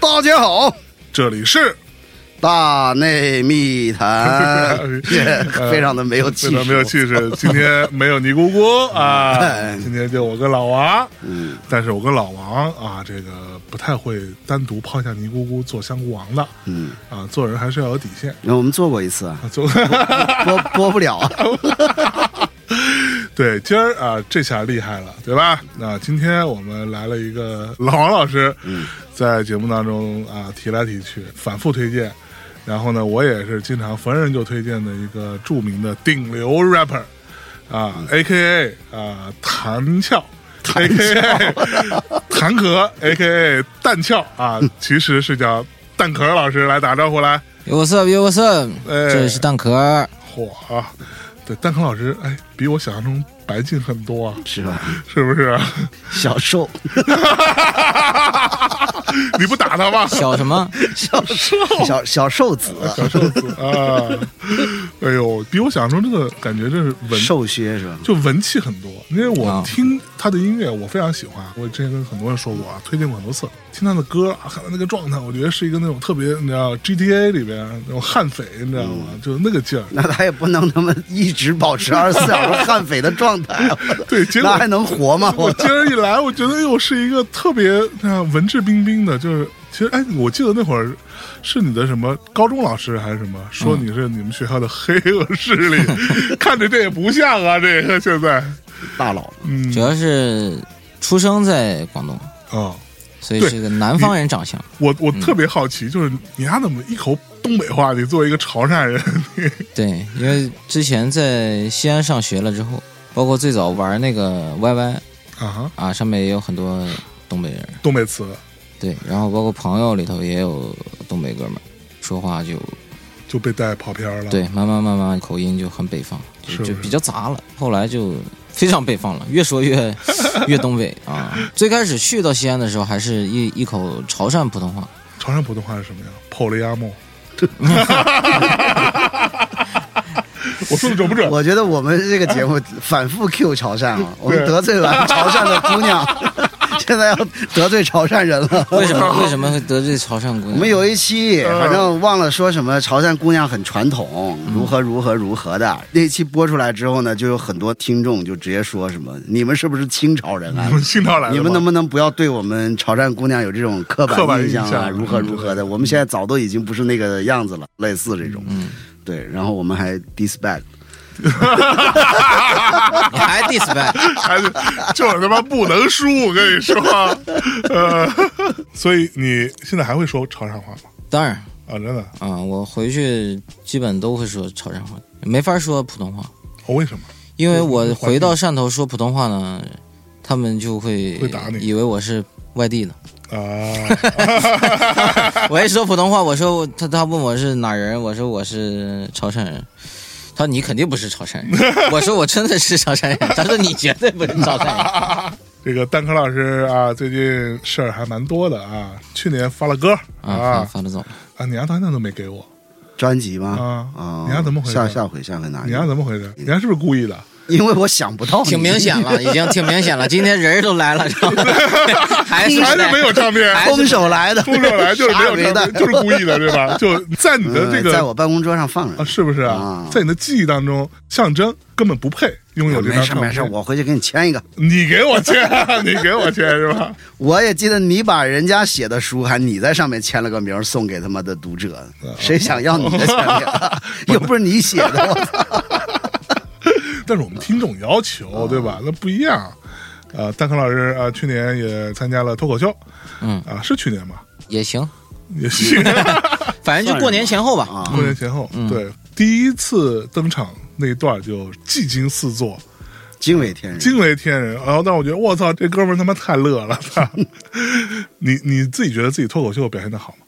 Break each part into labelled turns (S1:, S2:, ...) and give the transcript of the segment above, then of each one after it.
S1: 大家好，
S2: 这里是
S1: 大内密谈
S2: 呃，
S1: 非常的没有气
S2: 非常
S1: 势，
S2: 没有气 势。今天没有尼姑姑啊
S1: 哎，
S2: 今天就我跟老王。
S1: 嗯，
S2: 但是我跟老王啊，这个不太会单独抛下尼姑姑做香菇王的。
S1: 嗯，
S2: 啊，做人还是要有底线。
S1: 那我们做过一次，啊，
S2: 啊 做
S1: 播播不了啊。
S2: 对，今儿啊，这下厉害了，对吧？那今天我们来了一个老王老师，在节目当中啊提来提去，反复推荐。然后呢，我也是经常逢人就推荐的一个著名的顶流 rapper 啊，A K A 啊弹壳，A K A 弹壳，A K A 蛋壳啊，其实是叫蛋壳老师来打招呼来。
S3: Yo what's up, yo what's up？、
S2: 哎
S3: 这里是蛋壳儿，
S2: 嚯啊！对，蛋壳老师，哎，比我想象中白净很多啊，
S1: 是吧？
S2: 是啊不是？
S1: 小瘦，
S2: 你不打他吗？
S3: 小 什么？
S1: 小瘦，小 小瘦子，
S2: 小瘦子啊！哎呦，比我想象中这个感觉真是文，
S1: 瘦削是吧？
S2: 就文气很多。因为我
S3: 啊
S2: 听他的音乐，我非常喜欢。我之前跟很多人说过啊，推荐过很多次。听他的歌啊，看他那个状态，我觉得是一个那种特别，你知道 GTA 里边那种悍匪，你知道吗？
S3: 嗯
S2: 就那个劲儿。
S1: 那他也不能他妈一直保持二十四小时悍匪的状 态，我操
S2: 对结果
S1: 那还能活吗？
S2: 我
S1: 我
S2: 今儿一来，我觉得又是一个特别啊文质彬彬的，就是其实哎，我记得那会儿是你的什么高中老师还是什么，说
S1: 嗯
S2: 你是你们学校的黑恶势力， 看着这也不像啊，这个现在
S1: 大佬，
S2: 嗯
S3: 主要是出生在广东，
S2: 啊，
S3: 所以
S2: 对
S3: 是个南方人长相。
S2: 我我特
S1: 嗯
S2: 别好奇，就是你丫怎么一口东北话？你作为一个潮汕人，
S3: 对，因为之前在西安上学了之后，包括最早玩那个 YY
S2: 啊，
S3: 啊，上面也有很多东北人。
S2: 东北词
S3: 对，然后包括朋友里头也有东北哥们儿，说话就
S2: 就被带跑偏了。
S3: 对，慢慢慢慢口音就很北方，就是
S2: 不
S3: 就是比较杂了。后来就非常北方了，越说越 越东北啊。最开始去到西安的时候，还是一一口潮汕普通话，
S2: 潮汕普通话是什么呀？跑了鸭梦。 我说的准不准？
S1: 我觉得我们这个节目反复 Q 潮汕啊，我们
S2: 对
S1: 得罪完潮汕的姑娘，现在要得罪潮汕人了。
S3: 为什么为什么会得罪潮汕姑娘？
S1: 我们有一期，反正忘了说什么，潮汕姑娘很传统，如何如何如何的。那期播出来之后呢，就有很多听众就直接说什么：“你们是不是清朝人啊
S2: 你？们新潮来的
S1: 你
S2: 吗？
S1: 们能不能不要对我们潮汕姑娘有这种刻
S2: 刻板
S1: 板印象
S2: 印
S1: 啊？
S2: 象
S1: 如何如何的？我们现在早都已经不是那个样子了，类似这种。
S3: 嗯，
S1: 对，然后我们还 diss back，
S3: 你还 diss back？
S2: 还是就是他妈不能输，我跟你说，呃，所以你现在还会说潮汕话吗？
S3: 当然
S2: 啊，真的？
S3: 啊，我回去基本都会说潮汕话，没法说普通话，
S2: 哦，为什么？
S3: 因为我回到汕头说普通话呢，他们就会
S2: 会打你
S3: 以为我是外地的。
S2: 啊，
S3: 我一说普通话，我说他他问我是哪人，我说我是潮汕人。他说你肯定不是潮汕人，我说我真的是潮汕人。他说你绝对不是潮汕人。啊
S2: 这个蛋壳老师啊，最近事儿还蛮多的啊。去年发了歌
S3: 啊，发
S2: 啊
S3: 发的早，
S2: 啊，你丫到现在都没给我，
S1: 专辑吗？
S2: 啊你俩怎么回事
S1: 下下回下回拿一
S2: 你
S1: 个
S2: 丫怎么回事？你丫是不是故意的？
S1: 因为我想不到你，
S3: 挺明显了，已经挺明显了。今天人儿都来了，然后还是
S2: 还 是没有唱片？
S3: 还
S1: 空手来的，
S2: 不出来就是没
S1: 啥也
S2: 有
S1: 没
S2: 唱
S1: 带
S2: 片，就是故意的，对吧？就在你的这
S1: 嗯在
S2: 个
S1: 我办公桌上放着
S2: 啊，。是不是啊
S1: 啊？
S2: 在你的记忆当中，象征根本不配拥有这
S1: 没
S2: 张
S1: 事
S2: 唱片。
S1: 没事，我回去给你签一个。
S2: 你给我签， 你给我签是吧？
S1: 我也记得你把人家写的书，还你在上面签了个名，送给他妈的读者。
S2: 啊
S1: 谁想要你的签 名？又不是你写的，我操！
S2: 但是我们听众要
S1: 啊
S2: 求，对吧？那不一样。呃，蛋壳老师啊、呃去年也参加了脱口秀，
S3: 嗯
S2: 啊，是去年吧？
S3: 也行，
S2: 也行，
S1: 嗯
S3: 反正就过年前后吧。
S1: 啊
S2: 过年前后，对，第一次登场那一段就技惊四座，
S1: 嗯惊为天人。
S2: 惊为天人。然后，但我觉得，我操，这哥们儿他妈太乐了，操！ 你你自己觉得自己脱口秀表现的好吗？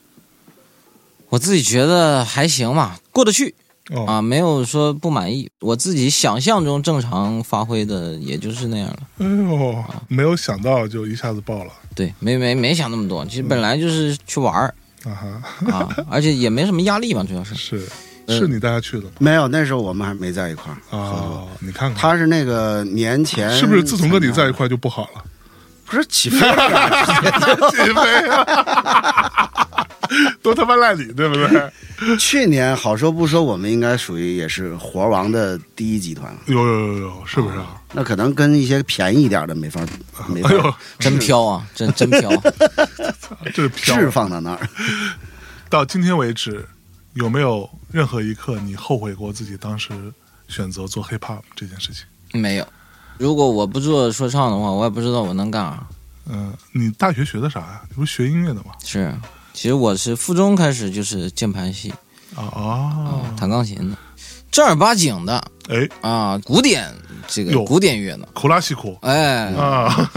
S3: 我自己觉得还行吧，过得去
S2: 哦，
S3: 啊，没有说不满意。我自己想象中正常发挥的也就是那样了。
S2: 哎呦，没有想到就一下子爆了
S3: 对，没没没想那么多，其实本来就是去玩儿
S2: 啊哈！
S3: 啊，而且也没什么压力嘛，主要是
S2: 是
S3: 嗯
S2: 是你带他去的吗？
S1: 没有，那时候我们还没在一块儿。
S2: 啊，你看看，
S1: 他是那个年前，
S2: 是不是自从跟你在一块儿就 不好了？
S1: 不是起飞了？
S2: 起飞了，都他妈赖你，对不对？
S1: 去年好说不说，我们应该属于也是活王的第一集团了。
S2: 有有有有，是不是啊？
S1: 那可能跟一些便宜一点的没法没法
S2: 哎呦，
S3: 真飘啊，真 真飘。
S2: 这是飘
S1: 置放到那儿。
S2: 到今天为止，有没有任何一刻你后悔过自己当时选择做 hiphop 这件事情？
S3: 没有，如果我不做说唱的话，我也不知道我能干啥、
S2: 嗯，你大学学的啥呀？你不是学音乐的吗？
S3: 是，其实我是附中开始就是键盘系，
S2: 啊啊，
S3: 弹钢琴的，正儿八经的
S2: 哎，
S3: 啊，古典这个
S2: 哟
S3: 古典乐的。
S2: 苦拉西苦
S3: 哎，
S2: 啊，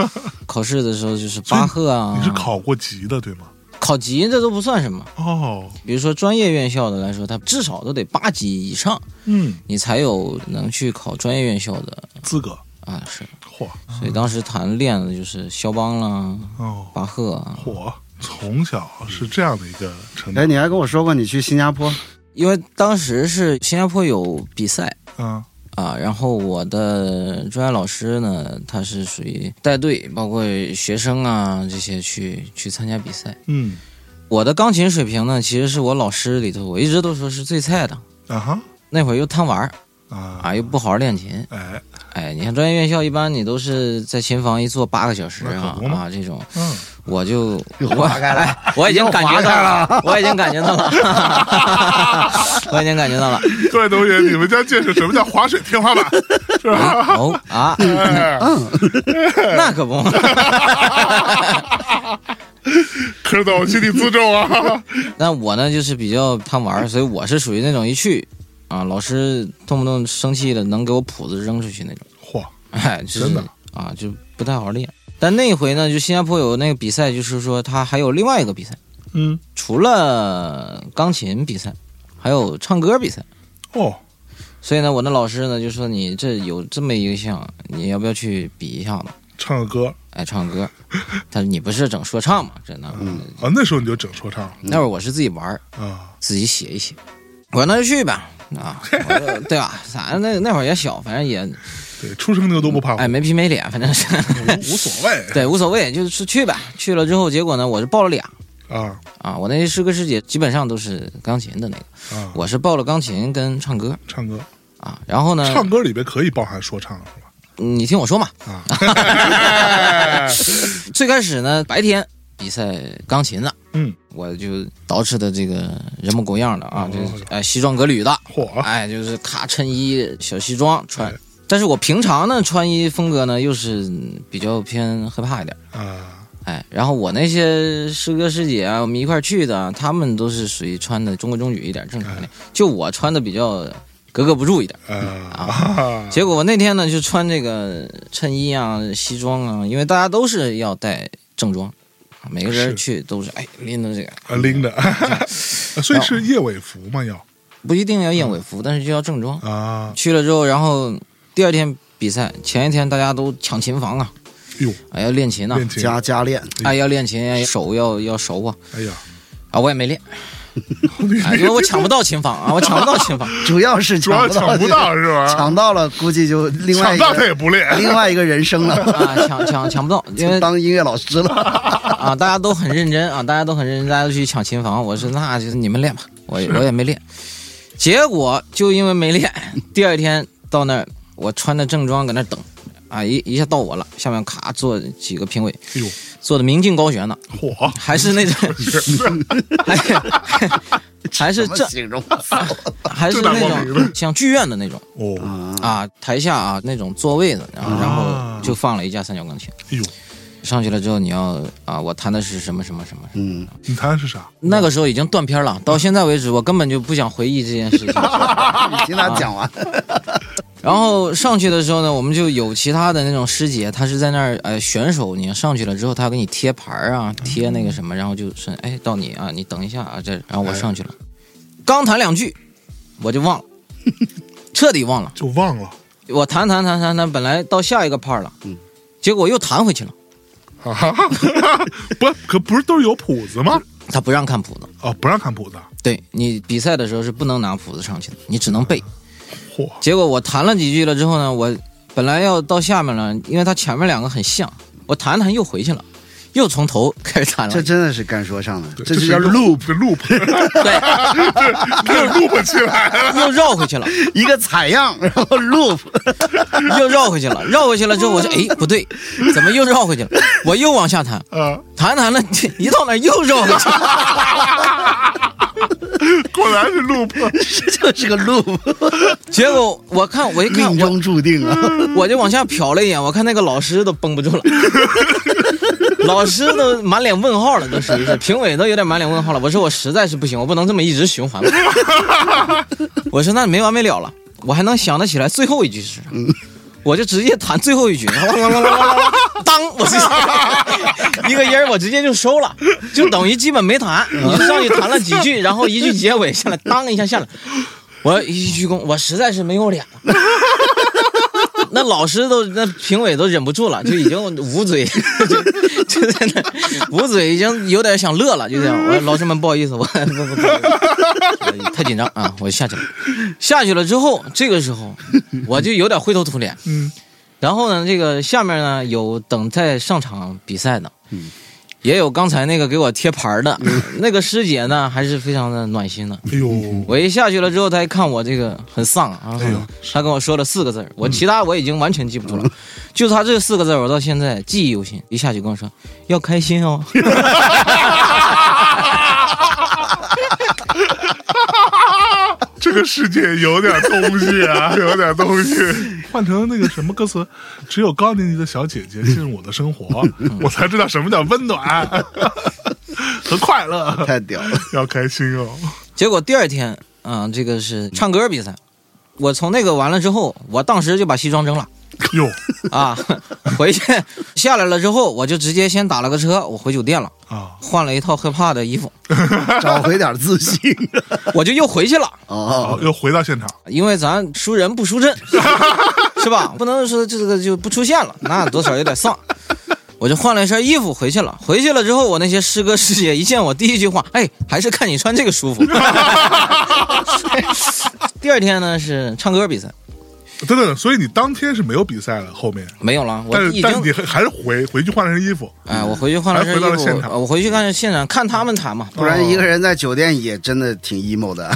S3: 考试的时候就是巴赫啊，
S2: 你是考过级的对吗？
S3: 考级这都不算什么。
S2: 哦，
S3: 比如说专业院校的来说，它至少都得八级以上，
S2: 嗯，
S3: 你才有能去考专业院校的
S2: 资格，
S3: 啊。是，
S2: 嚯，
S3: 所以当时弹练的就是肖邦啦、
S2: 哦，
S3: 巴赫啊，
S2: 嚯，从小是这样的一个
S1: 哎，
S2: 成长，
S1: 你还跟我说过你去新加坡，
S3: 因为当时是新加坡有比赛，
S2: 嗯，
S3: 啊，然后我的专业老师呢，他是属于带队，包括学生啊这些去去参加比赛。
S2: 嗯，
S3: 我的钢琴水平呢，其实是我老师里头，我一直都说是最菜的。
S2: 啊哈，
S3: 那会儿又贪玩儿
S2: 啊，
S3: 啊，又不好好练琴。
S2: 哎，
S3: 哎，你看专业院校一般你都是在琴房一坐八个小时
S2: 那
S3: 啊
S2: 可不嘛
S3: 啊这种，
S2: 嗯，
S3: 我就
S1: 又
S3: 我
S1: 划开了
S3: 哎我已经
S1: 又
S3: 感觉
S1: 划
S3: 到
S1: 开
S3: 了，我已经感觉到了，我已经感觉到了。
S2: 各位同学，你们将见识什么叫滑水天花 板，是吧？
S3: 哦啊，
S2: 哎，
S3: 那可不。
S2: 蝌蚪，我请你自重啊！
S3: 那我呢，就是比较贪玩儿，所以我是属于那种一去啊，老师动不动生气了，能给我谱子扔出去那种。
S2: 嚯，
S3: 哎，就是
S2: 真的
S3: 啊，就不太好练。但那一回呢，就新加坡有那个比赛，就是说他还有另外一个比赛，
S2: 嗯，
S3: 除了钢琴比赛，还有唱歌比赛。
S2: 哦，
S3: 所以呢，我那老师呢就说你这有这么一个项，你要不要去比一下子？
S2: 唱个歌
S3: 哎，唱歌。 他说你不是整说唱嘛？真的，
S2: 啊，那时候你就整说唱了
S3: 那会儿我是自己玩儿，
S2: 啊，
S3: 自己写一写。我说那就去吧，啊，我说对吧？ 咱那那会儿也小，反正也
S2: 对，初生牛犊不怕虎
S3: 哎，没皮没脸，反正是
S2: 无无所谓
S3: 对无所谓，就是去吧。去了之后，结果呢，我是报了俩
S2: 啊
S3: 啊，我那些师哥师姐基本上都是钢琴的那个，
S2: 啊，
S3: 我是报了钢琴跟唱歌
S2: 唱歌，
S3: 啊。然后呢，
S2: 唱歌里边可以包含说唱是吧？
S3: 你听我说嘛，
S2: 啊，
S3: 最开始呢，白天比赛钢琴的，
S2: 嗯，
S3: 我就捯饬的这个人模狗样的啊，
S2: 哦
S3: 就是哎西装革履的，
S2: 嚯，
S3: 哎，就是咔衬衣、小西装穿
S2: 哎。
S3: 但是我平常呢穿衣风格呢又是比较偏害怕一点，
S2: 啊，
S3: 哎，然后我那些师哥师姐啊，我们一块儿去的，他们都是属于穿的中规中矩一点，正常一点，就我穿的比较格格不入一点。
S2: 啊，
S3: 结果我那天呢就穿这个衬衣啊、西装啊，因为大家都是要带正装，每个人
S2: 是
S3: 去都是哎拎着这个，
S2: 啊拎着，所以是叶尾服嘛要
S3: 不一定要燕尾服，但是就要正装。
S2: 啊，
S3: 去了之后，然后第二天比赛，前一天大家都抢琴房啊，
S2: 哟，
S3: 啊要练琴呐、
S2: 练琴，
S1: 加加练，
S3: 啊要练琴，哎手要要熟啊，
S2: 哎呀，
S3: 啊我也没练，啊因为我抢不到琴房啊， 我抢不到琴房，
S1: 主要是
S2: 主要抢不到是吧？
S1: 抢到了估计就另外
S2: 抢
S1: 一
S2: 到他
S1: 个
S2: 也不练，
S1: 另外一个人生了，
S3: 啊抢抢抢不到，因为
S1: 当音乐老师了。
S3: 啊大家都很认真啊，大家都很认真，大家都去抢琴房，我说那就是你们练吧，我也我也没练，结果就因为没练， 第二天到那儿我穿着正装搁那儿等，啊一一下到我了，下面咔坐几个评委，
S2: 哎呦，
S3: 坐的明镜高悬呢，
S2: 嚯，
S3: 还是那种。 还是还是
S1: 这
S3: 这
S1: 形容？啊
S3: 还是
S2: 正大
S3: 那
S2: 光明
S3: 种像剧院的那种
S2: 哦，
S3: 啊，台下啊那种座位的，然后然
S2: 啊
S3: 后就放了一架三角钢琴。
S2: 哎呦，
S3: 上去了之后，你要啊，我弹的是什么什么什么什么。
S1: 嗯，
S2: 你弹的是啥？
S3: 那个时候已经断片了，到现在为止，我根本就不想回忆这件事情。
S1: 你听他讲
S3: 啊
S1: 完，
S3: 然后上去的时候呢，我们就有其他的那种师姐，她是在那儿呃选手，你上去了之后，她给你贴牌儿啊，贴那个什么，然后就是哎到你啊，你等一下啊，这然后我上去了，刚弹两句，我就忘了，彻底忘了，
S2: 就忘了
S3: 我弹弹弹弹弹，本来到下一个 part 了，
S1: 嗯
S3: 结果又弹回去了，
S2: 啊，不，可不是都是有谱子吗？
S3: 他不让看谱子，
S2: 哦，不让看谱子，
S3: 对你比赛的时候是不能拿谱子上去的，你只能背。
S2: 嚯，
S3: 结果我弹了几句了之后呢，我本来要到下面了，因为它前面两个很像，我弹弹又回去了，又从头开始弹了
S1: 这。真的是干说唱的，
S2: 对
S1: 这
S2: 是
S1: 就叫
S2: loop loop，
S3: 对，
S2: 这有 loop 起来了。
S3: 又绕 回去了，
S1: 一个采样，然后 loop，
S3: 又绕回去了，绕回去了之后，我说，哎，不对，怎么又绕回去了？我又往下弹，
S2: 啊，
S3: 弹弹了，一到那儿又绕回去了。
S2: 果然是 loop，
S1: 这就是个 loop，
S3: 结果我看，我一看
S1: 命，
S3: 我
S1: 中注定啊！
S3: 我就往下瞟了一眼，我看那个老师都绷不住了，老师都满脸问号了，都属于是评委都有点满脸问号了。我说我实在是不行，我不能这么一直循环了。我说那没完没了了，我还能想得起来最后一句是啥？我就直接弹最后一句，当我直接 一个音儿，我直接就收了，就等于基本没弹。你上去弹了几句，然后一句结尾下来，当一下下来，我一鞠躬，我实在是没有脸了。 那老师都，那评委都忍不住了，就已经捂嘴， 就就在那捂嘴，已经有点想乐了，就这样。我老师们不好意思，我不不不不太紧张啊，我下去了。下去了之后，这个时候我就有点灰头土脸。
S2: 嗯，
S3: 然后呢，这个下面呢有等待上场比赛的，也有刚才那个给我贴牌儿的，那个师姐呢还是非常的暖心的。
S2: 哎呦，
S3: 我一下去了之后，她一看我这个很丧啊
S2: 哎呦，嗯
S3: 她跟我说了四个字儿，我其他我已经完全记不住了，就她这四个字儿，我到现在记忆犹新。一下就跟我说要开心 哦，
S2: 这个世界有点东西 啊，有点东西。换成那个什么歌词，只有高年级的小姐姐进入我的生活，我才知道什么叫温 暖和快乐。
S1: 太屌了，
S2: 要开心哦，
S3: 结果第二天啊、这个是唱歌比赛，我从那个完了之后，我当时就把西装扔了。
S2: 哟
S3: 啊，回去下来了之后，我就直接先打了个车，我回酒店了，
S2: 啊，
S3: 换了一套 hiphop 的衣服，
S1: 找回点自信
S3: 我就又回去了，
S1: 哦。
S2: 好又回到现场，
S3: 因为咱输人不输阵， 是吧？不能说这个就不出现了，那多少有 点丧。我就换了一身衣服回去了，回去了之后，我那些师哥师姐一见我，第一句话，哎，还是看你穿这 个舒服。第二天呢是唱歌比赛，
S2: 等等，所以你当天是没有比赛了，后面，
S3: 没有了，我
S2: 但
S3: 已
S2: 是但是
S3: 经
S2: 你还还是回回去换了身衣服，
S3: 哎，我回去换了身
S2: 还回到了
S3: 衣服
S2: 现，场嗯
S3: 呃我回去看现场看他们弹嘛，
S1: 不然一个人在酒店也真的挺 emo 的，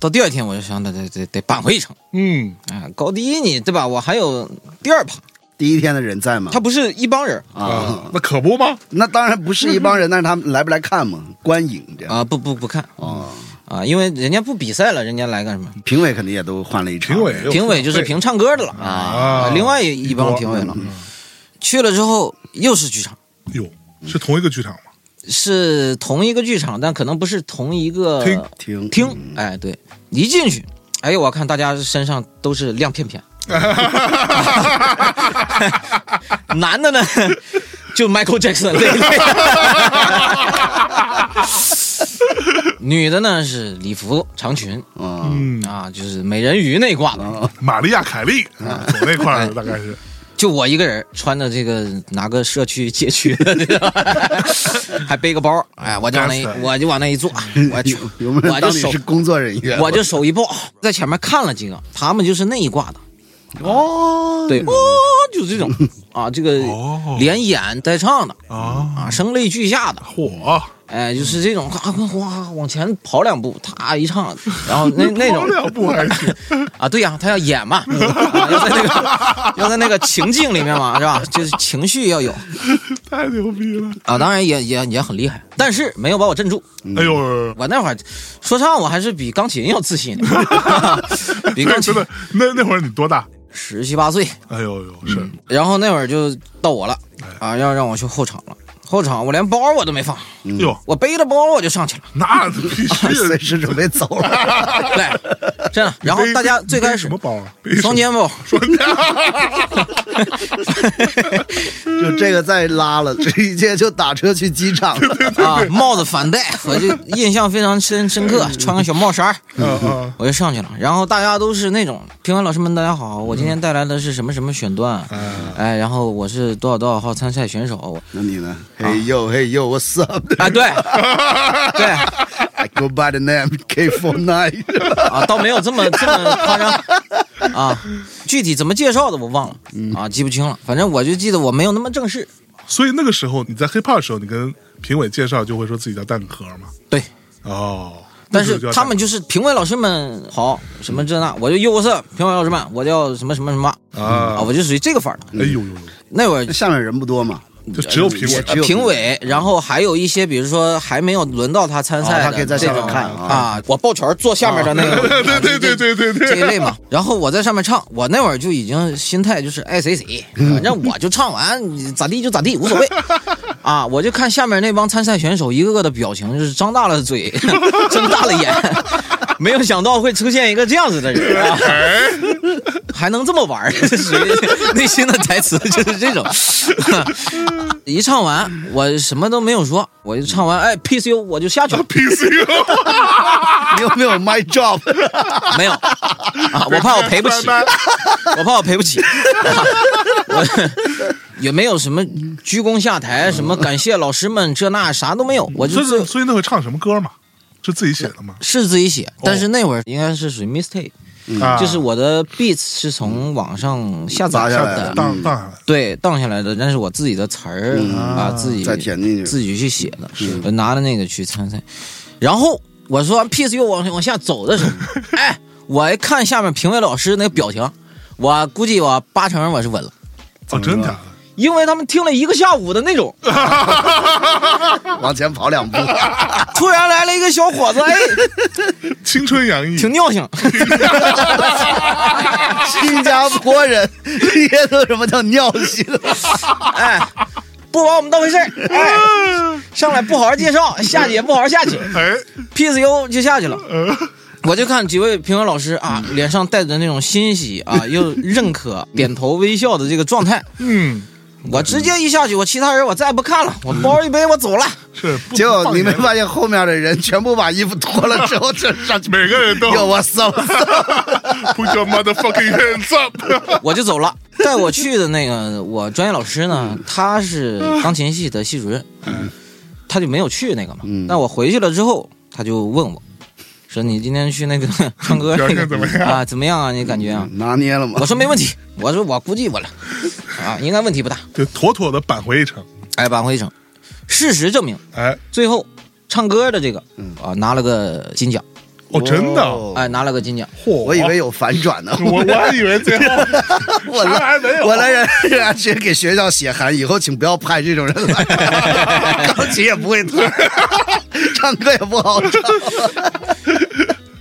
S3: 到第二天我就想得得得得扳回一城
S2: 嗯，
S3: 啊！高低你对吧？我还有第二趴，
S1: 第一天的人在吗
S3: 他？不是一帮人
S1: 啊，
S2: 啊，那可不吗？
S1: 那当然不是一帮人，但是他们来不来看 嘛？观影这样
S3: 啊，不不不看
S1: 哦，
S3: 啊，因为人家不比赛了，人家来干什么？
S1: 评委肯定也都换了一场，
S2: 评委又
S3: 评委就是
S2: 对
S3: 评唱歌的了
S2: 啊
S3: 另外一一帮评委了。去了之后又是剧场，
S2: 哟，是同一个剧场 吗？
S3: 是同一个剧场，但可能不是同一个
S2: 厅
S1: 听
S3: 厅。哎，对，一进去，哎呦，我看大家身上都是亮片片，男的呢 就 Michael Jackson 类的 女的呢是礼服长裙
S1: 嗯，
S2: 嗯，
S3: 啊，就是美人鱼那挂的，
S2: 玛利亚凯莉啊，走那块儿的大概 是，
S3: 就我一个人穿着这个哪个社区街区的 这个，还背个包，哎，我就往那一
S2: 干死
S3: 我就往那一坐，我去，
S1: 有没有
S3: 我
S1: 人当
S3: 就
S1: 你
S3: 手
S1: 是工作人员？
S3: 我就手一抱，在前面看了几个，他们就是那一挂的，
S2: 哦，
S3: 对，哦，就这种啊，这个
S2: 哦
S3: 连演带唱的
S2: 啊，
S3: 啊，声泪俱下的，
S2: 火，
S3: 哎，就是这种哗哗哗往前跑两步，他一唱，然后那那
S2: 跑
S3: 种
S2: 两步还 行，
S3: 啊，对呀、他要演嘛，啊要在那个 要在那个情境里面嘛，是吧？就是情绪要有
S2: 太牛逼了！
S3: 啊，当然也也也很厉害，但是没有把我镇住。
S2: 哎呦，
S3: 我那会儿说唱，我还是比钢琴要自 信的，比
S2: 对，
S3: 钢琴
S2: 真的，那那会儿你多大？
S3: 十七八岁，
S2: 哎呦呦，是
S3: 然后那会儿就到我了啊，要让我去后场了。后场我连包我都没放，
S2: 哟，
S3: 我背着包我就上去了。
S2: 那必须
S1: 随时准备走了，
S3: 对，真的。然后大家最开
S2: 背什
S3: 始
S2: 么包啊？背什么
S3: 双 肩包，
S1: 就这个再拉了，直接就打车去机场了。
S3: 啊，帽子反戴，我就印象非常深深刻，穿个小帽衫儿
S2: 嗯嗯，
S3: 我就上去了。然后大家都是那种评委老师们，大家好，我今天带来的是什么什么选段，哎，然后我是多少多少号参赛选手，
S1: 那你呢？嘿呦嘿呦，What's up？
S3: 啊， 对，嗯 对，
S1: I go by the name K f o r Nine。
S3: 啊，倒没有这么这么夸 张嗯啊。具体怎么介绍的我忘了啊，记不清了。反正我就记得我没有那么正式
S2: 所以那个时候你在 hiphop 的时候，你跟评委介绍就会说自己叫蛋壳嘛。
S3: 对，
S2: 哦，那
S3: 但是
S2: 时候叫蛋
S3: 他们就是评委老师们好什么这那，我就优色评委老师们，我叫什么什么什么
S2: 啊
S3: 啊，，我就嗯属于这个范儿的。
S2: 哎呦呦
S3: 那 会儿
S1: 下面人不多嘛，
S2: 呦，就只有评 委
S1: 也只有
S3: 评委，然后还有一些，比如说还没有轮到他参赛
S1: 哦
S3: 的，
S1: 他可以在
S3: 这
S1: 下面
S3: 种
S1: 看啊
S3: 啊。我抱拳坐下面的那个，啊
S2: 对对对对对对
S3: 这一类嘛。然后我在上面唱，我那会儿就已经心态就是爱谁谁，
S1: 嗯
S3: 反正我就唱完你咋地就咋地，无 所谓啊。我就看下面那帮参赛选手一个个的表情，就是张大了嘴， 睁大了眼， 没有想到会出现一个这样子的人啊。
S2: 哎，，
S3: 还能这么玩儿， 这属于 内心的台词就是这种。 一唱完，我什么都没有说，我就唱完，哎，peace you，我就下去了
S2: PC，
S1: 你有没有 my job？
S3: 没有啊，我怕我赔 不起， 我怕我赔不起， 啊我也没有什么鞠躬下台，啊什么感谢老师们这那啥都没有，我就
S2: 所以
S3: 是
S2: 所以那会唱什么歌嘛？是自己写的嘛？
S3: 是自己写，但是那会儿应该是属于 mistake，
S1: 嗯
S2: 啊，
S3: 就是我的 beats 是从网上下载
S1: 下
S2: 下
S1: 来
S2: 来
S1: 的
S2: 荡荡下来的，
S3: 对，荡下来的，但是我自己的词儿、啊，自己
S1: 嗯再填进去
S3: 自己去写的，我拿着那个去参赛。然后我说完 peace 又往往下走的 时候，哎，我一看下面评委老师那个表情，我估计我八成我是稳了，
S2: 哦，真假的？
S3: 因为他们听了一个下午的那 种，
S1: 往前跑两步，
S3: 突然来了一个小伙子，哎，
S2: 青春洋溢，
S3: 挺尿性，
S1: 新加坡人也都什么叫尿性？
S3: 哎，不把我们当回事儿，哎，上来不好好介绍，下去也不好好下去
S2: 哎，
S3: ，peace 又就下去了。
S2: 呃，
S3: 我就看几位评委老师啊，
S2: 嗯
S3: 脸上带着那种欣喜 啊，又认可、点头微笑的这个状态，
S2: 嗯，
S3: 我直接一下去，我其他人我再也不看了，我包一杯我 走了。
S2: 是。不
S1: 结果你没，
S2: 不放
S1: 发现后面的人全部把衣服脱了之后就上 去
S2: 言，每个人都
S1: 哟我骚 骚，
S2: Put your motherfucking hands up！
S3: 我就走了。带我去的那个我专业老师呢，他是钢琴系的系主任，
S2: 嗯
S3: 他就没有去那个嘛。那我回去了之后，他就问我，说你今天去那个 唱歌那
S2: 表现怎么
S3: 个
S2: 样嗯
S3: 啊？怎么样啊？你感觉啊？
S1: 拿捏了吗
S3: 我？说没问题，我说我估计我了，啊，应该问题不大。
S2: 就妥妥的扳回一城。
S3: 哎，扳回一城。事实证明，
S2: 哎，
S3: 最后唱歌的这个，啊，拿了个金奖，
S2: 嗯哦，真的，嚯！
S1: 哦
S3: 哎，拿了个金奖。
S1: 我以为有反转呢，
S2: 我我还以为最后
S1: 我
S2: 啥
S1: 来
S2: 还没有，
S1: 我来人人直接给学校写函，以后请不要派这种人来，钢琴也不会弹，唱歌也不好唱。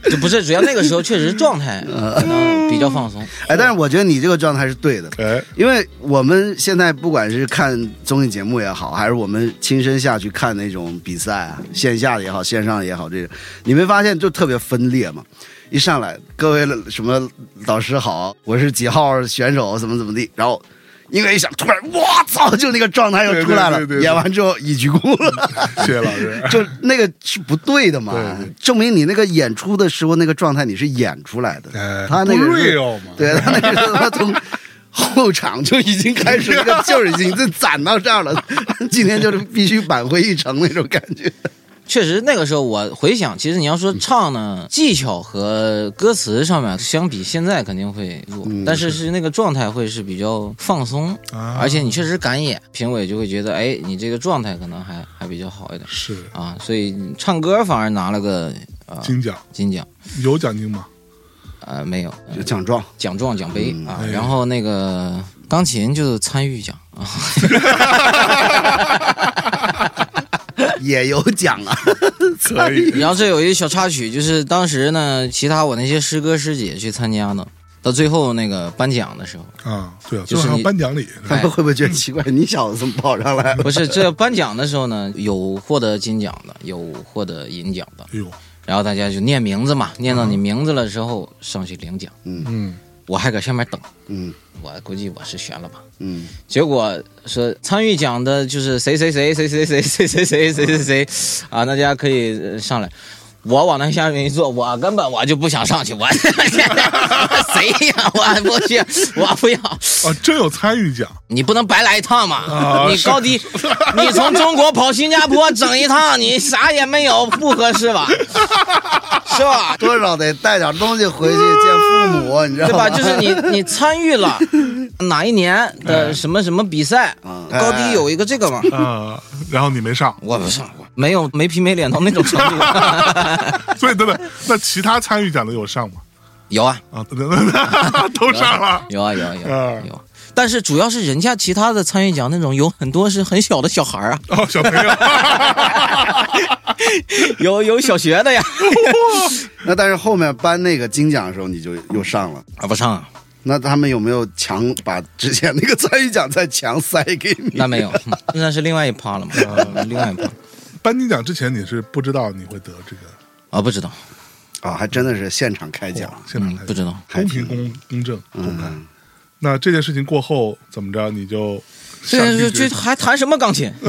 S3: 就不是，主要那个时候确实状态
S2: 嗯
S3: 可能比较放松。
S1: 哎，但是我觉得你这个状态是对的，
S2: 哎，
S1: 因为我们现在不管是看综艺节目也好，还是我们亲身下去看那种比赛啊，线下的也好，线上的也好，这种你没发现就特别分裂吗？一上来，各位什么老师好，我是几号选手，怎么怎么地，然后音乐一响，突然我操，就那个状态又出来了，
S2: 对对对对对
S1: 演完之后一鞠躬 了。
S2: 谢谢老师。
S1: 就那个是不对的嘛，
S2: 对对
S1: 证明你那个演出的时候那个状态你是演出来的，
S2: 哎
S1: 他那
S2: 不
S1: 个是
S2: real 嘛
S1: 对他那个是他从后场就已经开始那个劲儿已经就攒到这儿了，今天就是必须扳回一城那种感觉。
S3: 确实，那个时候我回想，其实你要说唱呢，技巧和歌词上面相比，现在肯定会弱，但是是那个状态会是比较放松，
S2: 嗯啊
S3: 而且你确实敢演，评委就会觉得，哎，你这个状态可能还还比较好一点
S2: 是
S3: 啊，所以唱歌反而拿了个啊、
S2: 金奖
S3: 金奖，
S2: 有奖金吗？
S3: 呃，没有，
S1: 就奖状，
S3: 奖状、奖杯、啊
S2: 哎，呀
S3: 然后那个钢琴就参与奖啊，
S1: 也有奖啊，
S2: 可以，
S3: 然后这有一个小插曲，就是当时呢，其他我那些师哥师姐去参加的，到最后那个颁奖的时候，
S2: 啊，对啊，
S3: 就
S2: 最
S3: 是
S2: 后还有
S3: 你
S2: 颁奖礼是吧
S1: 他们会不会觉得奇怪？你小子怎么跑上来了？
S3: 不是这颁奖的时候呢，有获得金奖的，有获得银奖的，
S2: 哎呦，
S3: 然后大家就念名字嘛，念到你名字了之后上去领奖，
S2: 嗯，
S3: 我还搁下面等，
S1: 嗯
S3: 我估计我是悬了吧。
S1: 嗯，
S3: 结果说参与奖的就是谁谁谁谁谁谁谁谁谁谁谁谁啊，大家可以呃上来。我往那下面一坐，我根本我就不想上去，我 谁呀？我不去，我不要。
S2: 啊，真有参与奖，
S3: 你不能白来一趟嘛！
S2: 啊
S3: 你高低，你从中国跑新加坡整一趟，你啥也没有，不合适吧？是吧？
S1: 多少得带点东西回去见父母，你知道
S3: 对
S1: 吗？
S3: 吧？就是你你参与了，哪一年的什么什么比赛，
S1: 嗯
S3: 高低有一个这个嘛，
S2: 啊，然后你没上，
S3: 我不上过，没有没皮没脸到那种程度。
S2: 所以等等，那其他参与奖的有上吗？
S3: 有啊，
S2: 啊，等等等等， 都上 了。
S3: 有啊，有啊，有啊
S2: 嗯
S3: 有啊。但是主要是人家其他的参与奖那种有很多是很小的小孩儿啊，
S2: 哦，小朋友，
S3: 有有小学的呀，
S1: 那但是后面颁那个金奖的时候，你就又上了。
S3: 啊不上啊，
S1: 那他们有没有强把之前那个参与奖再强塞给你？
S3: 那没有，那是另外一趴了嘛，啊另外一趴
S2: 颁金奖之前你是不知道你会得这个
S3: 啊不知道，
S1: 啊，还真的是现场开奖
S2: 哇，现场
S3: 嗯
S2: 开
S3: 不知道，
S2: 公平公公正公开
S1: 嗯。
S2: 那这件事情过后怎么着，你就
S3: 这
S2: 上
S3: 这
S2: 去
S3: 这还弹什么钢琴？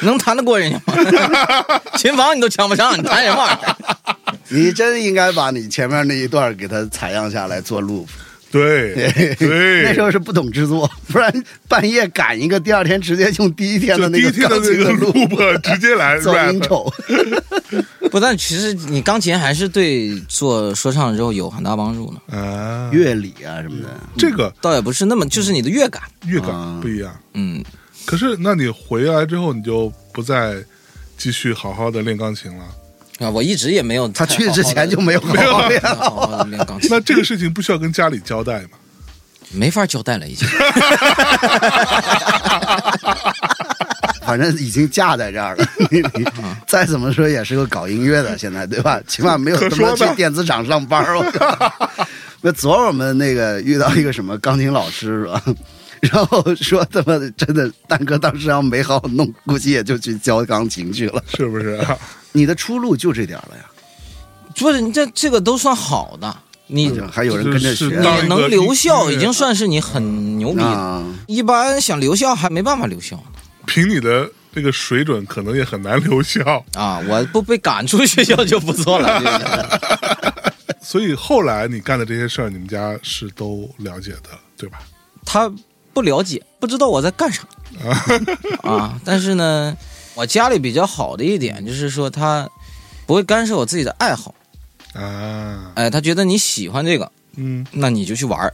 S3: 能弹得过人家吗？ 琴房你都抢不上，你弹什么玩意儿？
S1: 你真应该把你前面那一段给它采样下来做 loop。
S2: 对对，
S1: 那时候是不懂制作，不然半夜赶一个，第二天直接用第一天的
S2: 就
S1: 那
S2: 第一
S1: 个
S2: 天的
S1: 钢
S2: 那
S1: 琴
S2: 个
S1: loop
S2: loop 直接来
S1: 做
S2: rap，
S1: intro。
S3: 不但其实你钢琴还是对做说唱之后有很大帮助呢，
S2: 啊，
S1: 乐理啊什么的，
S2: 这个
S3: 倒也不是那么就是你的乐感，
S2: 乐
S1: 啊
S2: 感不一样。
S3: 嗯，
S2: 可是，那你回来之后，你就不再继续好好的练钢琴了。
S3: 啊，我一直也没有
S1: 他
S3: 太
S1: 去之前就没有好好练
S3: 好好地练钢 琴，
S2: 那这个事情不需要跟家里交代嘛？
S3: 没法交代 了已经。
S1: 反正已经架在这儿了。 你你
S2: 嗯
S1: 再怎么说也是个搞音乐的，现在对 吧？起码没有
S2: 可
S1: 他
S2: 说
S1: 妈
S2: 呢
S1: 去电子厂上班儿。我靠那昨儿我 们那个遇到一个什么钢琴老师是吧？ 然后说他妈的真的，蛋哥当时要没好好弄，估计也就去教钢琴去了。
S2: 是不是？
S1: 你的出路就这点儿了呀，
S3: 不是你这这个都算好的，你
S1: 就还有人跟着
S2: 是
S1: 学
S2: 嗯是当
S3: 你
S2: 一
S3: 能
S2: 个
S3: 留校
S2: 音乐
S3: 已经算是你很牛逼了。
S1: 啊？
S3: 一般想留校还没办法留校呢
S2: 凭你的这个水准，可能也很难留校。
S3: 啊！我不被赶出学校就不 错了。这个
S2: 所以后来你干的这些事儿，你们家是都了解的，对吧？
S3: 他不了解，不知道我在干啥啊。但是呢，我家里比较好的一点就是说他不会干涉我自己的爱好。
S2: 啊，
S3: 哎，他觉得你喜欢这个，
S2: 嗯，
S3: 那你就去玩儿。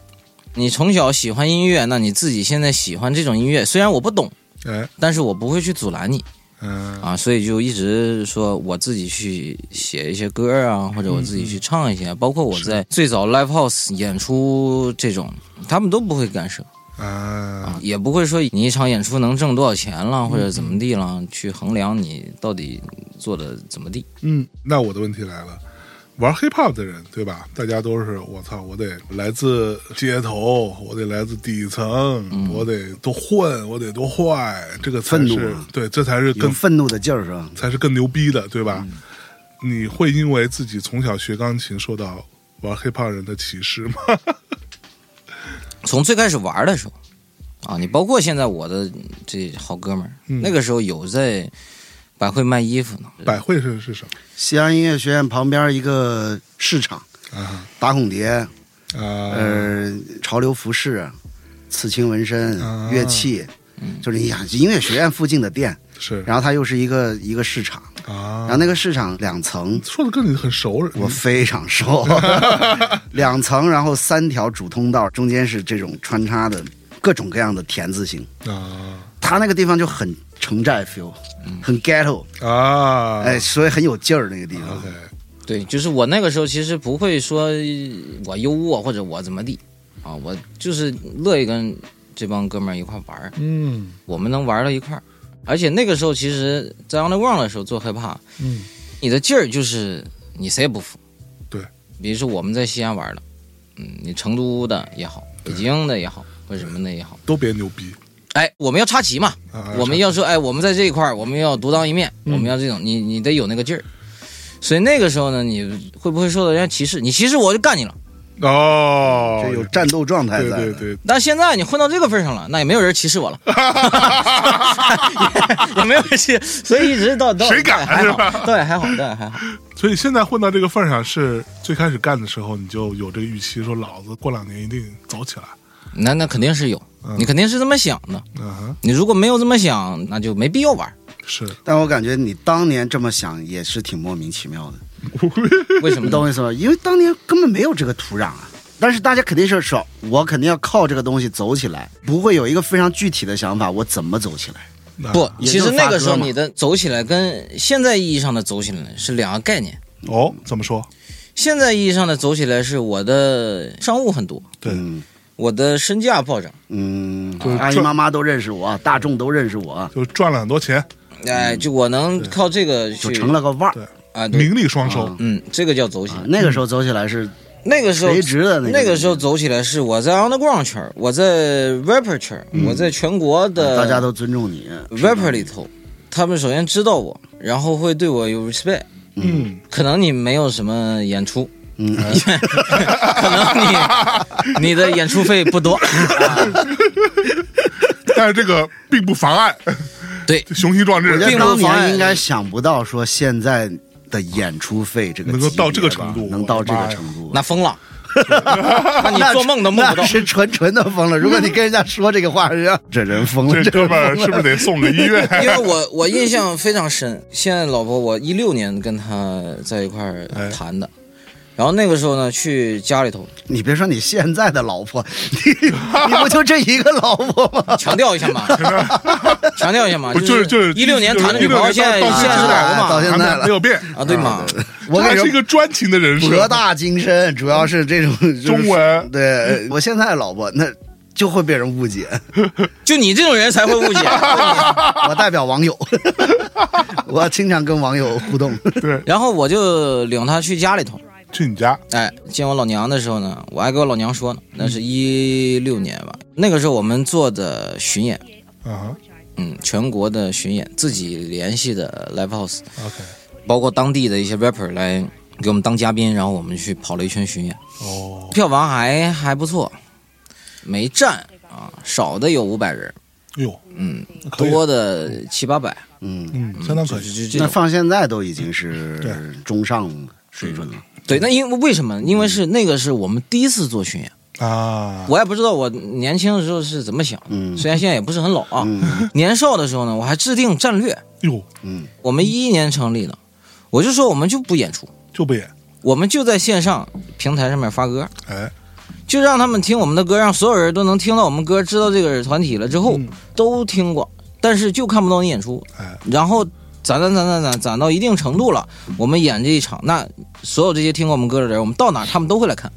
S3: 你从小喜欢音乐，那你自己现在喜欢这种音乐，虽然我不懂，
S2: 哎，
S3: 但是我不会去阻拦你。
S2: 嗯、
S3: 啊，所以就一直说我自己去写一些歌啊，或者我自己去唱一些，包括我在最早 live house 演出这种，他们都不会干涉
S2: 啊，嗯
S3: 啊，也不会说你一场演出能挣多少钱了，或者怎么地了，去衡量你到底做的怎么地。
S2: 嗯，那我的问题来了。玩 hiphop 的人，对吧？大家都是我操，我得来自街头，我得来自底层，我得多混，我得多坏，这个
S1: 嗯
S2: 才
S1: 愤怒
S2: 是
S1: 啊
S2: 对，这才是
S1: 有
S2: 更
S1: 愤怒的劲儿是吧？
S2: 才是更牛逼的，对
S1: 嗯
S2: 吧？你会因为自己从小学钢琴受到玩 hiphop 人的歧视吗？
S3: 从最开始玩的时候，啊，你包括现在我的这好哥们儿，
S2: 嗯
S3: 那个时候有在百汇卖衣服呢，
S2: 百汇是是什
S1: 西安音乐学院旁边一个市场，
S2: 么啊？
S1: 打孔碟，
S2: 啊，
S1: 呃，潮流服饰、刺青纹身、
S2: 啊嗯
S1: 乐器，就是你想音乐学院附近的店，
S2: 是
S1: 然后它又是一个一个市场，然后
S2: 啊，
S1: 那个市场两层，
S2: 说的跟你很熟，
S1: 我
S2: 嗯
S1: 非常 熟，两层，然后三条主通道，中间是这种穿插的各种各样的田字形，
S2: 啊
S1: 它那个地方就很城寨 feel，很 ghetto，
S2: 嗯啊，
S1: 哎，所以很有劲儿那个地方。
S2: ，OK，
S3: 对，就是我那个时候其实不会说呃我优渥或者我怎么地啊，我就是乐意跟这帮哥们儿一块儿玩儿，
S2: 嗯
S3: 我们能玩到一块儿。而且那个时候其实，在 Underground 的时候做 hiphop，
S2: 嗯
S3: 你的劲儿就是你谁也不服。
S2: 对，
S3: 比如说我们在西安玩的，嗯，你成都的也好，北京的也好，或者什么的也好，
S2: 都别牛逼
S3: 哎，我们要插旗嘛，
S2: 啊，
S3: 我们要说，哎，我们在这一块儿，我们要独当一面，
S2: 嗯
S3: 我们要这种，你你得有那个劲儿。所以那个时候呢，你会不会受到人家歧视？你歧视我就干你了。
S2: 哦
S1: 就，有战斗状态
S2: 对
S1: 在的，
S2: 对对，
S3: 但现在你混到这个份儿上了，那也没有人歧视我了， 也也没有人歧视，所以一直到到
S2: 谁敢啊
S3: 倒也
S2: 是
S3: 还
S2: 吧
S3: 好，倒也还好，倒也还好。
S2: 所以现在混到这个份儿上，是最开始干的时候你就有这个预期，说老子过两年一定走起来，
S3: 那那肯定是有，你肯定是这么想的。
S2: 嗯哼，
S3: 你如果没有这么想，那就没必 要玩。
S2: 是，
S1: 但我感觉你当年这么想也是挺莫名其妙的，
S3: 为什么
S1: 你
S3: 呢？
S1: 懂我意思吧？因为当年根本没有这个土壤啊，但是大家肯定是说，我肯定要靠这个东西走起来，不会有一个非常具体的想法，我怎么走起来？
S2: 那
S3: 不，
S1: 也
S3: 其
S1: 就
S3: 实
S1: 是
S3: 那
S1: 发歌
S3: 个时候
S1: 嘛
S3: 你的走起来跟现在意义上的走起来是两个概念。
S2: 哦，怎么说？
S3: 现在意义上的走起来是我的商务很多，
S2: 对，
S1: 嗯
S3: 我的身价暴涨，
S1: 嗯
S2: 就是，
S1: 阿姨
S2: 这
S1: 妈妈都认识我，大众都认识我，
S2: 就赚了很多钱，
S3: 哎，就我能靠这个
S1: 嗯就
S3: 去
S1: 成了个腕儿
S2: 对。
S3: 啊，对，
S2: 名利双收。
S3: 嗯，这个叫走起
S1: 啊
S3: 来。
S1: 那个时候走起来是
S3: 那个时候
S1: 垂直的那个
S3: 嗯那个时候走起来是我在 underground 圈儿，我在 rapper 圈儿，我在全国的
S1: 嗯啊大家都尊重你
S3: 呃 rapper 里头，他们首先知道我，然后会对我有 respect。
S2: 嗯，
S3: 可能你没有什么演出，
S1: 嗯，
S3: 呃 可能你你的演出费不多，啊
S2: 但是这个并不妨碍
S3: 对，
S2: 雄心壮
S1: 我觉
S2: 志。
S1: 得
S3: 并不
S1: 当
S3: 妨碍
S1: 年应该想不到说现在的演出费这个
S2: 能够
S1: 级别
S2: 到这个
S1: 吧
S2: 程度
S1: 能到这
S2: 我
S1: 个
S2: 的妈呀
S1: 程度吧，啊
S3: 那疯了，那你做梦都梦不到
S1: 那。是纯纯的疯了。如果你跟人家说这个话，人家这人疯了，
S2: 这哥
S1: 人
S2: 们儿
S1: 疯
S2: 是
S1: 了。
S2: 不是得送个医 院？
S3: 因为我我印象非常深，现在老婆我一六年跟她在一块儿
S2: 哎
S3: 谈的，然后那个时候呢去家里头
S1: 你别说你现在的老婆，你你不就这一个老婆吗？
S3: 强调一下嘛，强调一下嘛，
S2: 不就是就是
S3: 一六年谈的女朋友，
S2: 16
S3: 现在
S2: 到
S3: 现在是老婆
S1: 啊到
S3: 嘛
S1: 现在了
S2: 没有变，
S3: 啊，对嘛，
S1: 我
S2: 还
S1: 感
S2: 是一
S1: 觉
S2: 个专情的人
S1: 博
S2: 设。
S1: 大精深，主要是这种就是
S2: 中文
S1: 对，我现在的老婆那就会被人误 解。
S3: 就你这种人才会误解。
S1: 我代表网友， 我经常跟网友互动。
S2: 对，
S3: 然后我就领她去家里头，
S2: 去你家，
S3: 哎，见我老娘的时候呢，我还跟我老娘说呢，那
S2: 嗯
S3: 是一六年吧，那个时候我们做的巡演，
S2: 啊
S3: 嗯，全国的巡演，自己联系的 live house，
S2: 哈，OK，
S3: 包括当地的一些 rapper 来给我们当嘉宾，然后我们去跑了一圈巡演，
S2: 哦，
S3: 票房还还不错，每站啊少的有五百人，
S2: 哟，
S3: 嗯，
S2: 可以，啊
S3: 多的七八百，
S1: 嗯，
S2: 嗯，相当可
S3: 就
S2: 以。
S3: 就这
S1: 那
S3: 种。
S1: 放现在都已经
S2: 对
S1: 是中上水准了。
S3: 对，那因为为什么？因为是
S2: 嗯
S3: 那个是我们第一次做巡演，
S2: 啊，
S3: 我也不知道我年轻的时候是怎么想的，
S1: 嗯
S3: 虽然现在也不是很老啊。
S1: 嗯
S3: 年少的时候呢，我还制定战略，
S2: 哟，
S1: 嗯，
S3: 我们一一年成立的，我就说我们就不演出，
S2: 就不演，
S3: 我们就在线上平台上面发歌，
S2: 哎，
S3: 就让他们听我们的歌，让所有人都能听到我们歌，知道这个团体了之后、
S2: 嗯
S3: 都听过，但是就看不到你演出。
S2: 哎
S3: 然后攒攒攒攒攒攒到一定程度了，我们演这一场，那所有这些听过我们歌的人，我们到哪儿他们都会来看。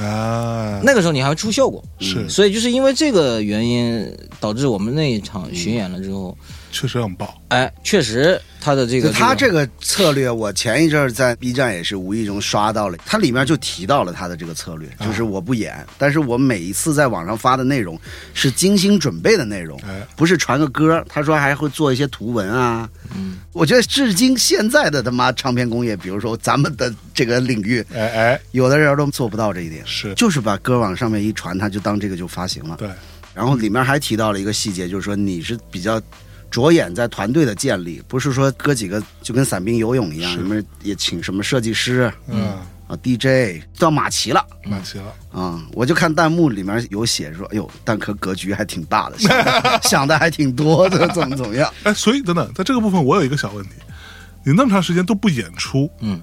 S2: 啊，
S3: 那个时候你还会出效果，
S2: 是
S3: 所以就是因为这个原因，导致我们那一场巡演了之后，
S2: 确实很棒，
S3: 哎，确实他的这个
S1: 他
S3: 这
S1: 这个策略，我前一阵儿在 B 站也是无意中刷到了，它里面就提到了他的这个策略，就是我不演，但是我每一次在网上发的内容是精心准备的内容，
S2: 哎，
S1: 不是传个歌。他说还会做一些图文啊，嗯，我觉得至今现在的他妈唱片工业，比如说咱们的这个领域，
S2: 哎哎，
S1: 有的人都做不到这一点，
S2: 是
S1: 就是把歌往上面一传，他就当这个就发行了。
S2: 对，
S1: 然后里面还提到了一个细节，就是说你是比较着眼在团队的建立，不是说哥几个就跟散兵游泳一样，
S2: 是
S1: 你们也请什么设计师
S2: 嗯，
S1: 啊、DJ 到马齐了。
S2: 满齐了，
S1: 啊、我就看弹幕里面有写说，哎呦，蛋壳格局还挺大的，想的想的还挺多的，怎么怎么样？
S2: 哎，所以等等，在这个部分我有一个小问题，你那么长时间都不演出，
S3: 嗯，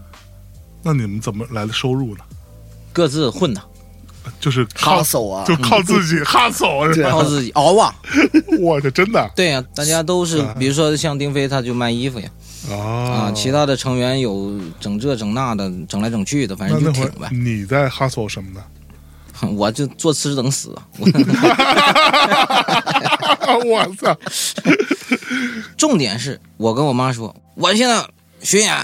S2: 那你们怎么来的收入呢？
S3: 各自混的，
S2: 就是靠
S1: 哈，手啊
S2: 就，靠自己哈 手是吧？
S3: 靠自己熬啊。
S2: 我这真的
S3: 对呀、大家都是，比如说像丁飞，他就卖衣服呀，啊，
S2: 啊
S3: 其他的成员有整这整那的，整来整去的，反
S2: 那
S3: 正就
S2: 那会
S3: 挺
S2: 儿
S3: 呗。
S2: 你在哈 e 什么呢？
S3: 我就坐吃等死啊。我
S2: 我操！
S3: 重点是我跟我妈说，我现在巡演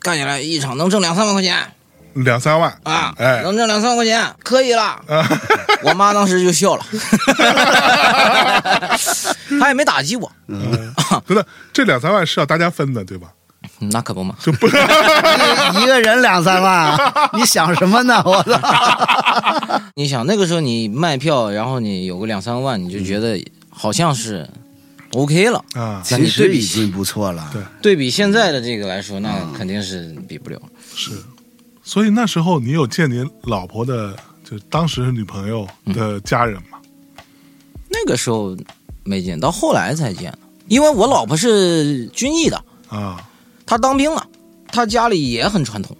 S3: 干起来一场能挣两三万块钱
S2: 两三万
S3: 啊，
S2: 哎，
S3: 能挣两三万块钱，可以了。
S2: 啊，
S3: 我妈当时就笑了， 她也没打击我，嗯
S2: 真的，这两三万是要大家分的，对吧？
S3: 那可不嘛。
S2: 就 不，
S1: 一个人两三万，啊你想什么呢？我操！
S3: 你想那个时候你卖票，然后你有个两三万，你就觉得好像是 OK 了。
S2: 啊，
S3: 那你
S1: 其
S3: 对
S1: 实
S3: 比
S1: 已经不错了，
S2: 对
S3: 对比现在的这个来说，那肯定是比不了。
S2: 是。所以那时候你有见你老婆的，就是当时女朋友
S3: 嗯
S2: 的家人吗？
S3: 那个时候没见，到后来才见的。因为我老婆是军艺的，
S2: 啊，
S3: 她当兵了，她家里也很传统。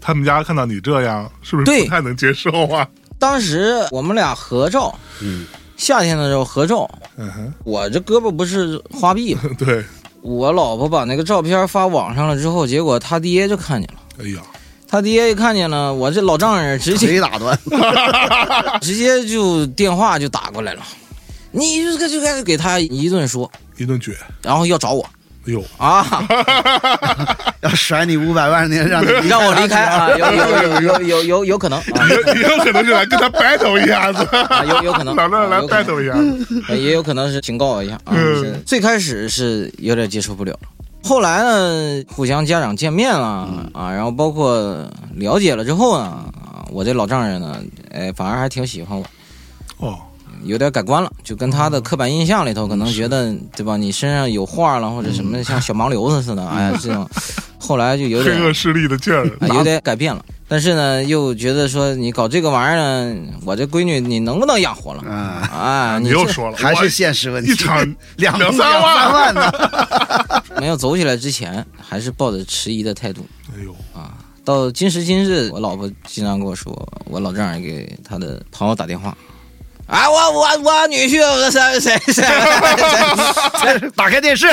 S2: 他们家看到你这样，是不是
S3: 对
S2: 不太能接受啊？
S3: 当时我们俩合照，
S1: 嗯，
S3: 夏天的时候合照，
S2: 嗯哼，
S3: 我这胳膊不是花臂吗？
S2: 对，
S3: 我老婆把那个照片发网上了之后，结果他爹就看见了。
S2: 哎呀，
S3: 他爹一看见了，我这老丈人直接
S1: 谁打断？
S3: 直接就电话就打过来了，你就该就该给他一顿说，
S2: 一顿撅，哎
S3: 然后要找我
S2: 呦，
S3: 啊，
S1: 要甩你五百万年，让你离开
S3: 让我 离开啊，有有有有有有有可能啊
S2: 也也有可能是来跟他 battle 一下 子，
S3: 啊，有有可能，
S2: 老丈人来
S3: 有可能
S2: battle 一下子，
S3: 呃也有可能是警告我一下啊。
S2: 嗯
S3: 是最开始是有点接受不了，后来呢，互相家长见面了啊，然后包括了解了之后呢，啊，我这老丈人呢，哎，反而还挺喜欢我，
S2: 哦，
S3: 有点改观了，就跟他的刻板印象里头可能觉得对吧，你身上有画了或者什么像小盲流子似的，哎呀这种，后来就有
S2: 黑
S3: 点
S2: 恶势力的劲儿，
S3: 啊，有点改变了。但是呢，又觉得说你搞这个玩意儿呢，我这闺女你能不能养活了？
S1: 啊，
S3: 啊，
S2: 你
S3: 你
S2: 又
S3: 这
S2: 说了，
S1: 还
S2: 我
S1: 是现实问题。
S2: 一场
S1: 两
S2: 两三
S1: 两
S2: 万
S1: 三万呢？
S3: 没有走起来之前，还是抱着迟疑的态度。啊
S2: 哎呦，
S3: 到今时今日，我老婆经常跟我说，我老丈人给他的朋友打电话，啊，我我我女婿我谁谁谁谁
S1: 打开 电视，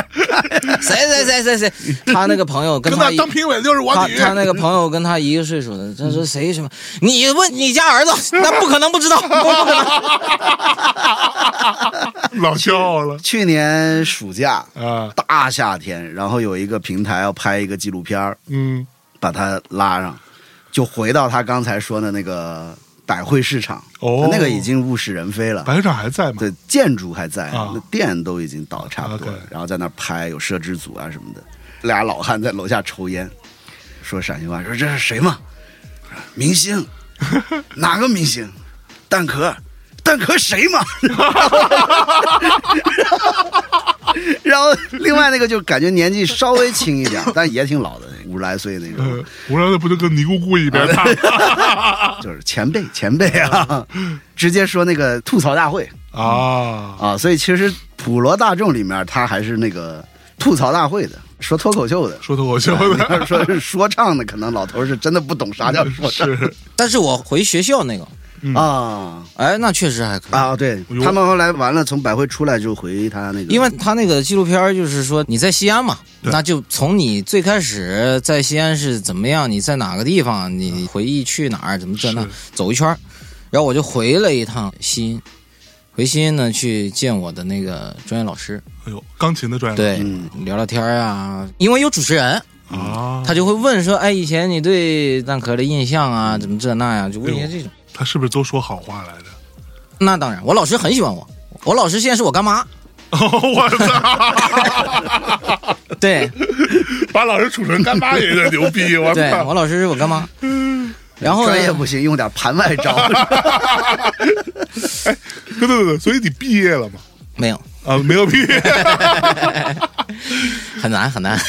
S3: 谁谁谁谁，他那个朋友跟
S2: 跟
S3: 他
S2: 他
S3: 一。
S2: 当评委就是我
S3: 他
S2: 女，
S3: 他那个朋友跟他一个岁数的，他说谁什么？你问你家儿子，那不可能不知道，不可 能。
S2: 老骄傲了
S1: 去年暑假
S2: 啊，
S1: 大夏天，然后有一个平台要拍一个纪录片儿，
S2: 嗯，
S1: 把他拉上，就回到他刚才说的那个百汇市场，
S2: 哦
S1: 那个已经物是人非了。
S2: 白长还在吗？
S1: 对，建筑还在，
S2: 啊
S1: 那店都已经倒的差不多了
S2: OK
S1: 然后在那儿拍，有摄制组啊什么的，俩老汉在楼下抽烟，说陕西话，说这是谁嘛？明 星，哪个明星？蛋壳，蛋壳谁嘛？ 然后另外那个就感觉年纪稍微轻一点，但也挺老的，五十来岁那种。
S2: 嗯，无聊的不就跟尼姑姑一边
S3: 啊
S2: 大
S1: 就是前辈前辈啊，直接说那个吐槽大会
S2: 啊？
S1: 啊，所以其实普罗大众里面他还是那个吐槽大会的，说脱口秀的，
S2: 说脱口秀
S1: 要是
S2: 的，
S1: 说是说唱的，可能老头儿是真的不懂啥叫说 唱
S2: 是
S3: 但是我回学校那个，
S2: 嗯
S1: 啊
S3: 哎，那确实还可以。
S1: 啊！对
S2: 哎呦
S1: 他们后来完了从百汇出来就回他那个，
S3: 因为他那个纪录片儿就是说你在西安嘛，
S2: 对
S3: 那就从你最开始在西安是怎么样，你在哪个地方，你回忆去哪儿，怎么这那
S2: 是
S3: 走一圈儿，然后我就回了一趟西安，回西安呢去见我的那个专业老师，
S2: 哎呦，钢琴的专业
S3: 对，
S1: 嗯
S3: 聊聊天儿啊，因为有主持人，
S2: 啊，
S3: 他就会问说，哎，以前你对蛋壳的印象啊，
S1: 嗯
S3: 怎么这那呀，就问一些这种。
S2: 他是不是都说好话来着？
S3: 那当然，我老师很喜欢我，我老师现在是我干 妈，
S2: 我操！
S3: 对。
S2: 把老师杵成干妈也有点牛逼，我
S3: 对
S2: 操！
S3: 我老师是我干妈。 然后呢
S1: 专业不行，用点盘外 招，
S2: 对对对对，所以你毕业了吗？
S3: 没有，
S2: 啊，没有毕业，
S3: 很难很 难。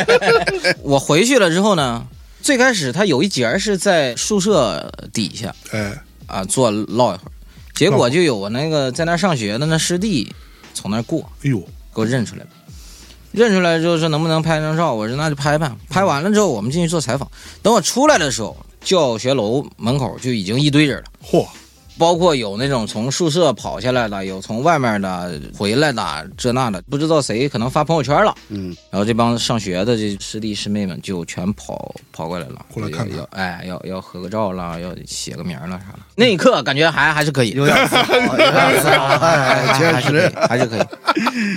S3: 我回去了之后呢，最开始他有一节儿是在宿舍底下
S2: 哎，
S3: 啊坐唠一会儿，结
S1: 哦
S3: 果就有我那个在那儿上学的那师弟从那儿过，
S2: 哎呦，
S3: 给我认出来了。认出来之后说能不能拍张照，我说那就拍吧。拍完了之后我们进去做采访。等我出来的时候，教学楼门口就已经一堆人了。
S2: 嚯，
S3: 包括有那种从宿舍跑下来的，有从外面的回来的，这那的，不知道谁可能发朋友圈了。
S1: 嗯，
S3: 然后这帮上学的这师弟师妹们就全跑跑过来了，
S2: 过来看看
S3: 要要哎，要要合个照了，要写个名了啥的。那一刻感觉还还是可以，
S1: 有点自豪，有点自豪，哎，
S3: 还
S1: 确
S3: 是可
S1: 实
S3: 以，，还是可以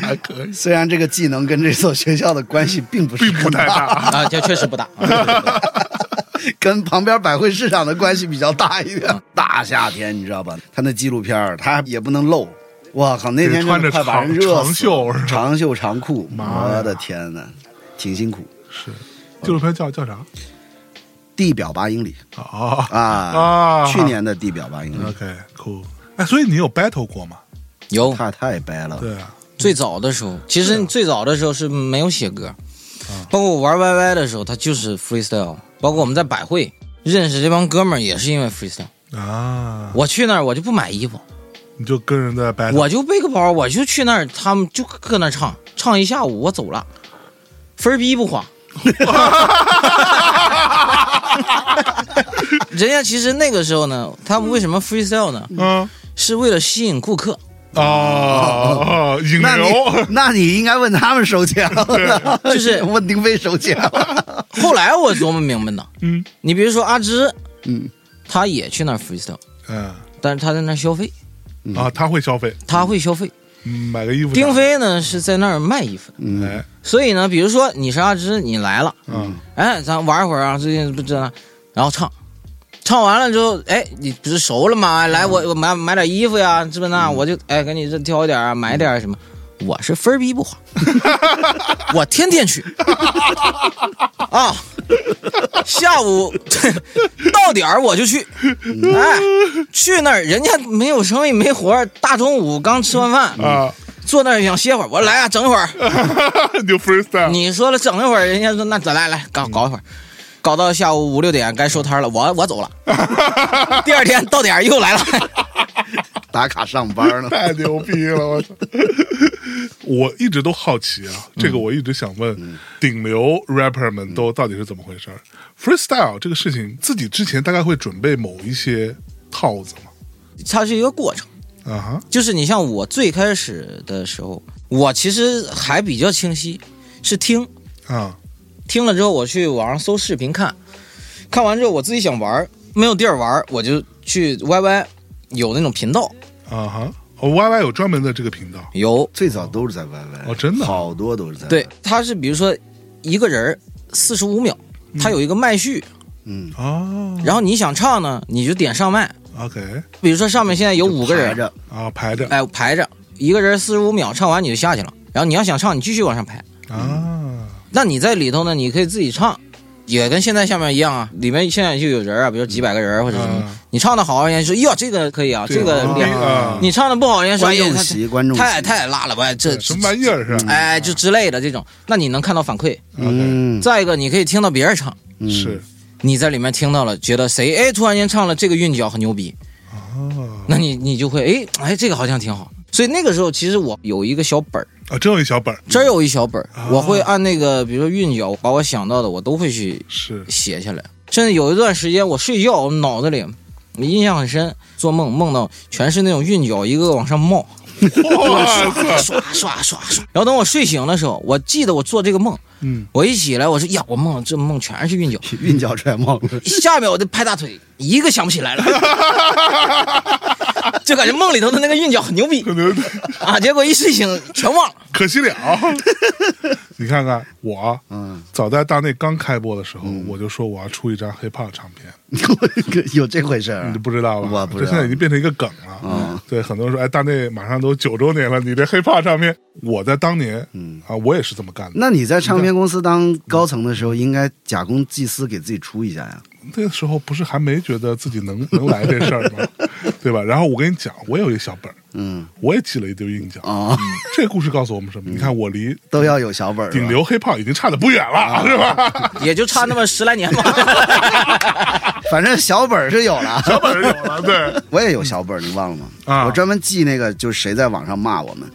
S2: 还可以，
S1: 虽然这个技能跟这所学校的关系并不是
S2: 并不
S1: 很
S2: 太大。
S3: 啊，这确实不大。啊
S1: 跟旁边百汇市场的关系比较大一
S2: 嗯
S1: 点。大夏天，你知道吧？他那纪录片儿，他也不能漏。我靠，那天真的快把人热死了
S2: 穿着长长袖是吧
S1: 长袖长裤，
S2: 妈呀
S1: 我的天呐，挺辛苦。
S2: 是，纪录片叫叫啥？
S1: 地表八英里
S2: 啊
S1: 啊
S2: 啊
S1: 去年的地表八英里，
S2: ，OK，cool。哎，所以你有 battle 过吗？
S3: 有
S1: 他太掰了。
S2: 啊对啊，
S3: 最早的时候，其实最早的时候是没有写歌，包括我玩 YY 的时候，他就是 freestyle，包括我们在百汇认识这帮哥们儿也是因为 freestyle。
S2: 啊，
S3: 我去那儿我就不买衣服，
S2: 你就跟人在 battle，
S3: 我就背个包，我就去那儿，他们就搁那儿唱，唱一下午，我走了，分儿逼不花。人家其实那个时候呢，他们为什么 freestyle 呢？
S2: 嗯，
S3: 是为了吸引顾客。
S2: 哦，引
S1: 那你
S2: 流，
S1: 那你应该问他们收钱，
S2: 啊
S3: 就是
S1: 问丁飞收钱。
S2: 哎
S3: 后来我琢磨明白呢，
S2: 嗯
S3: 你比如说阿芝，
S1: 嗯，
S3: 他也去那儿 freestyle，
S2: 嗯
S3: 但是他在那儿消费，
S2: 啊，他会消费，
S3: 他会消费。
S2: 嗯买个衣服啥的，
S3: 丁飞呢是在那儿卖衣服的，
S1: 嗯
S2: 哎，
S3: 所以呢，比如说你是阿芝，你来了，
S2: 嗯
S3: 哎，咱玩一会儿啊，最近不这那，然后唱，唱完了之后，哎，你不是熟了吗？哎来，我我买买点衣服呀，这不那，我就哎给你这挑一点啊，买点什么。我是分儿逼不花，我天天去啊，下午 到点儿我就去，哎，去那儿人家没有生意没活儿，大中午刚吃完饭，
S2: 啊，
S3: 坐那儿想歇会儿，我来啊，整会儿，
S2: 你就 freestyle，
S3: 你说了整一会儿，人家说那咱来来搞搞一会儿，搞到下午五六点该收摊了，我我走了。 第二天到点儿又来了，
S1: 打卡上班呢，
S2: 太牛逼了！我 操！我一直都好奇啊，这个我一直想问，顶流 rapper 们都到底是怎么回事儿？freestyle 这个事情，自己之前大概会准备某一些套子嘛？
S3: 它是一个过程。
S2: 啊哈，
S3: 就是你像我最开始的时候，我其实还比较清晰，是听
S2: 啊，
S3: 听了之后，我去网上搜视频看，看完之后我自己想玩儿，没有地儿玩儿，我就去 YY 有那种频道
S2: 啊哈。哦，YY 有专门的这个频道
S3: 有，
S1: 最早都是在 YY
S2: 哦真的啊
S1: 好多都是在
S3: 对，它是比如说一个人四十五秒，它有一个麦序，
S1: 嗯，
S2: 哦
S3: 然后你想唱呢，你就点上麦。
S2: ，OK
S3: 比如说上面现在有五个
S1: 排
S3: 人，
S1: 着
S2: 啊，排着
S3: 哎，排着，一个人四十五秒唱完你就下去了。然后你要想唱，你继续往上排。
S2: 啊，
S3: 那你在里头呢，你可以自己唱，也跟现在下面一样啊。里面现在就有人啊，比如几百个人或者什么，
S2: 嗯
S3: 你唱的好，人家说哟这个可以啊，这个
S2: 牛逼
S3: 厉害。
S2: 啊，
S3: 你唱的不好，人家说
S1: 观
S3: 哎呀
S1: 众席，观众
S3: 太
S1: 席
S3: 太太拉了吧，这
S2: 什么玩意儿是吧？
S3: 哎，就之类的这种，那你能看到反馈。
S2: OK，
S1: 嗯
S3: 再一个，你可以听到别人唱，
S1: 嗯
S2: 是
S3: 你在里面听到了，觉得谁哎突然间唱了这个韵脚很牛逼，
S2: 啊
S3: 那你你就会哎哎，这个好像挺好。所以那个时候，其实我有一个小本儿，
S2: 啊，真有一小本儿
S3: 这儿有一小本儿
S2: 啊，
S3: 我会按那个，比如说韵脚，把我想到的我都会去
S2: 是
S3: 写下来。甚至有一段时间，我睡觉，我脑子里印象很深，做梦梦到全是那种韵脚，一个个往上冒，
S2: 哇 塞，
S3: 刷刷刷刷。然后等我睡醒的时候，我记得我做这个梦，
S2: 嗯，
S3: 我一起来，我说呀，我梦这梦全是韵脚，
S1: 韵脚揣帽了，
S3: 下面我就拍大腿，一个想不 起来了，就感觉梦里头的那个韵脚很牛逼
S2: 可能
S3: 啊，结果一睡醒全忘了。
S2: 可惜了。 你看看我，啊
S1: 嗯，
S2: 早在大内刚开播的时候，我就说我要出一张 hiphop 唱片，
S1: 有这回事儿啊
S2: 你就嗯不知道吧？
S1: 嗯我不知道
S2: 这现在已经变成一个梗了。
S1: 嗯
S2: 对，很多人说，哎，大内马上都九周年了，你这 hiphop 唱片，我在当年，
S1: 嗯
S2: 啊，我也是这么干的。
S1: 那你在唱片公司当高层的时候，应该假公济私给自己出一下呀。
S2: 那个时候不是还没觉得自己能能来这事儿 吗？对吧？然后我跟你讲，我有一小本儿，
S1: 嗯
S2: 我也记了一堆印象。
S1: 啊，
S2: 嗯这故事告诉我们什么？你看，我离
S1: 都要有小本儿。
S2: 顶流 hiphop 已经差的不远了，是 吧？
S3: 也就差那么十来年吧。
S1: 反正小本儿是有了。
S2: 小本儿有了，对
S1: 我也有小本儿，你忘了吗？
S2: 啊
S1: 我专门记那个，就是谁在网上骂我们，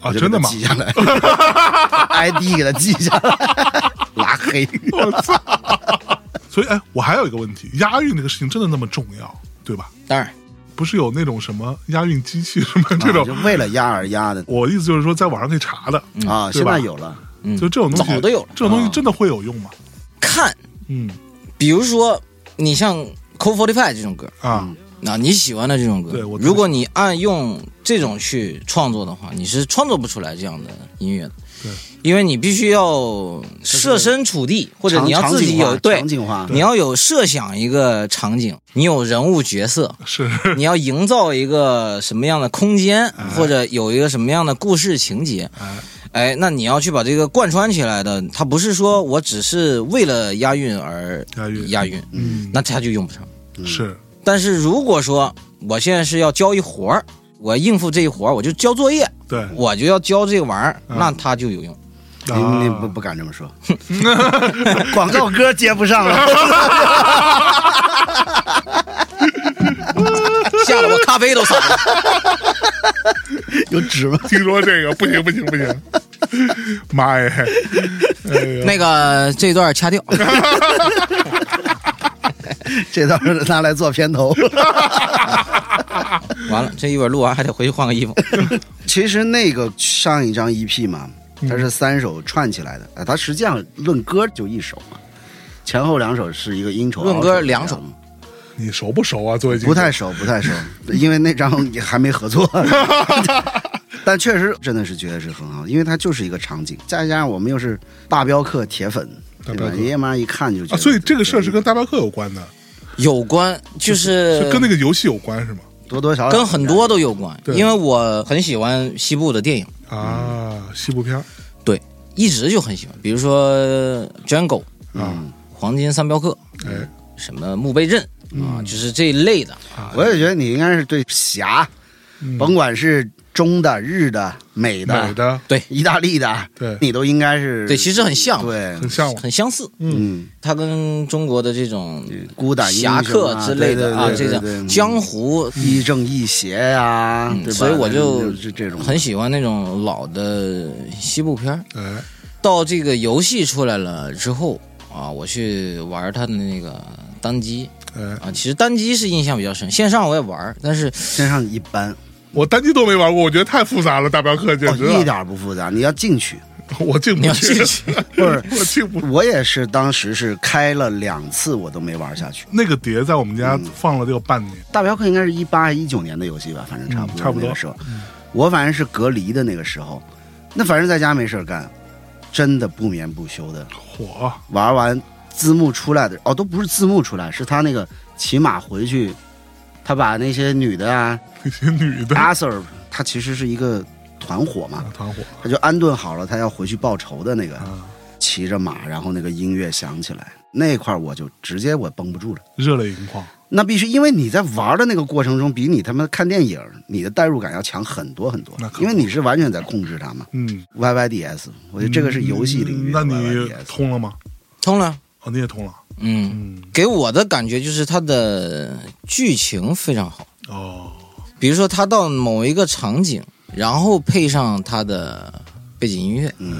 S2: 啊，
S1: 我就
S2: 真的
S1: 给他？
S2: 吗
S1: 记下来，ID 给他记下来，拉黑。
S2: 所以，哎，我还有一个问题，押韵这个事情真的那么重要，对吧？
S3: 当然，
S2: 不是有那种什么押韵机器什么这
S1: 啊
S2: 种？
S1: 就为了压而压的
S2: 我意思就是说，在网上可以查的，
S1: 啊，
S2: 对
S1: 现
S2: 吧
S1: 在有了，
S3: 嗯
S2: 就这种东西
S3: 早都有了。
S2: 这种东西真的会有用吗？
S3: 看，
S2: 嗯
S3: 比如说你像《Cold Forty Five》这种歌，
S2: 啊，
S3: 啊，你喜欢的这种歌，
S2: 对我
S3: 如果你按用这种去创作的话，你是创作不出来这样的音乐的。
S2: 对，
S3: 因为你必须要设身处地，或者
S1: 场
S3: 你要自己有
S1: 场景化
S3: 对
S1: 场，景化，
S3: 你要有设想一个场景，你有人物角色，
S2: 是
S3: 你要营造一个什么样的空间，
S2: 哎
S3: 或者有一个什么样的故事情节，哎，那你要去把这个贯穿起来的，它不是说我只是为了押韵而
S2: 押韵
S3: 押韵，
S2: 嗯
S3: 那它就用不上。
S2: 是
S3: 但是如果说我现在是要交一活儿，我应付这一活儿，我就交作业，
S2: 对，
S3: 我就要交这个玩意儿，
S2: 嗯
S3: 那它就有用。
S1: 你你
S2: 啊
S1: 不不敢这么说， 广告歌接不上了。
S3: 吓得我咖啡都洒 了。
S1: 有纸吗？
S2: 听说这个不行不行不行，妈呀！哎呀，
S3: 那个这段掐掉，
S1: 这倒是拿来做片头。
S3: 完了，这一会儿录完还得回去换个衣服。
S1: 其实那个上一张 EP 嘛，
S2: 嗯
S1: 它是三首串起来的，啊，它实际上论歌就一首嘛，前后两首是一个音筹，
S3: 论歌
S1: 凹这样
S3: 两首
S1: 嘛
S2: 你熟不熟啊？作为
S1: 不太熟，不 太熟，因为那张也还没合作。但确实真的是觉得是很好，因为它就是一个场景，再加上我们又是大镖客铁粉，
S2: 大
S1: 对
S2: 镖
S1: 吧
S2: 客？
S1: 爷爷妈一看就觉
S2: 啊，
S1: 得
S2: 所以这个事儿是跟大镖客有关的，
S3: 有关就是
S2: 是跟
S1: 嗯
S2: 那个游戏有关是吗？
S1: 多多少少
S3: 跟很多都有关，
S2: 对
S3: 因为我很喜欢西部的电影，
S2: 啊，
S1: 嗯
S2: 西部片儿
S3: 对，一直就很喜欢，比如说《Django》《
S1: 嗯
S2: 啊，
S3: 黄金三镖客》
S2: 哎，
S3: 什么《墓碑镇》
S1: 嗯
S3: 啊，就是这一类的。
S1: 啊我也觉得你应该是对侠，
S2: 啊嗯
S1: 甭嗯管是中的、日的、美的、
S2: 美的，
S1: 意大利的，
S2: 对
S1: 你都应该是
S3: 对其实很像
S1: 对，
S2: 很向往。
S3: 很相似，
S1: 嗯，
S3: 它跟中国的这种
S1: 孤胆英雄
S3: 侠
S1: 啊
S3: 客之类的啊，
S1: 对对
S3: 这
S1: 对对
S3: 种
S1: 对
S3: 江湖，
S1: 亦正亦邪呀，
S3: 嗯
S1: 对吧？
S3: 所以我
S1: 就这
S3: 就
S1: 这种
S3: 很喜欢那种老的西部片儿。
S2: 哎，
S3: 到这个游戏出来了之后啊，我去玩它的那个单机
S2: 哎，
S3: 啊，其实单机是印象比较深，线上我也玩儿，但是
S1: 线上一般，
S2: 我单机都没玩过，我觉得太复杂了，大镖客简
S1: 哦
S2: 直
S1: 一
S2: 了，
S1: 点不复杂，你要进去。
S2: 我进
S3: 你
S2: 不
S3: 要进
S2: 去，
S3: 去
S1: 不是，
S2: 我进不。
S1: 我也是当时是开了两次，我都没玩下去。
S2: 那个碟在我们家
S1: 嗯
S2: 放了得有半年，
S1: 大镖客应该是一八一九年的游戏吧，反正差不多、
S2: 嗯差不多
S1: 那个时候，我反正是隔离的那个时候，那反正在家没事儿干，真的不眠不休的
S2: 火啊
S1: 玩完字幕出来的哦，都不是字幕出来，是他那个骑马回去，他把那些女的 啊
S2: 那些女的
S1: a s r 他其实是一个团伙嘛
S2: 啊，团伙
S1: 他就安顿好了，他要回去报仇的那个，
S2: 啊，
S1: 骑着马，然后那个音乐响起来，那块儿我就直接我绷不住了。
S2: 热泪盈眶。
S1: 那必须，因为你在玩的那个过程中，比你他妈看电影儿，你的代入感要强很多很多
S2: 那可，不
S1: 因为你是完全在控制它嘛。
S2: 嗯，
S1: YYDS，我觉得这个是游戏领域的
S2: 嗯那你
S1: YYDS。
S2: 通了吗？
S3: 通了，
S2: 哦，你也通了。
S3: 嗯。
S2: 嗯，
S3: 给我的感觉就是它的剧情非常好，
S2: 哦，
S3: 比如说它到某一个场景，然后配上它的背景音乐，
S1: 嗯，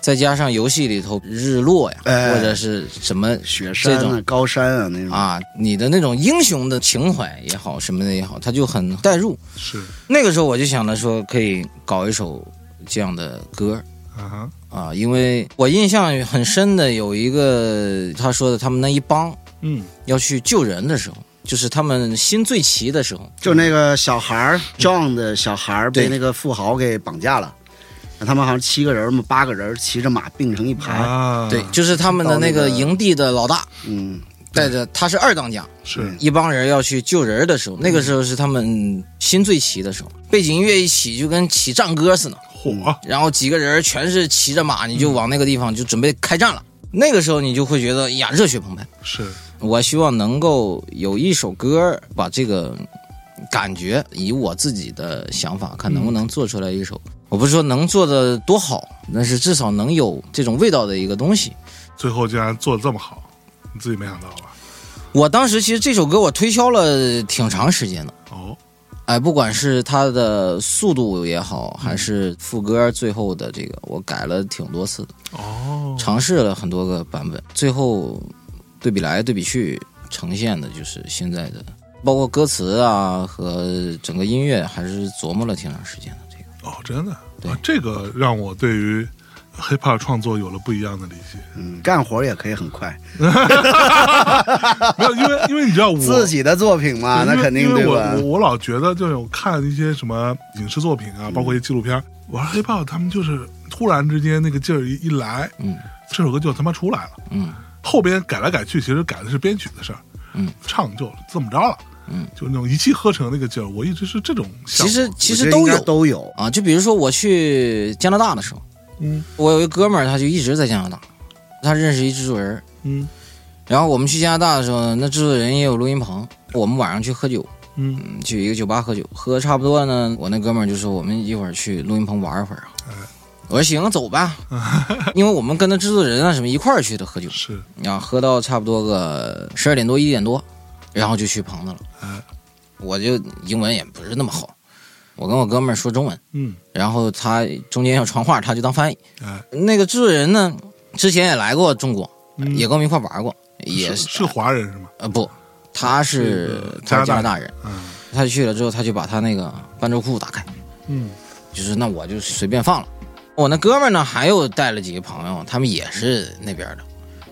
S3: 再加上游戏里头日落呀，
S1: 哎
S3: 或者是什么
S1: 雪
S3: 这
S1: 山
S3: 种
S1: 啊，高山啊那种，
S3: 啊，你的那种英雄的情怀也好，什么的也好，他就很代入。
S2: 是
S3: 那个时候我就想着说，可以搞一首这样的歌
S2: 啊哈，
S3: 啊，因为我印象很深的有一个他说的，他们那一帮
S2: 嗯，
S3: 要去救人的时候，就是他们心最齐的时候，
S1: 就那个小孩儿 John 的小孩儿被
S3: 对
S1: 那个富豪给绑架了，他们好像七个人嘛，八个人骑着马并成一排，
S2: 啊，
S3: 对，就是他们的那
S1: 嗯到
S3: 个
S1: 那个
S3: 营地的老大
S1: 嗯，
S3: 带着他是二当家，
S2: 是
S3: 一帮人要去救人的时候，那个时候是他们心最齐的时候，背景音乐一起就跟起战歌似的，
S2: 火，
S3: 然后几个人全是骑着马，你就往那个地方就准备开战了。那个时候你就会觉得哎呀热血澎湃。
S2: 是
S3: 我希望能够有一首歌把这个感觉，以我自己的想法看能不能做出来一首。我不是说能做的多好，但是至少能有这种味道的一个东西。
S2: 最后竟然做的这么好，你自己没想到吧？
S3: 我当时其实这首歌我推销了挺长时间的。
S2: 哦，
S3: 哎，不管是它的速度也好，
S1: 嗯
S3: 还是副歌最后的这个，我改了挺多次的，
S2: 哦，
S3: 尝试了很多个版本，最后对比来对比去呈现的就是现在的，包括歌词啊和整个音乐，还是琢磨了挺长时间的。这个
S2: 哦，真的，
S3: 对
S2: 啊，这个让我对于 hiphop 创作有了不一样的理解。
S1: 嗯，干活也可以很快，
S2: 没有，因为因为你知道 我
S1: 自己的作品嘛，那
S2: 因为
S1: 肯定
S2: 因
S1: 对
S2: 为我
S1: 吧
S2: 我？我老觉得，就是我看一些什么影视作品啊，
S1: 嗯
S2: 包括一些纪录片儿，玩 hiphop 他们就是突然之间那个劲儿一一来，
S3: 嗯
S2: 这首歌就他妈出来了。
S3: 嗯，
S2: 后边改来改去，其实改的是编曲的事儿，
S3: 嗯，
S2: 唱就这么着了，
S3: 嗯，
S2: 就那种一气呵成那个劲儿，我一直是这种想
S3: 其
S2: 法。
S3: 实其实
S1: 我觉得应
S3: 都
S1: 该
S3: 有
S1: 都有，
S3: 啊，就比如说我去加拿大的时候，
S2: 嗯
S3: 我有一哥们儿，他就一直在加拿大，他认识一制作人，
S2: 嗯
S3: 然后我们去加拿大的时候呢，那制作人也有录音棚，我们晚上去喝酒，
S2: 嗯，
S3: 嗯去一个酒吧喝酒，喝差不多呢，我那哥们儿就说我们一会儿去录音棚玩一会儿啊
S2: 哎。
S3: 我说行，走 吧，因为我们跟那制作人啊什么一块儿去的喝酒，
S2: 是
S3: 啊，喝到差不多个十二点多一点多，然后就去棚子了。
S2: 哎
S3: 我就英文也不是那么好，我跟我哥们儿说中文，
S2: 嗯
S3: 然后他中间要传话，他就当翻译。
S2: 哎，
S3: 那个制作人呢，之前也来过中国，
S2: 嗯
S3: 也跟我们一块儿玩过，
S2: 是
S3: 也
S2: 是华人是吗？
S3: 呃，不，他是
S2: 加拿大
S3: 他是加拿大人，
S2: 嗯
S3: 他去了之后，他就把他那个半袖裤打开，
S2: 嗯
S3: 就是那我就随便放了。我那哥们儿呢，还有带了几个朋友，他们也是那边的。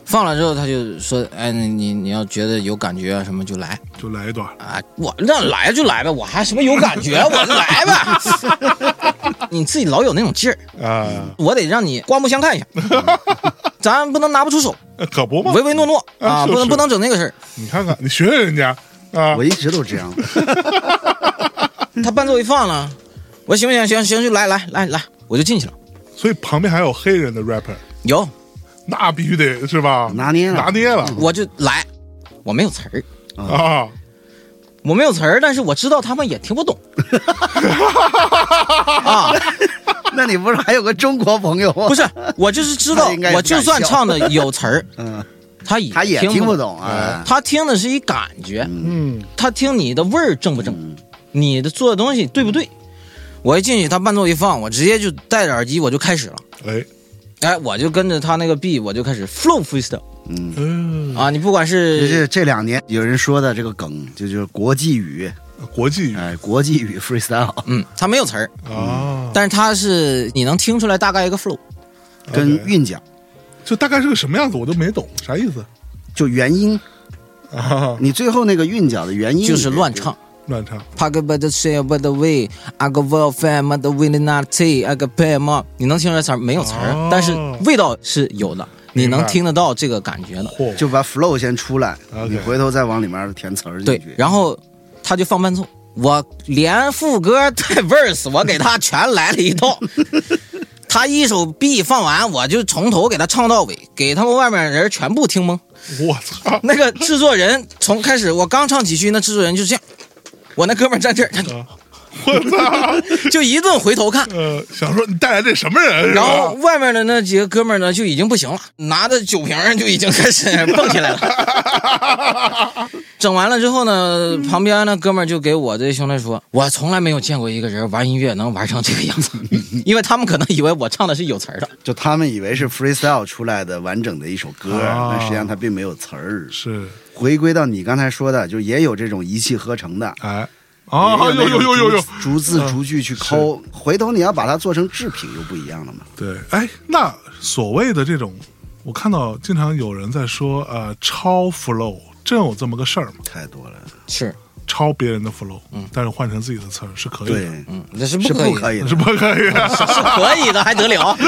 S3: 放了之后，他就说：“哎，你你你要觉得有感觉啊什么就来
S2: 就来一段，
S3: 啊！我那来就来呗，我还什么有感觉，啊我就来呗。 你自己老有那种劲儿，
S2: 啊，
S3: 我得让你刮目相看一下， 咱不能拿不出手，
S2: 可不嘛
S3: 唯，唯诺诺
S2: 啊
S3: 啊，
S2: 是
S3: 不能
S2: 是
S3: 不能整那个事儿。
S2: 你看看，你学学人家啊
S1: 我，一直都这 样，
S3: 他伴奏一放了，我行不行？行行，就来来来来，我就进去了。
S2: 所以旁边还有黑人的 rapper，
S3: 有，
S2: 那必须得是吧？
S1: 拿捏了嗯
S2: 拿捏了
S3: 我就来，我没有词儿，
S2: 啊！
S3: 我没有词儿，但是我知道他们也听 不懂。啊，
S1: 那你不是还有个中国朋友吗？
S3: 不是，我就是知道
S1: 他应该，
S3: 我就算
S1: 是在笑
S3: 唱的有词儿，
S1: 嗯，
S3: 他也
S1: 他也
S3: 听
S1: 听不
S3: 懂，
S1: 懂啊。
S3: 他听的是一感觉，
S2: 嗯，
S3: 他听你的味儿正不
S1: 嗯
S3: 正，你的做的东西对不对。我一进去，他伴奏一放，我直接就戴着耳机，我就开始了。
S2: 哎，
S3: 哎，我就跟着他那个 B，我就开始 flow freestyle
S2: 嗯，
S3: 啊！你不管
S1: 这
S3: 是
S1: 是这两年有人说的这个梗，就就是国际语，
S2: 国际语
S1: 哎，国际语 freestyle
S3: 嗯，他没有词儿，
S2: 啊，
S3: 嗯但是他是你能听出来大概一个 flow。
S1: 跟
S2: OK
S1: 韵脚，
S2: 就大概是个什么样子，我都没懂，啥意思
S1: 就元音，
S2: 啊？
S1: 你最后那个韵脚的元音
S3: 就是乱唱。
S2: 乱唱，
S3: Park by the shell by the way, I got well fam, but the wind not tea, I got pay m 你能听出来词儿没有词儿
S2: 哦，
S3: 但是味道是有的，你
S2: 明白
S3: 能听得到这个感觉的。
S2: 嚯，
S1: 就把 flow 先出来，
S2: OK
S1: 你回头再往里面填词儿进
S3: 对
S1: 去，。
S3: 然后他就放伴奏，我连副歌带 verse 我给他全来了 一套。他一首 B 放完，我就从头给他唱到尾，给他们外面人全部听懵。
S2: 我操，
S3: 那个制作人从开始我刚唱几句，那制作人就这样，我那哥们儿站这儿
S2: 啊我 操，
S3: 就一顿回头看，
S2: 呃，想说你带来这什么人？是啊吧
S3: 然后外面的那几个哥们儿呢就已经不行了，拿着酒瓶儿就已经开始蹦起来 了。整完了之后呢，旁边那哥们儿就给我这兄弟说，我从来没有见过一个人玩音乐能玩成这个样子， 因为他们可能以为我唱的是有词儿的。
S1: 就他们以为是 freestyle 出来的完整的一首歌，
S2: 啊
S1: 但实际上它并没有词儿。
S2: 是，
S1: 回归到你刚才说的，就也有这种一气呵成的，
S2: 哎，啊，有
S1: 也
S2: 有有
S1: 那
S2: 有有嗯
S1: 种，逐逐字逐句去抠。回头你要把它做成制品，又不一样了嘛。
S2: 对，哎，那所谓的这种，我看到经常有人在说，呃，超 flow，真有这么个事儿吗？
S1: 太多了，
S3: 是，
S2: 抄别人的 flow，嗯，但是换成自己的词儿是可以的，
S1: 对，
S3: 嗯，那是
S1: 是
S3: 不可
S1: 不
S3: 以的，
S1: 可以的
S2: 是。不可以啊的。
S3: 是可以的，还得了？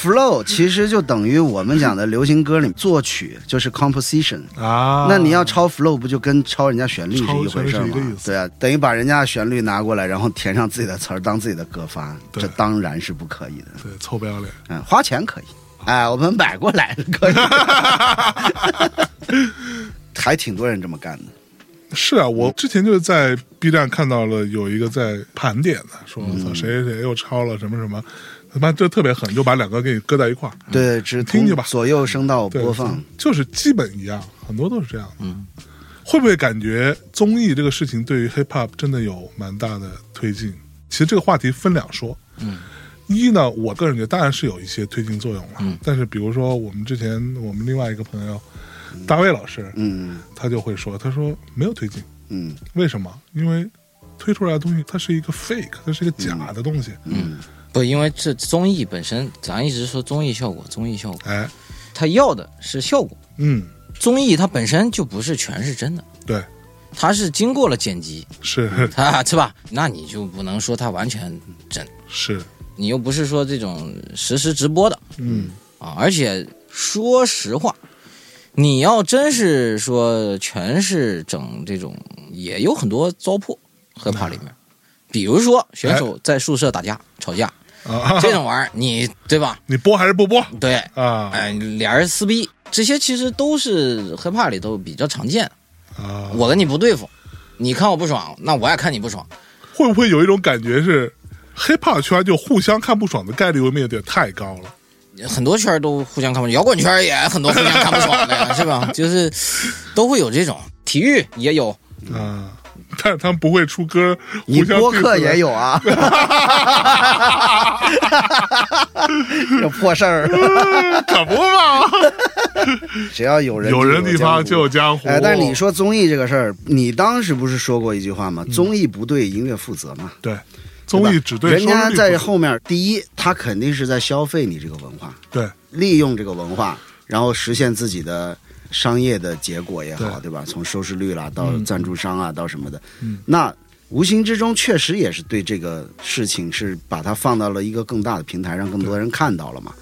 S1: flow 其实就等于我们讲的流行歌里面作曲就是 composition。
S2: 啊，
S1: 那你要抄 flow，不就跟抄人家旋律是
S2: 抄
S1: 一回事儿
S2: 旋律是一个意
S1: 吗？
S2: 思
S1: 对啊，等于把人家的旋律拿过来，然后填上自己的词儿当自己的歌发，
S2: 对
S1: 这当然是不可以的。
S2: 对臭不要脸，
S1: 嗯，花钱可以，哎，我们买过来 可以，还挺多人这么干的。
S2: 是啊，我之前就是在 B 站看到了有一个在盘点的，说我操谁谁谁又抄了什么什么，他妈这特别狠，就把两个给你搁在一块儿，
S1: 对，只
S2: 嗯听
S1: 同
S2: 去吧
S1: 左右声道
S2: 对
S1: 播放，
S2: 就是基本一样，很多都是这样。嗯，会不会感觉综艺这个事情对于 hip hop 真的有蛮大的推进？其实这个话题分两说。嗯，一呢，我个人觉得当然是有一些推进作用了。嗯，但是比如说我们之前我们另外一个朋友大卫老师，
S1: 嗯
S2: 他就会说，他说没有推进，
S1: 嗯
S2: 为什么？因为推出来的东西它是一个 fake，它是一个假的东西。
S1: 嗯，
S3: 不，因为这综艺本身，咱一直说综艺效果，综艺效果，
S2: 哎，
S3: 他要的是效果。
S2: 嗯，
S3: 综艺它本身就不是全是真的，
S2: 对，
S3: 它是经过了剪辑，
S2: 是
S3: 它是吧？那你就不能说它完全真，
S2: 是，
S3: 你又不是说这种实时直播的
S2: 嗯，
S3: 啊。而且说实话，你要真是说全是整这种，也有很多糟粕和怕里面，比如说选手在宿舍打架、吵架
S1: 嗯
S2: 啊，
S3: 这种玩意儿，你对吧？
S2: 你播还是不播
S3: 对，
S2: 啊？
S3: 哎，俩人撕逼，这些其实都是 hiphop 里头比较常见的。
S2: 啊，
S3: 我跟你不对付，你看我不爽，那我也看你不爽。
S2: 会不会有一种感觉是，hiphop 圈就互相看不爽的概率未免有点太高了？
S3: 很多圈儿都互相看不爽，摇滚圈儿也很多互相看不爽的呀，是吧？ 就是都会有这种，体育也有，
S2: 啊，但是他们不会出歌，
S1: 嗯你
S2: 互相
S1: 播
S2: 对
S1: 客
S2: 付的
S1: 也，有啊，这破事儿。
S2: 可不嘛？
S1: 只要有人
S2: 有人
S1: 就
S2: 地方
S1: 江湖
S2: 就有江湖。
S1: 哎，但是你说综艺这个事儿，你当时不是说过一句话吗？综艺不对音乐负责嘛。
S2: 对嗯综艺只对
S1: 人
S2: 收
S1: 家
S2: 视率
S1: 在
S2: 不
S1: 后面，第一，他肯定是在消费你这个文化，
S2: 对
S1: 利用这个文化，然后实现自己的商业的结果也好，
S2: 对
S1: 对吧？从收视率啦，到
S2: 嗯
S1: 赞助商啊，到什么的，
S2: 嗯
S1: 那无形之中确实也是对这个事情是把它放到了一个更大的平台，让更多人看到了嘛。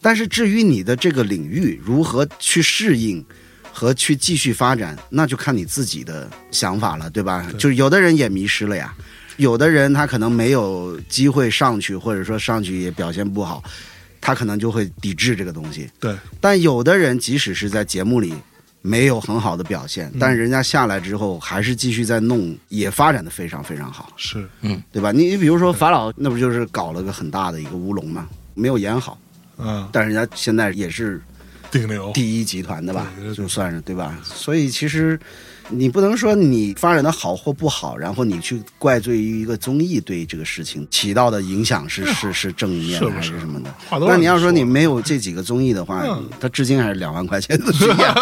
S1: 但是至于你的这个领域如何去适应和去继续发展，那就看你自己的想法了，对吧？
S2: 对
S1: 就是有的人也迷失了呀。有的人他可能没有机会上去，或者说上去也表现不好，他可能就会抵制这个东西。
S2: 对
S1: 但有的人即使是在节目里没有很好的表现，
S2: 嗯
S1: 但人家下来之后还是继续在弄，也发展的非常非常好，
S2: 是
S1: 对吧？你你比如说法老，那不就是搞了个很大的一个乌龙嘛，没有演好，
S2: 嗯
S1: 但人家现在也是
S2: 顶流
S1: 第一集团的吧
S2: 对对，对
S1: 就算是对吧？所以其实你不能说你发展的好或不好，然后你去怪罪于一个综艺对这个事情起到的影响是是是正面
S2: 是不
S1: 还是
S2: 是
S1: 什么的。
S2: 话都
S1: 那
S2: 让
S1: 你要
S2: 说
S1: 说你
S2: 了
S1: 没有这几个综艺的话
S2: 嗯，
S1: 它至今还是两万块钱的 职业，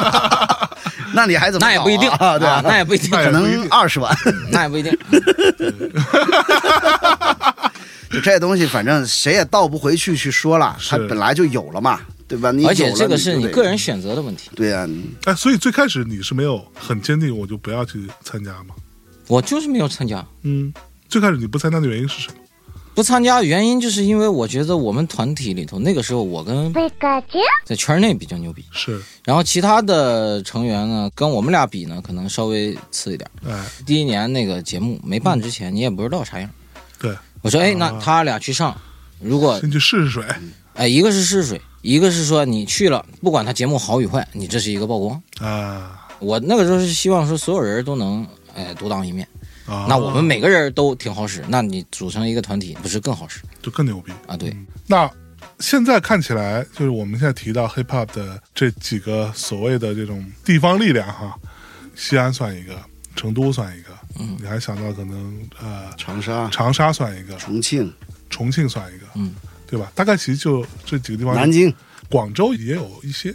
S1: 那你还怎么搞啊？
S3: 那也不一定
S1: 啊，对吧
S3: 啊，那也不一 定，
S2: 那也
S1: 可
S2: 不一
S1: 能
S2: 定
S1: 二十万，
S3: 那也不一定。
S1: 就这东西，反正谁也倒不回去去说了，它
S2: 是
S1: 本来就有了嘛，对吧？你
S3: 而且
S1: 有了
S3: 这个是
S1: 就
S3: 你
S1: 得
S3: 个人选择的问题。
S1: 对啊，你
S2: 哎，所以最开始你是没有很坚定，我就不要去参加嘛。
S3: 我就是没有参加，
S2: 嗯，最开始你不参加的原因是什么？
S3: 不参加原因就是因为我觉得我们团体里头那个时候我跟
S4: Pikachu,
S3: 在圈内比较牛逼，
S2: 是，
S3: 然后其他的成员呢跟我们俩比呢可能稍微次一点。
S2: 哎，
S3: 第一年那个节目没办之前，你也不知道啥样。
S2: 对，
S3: 我说，哎，那
S2: 啊
S3: 他俩去上，如果
S2: 先去试试水。
S3: 哎一个是试水，一个是说你去了，不管他节目好与坏，你这是一个曝光。
S2: 啊
S3: 我那个时候是希望说所有人都能哎独当一面，
S2: 啊！
S3: 那我们每个人都挺好使，那你组成一个团体不是更好使
S2: 就更牛逼。嗯
S3: 啊？对，
S2: 那现在看起来，就是我们现在提到 hip hop 的这几个所谓的这种地方力量哈，西安算一个，成都算一个，嗯，你还想到可能呃
S1: 长沙、
S2: 长沙算一个，
S1: 重庆、
S2: 重庆算一个，
S3: 嗯，
S2: 对吧？大概其实就这几个地方，
S1: 南京，
S2: 广州也有一些，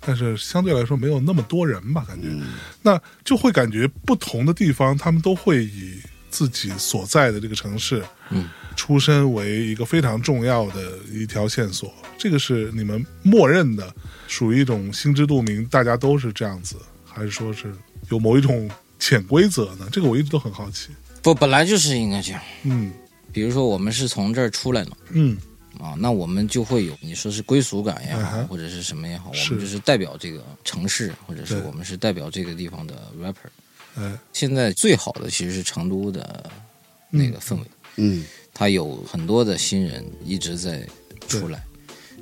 S2: 但是相对来说没有那么多人吧，感觉，
S3: 嗯
S2: 那就会感觉不同的地方，他们都会以自己所在的这个城市，
S3: 嗯，
S2: 出身为一个非常重要的一条线索，这个是你们默认的，属于一种心知肚明，大家都是这样子，还是说是有某一种潜规则呢？这个我一直都很好奇。
S3: 不本来就是应该这样。
S2: 嗯
S3: 比如说我们是从这儿出来的
S2: 嗯，
S3: 啊，那我们就会有你说是归属感也好，
S2: 嗯哼
S3: 或者是什么也好，我
S2: 是
S3: 们就是代表这个城市，或者是
S2: 对
S3: 我们是代表这个地方的 rapper。
S2: 哎，
S3: 现在最好的其实是成都的那个氛围，
S1: 嗯，
S3: 它有很多的新人一直在出来，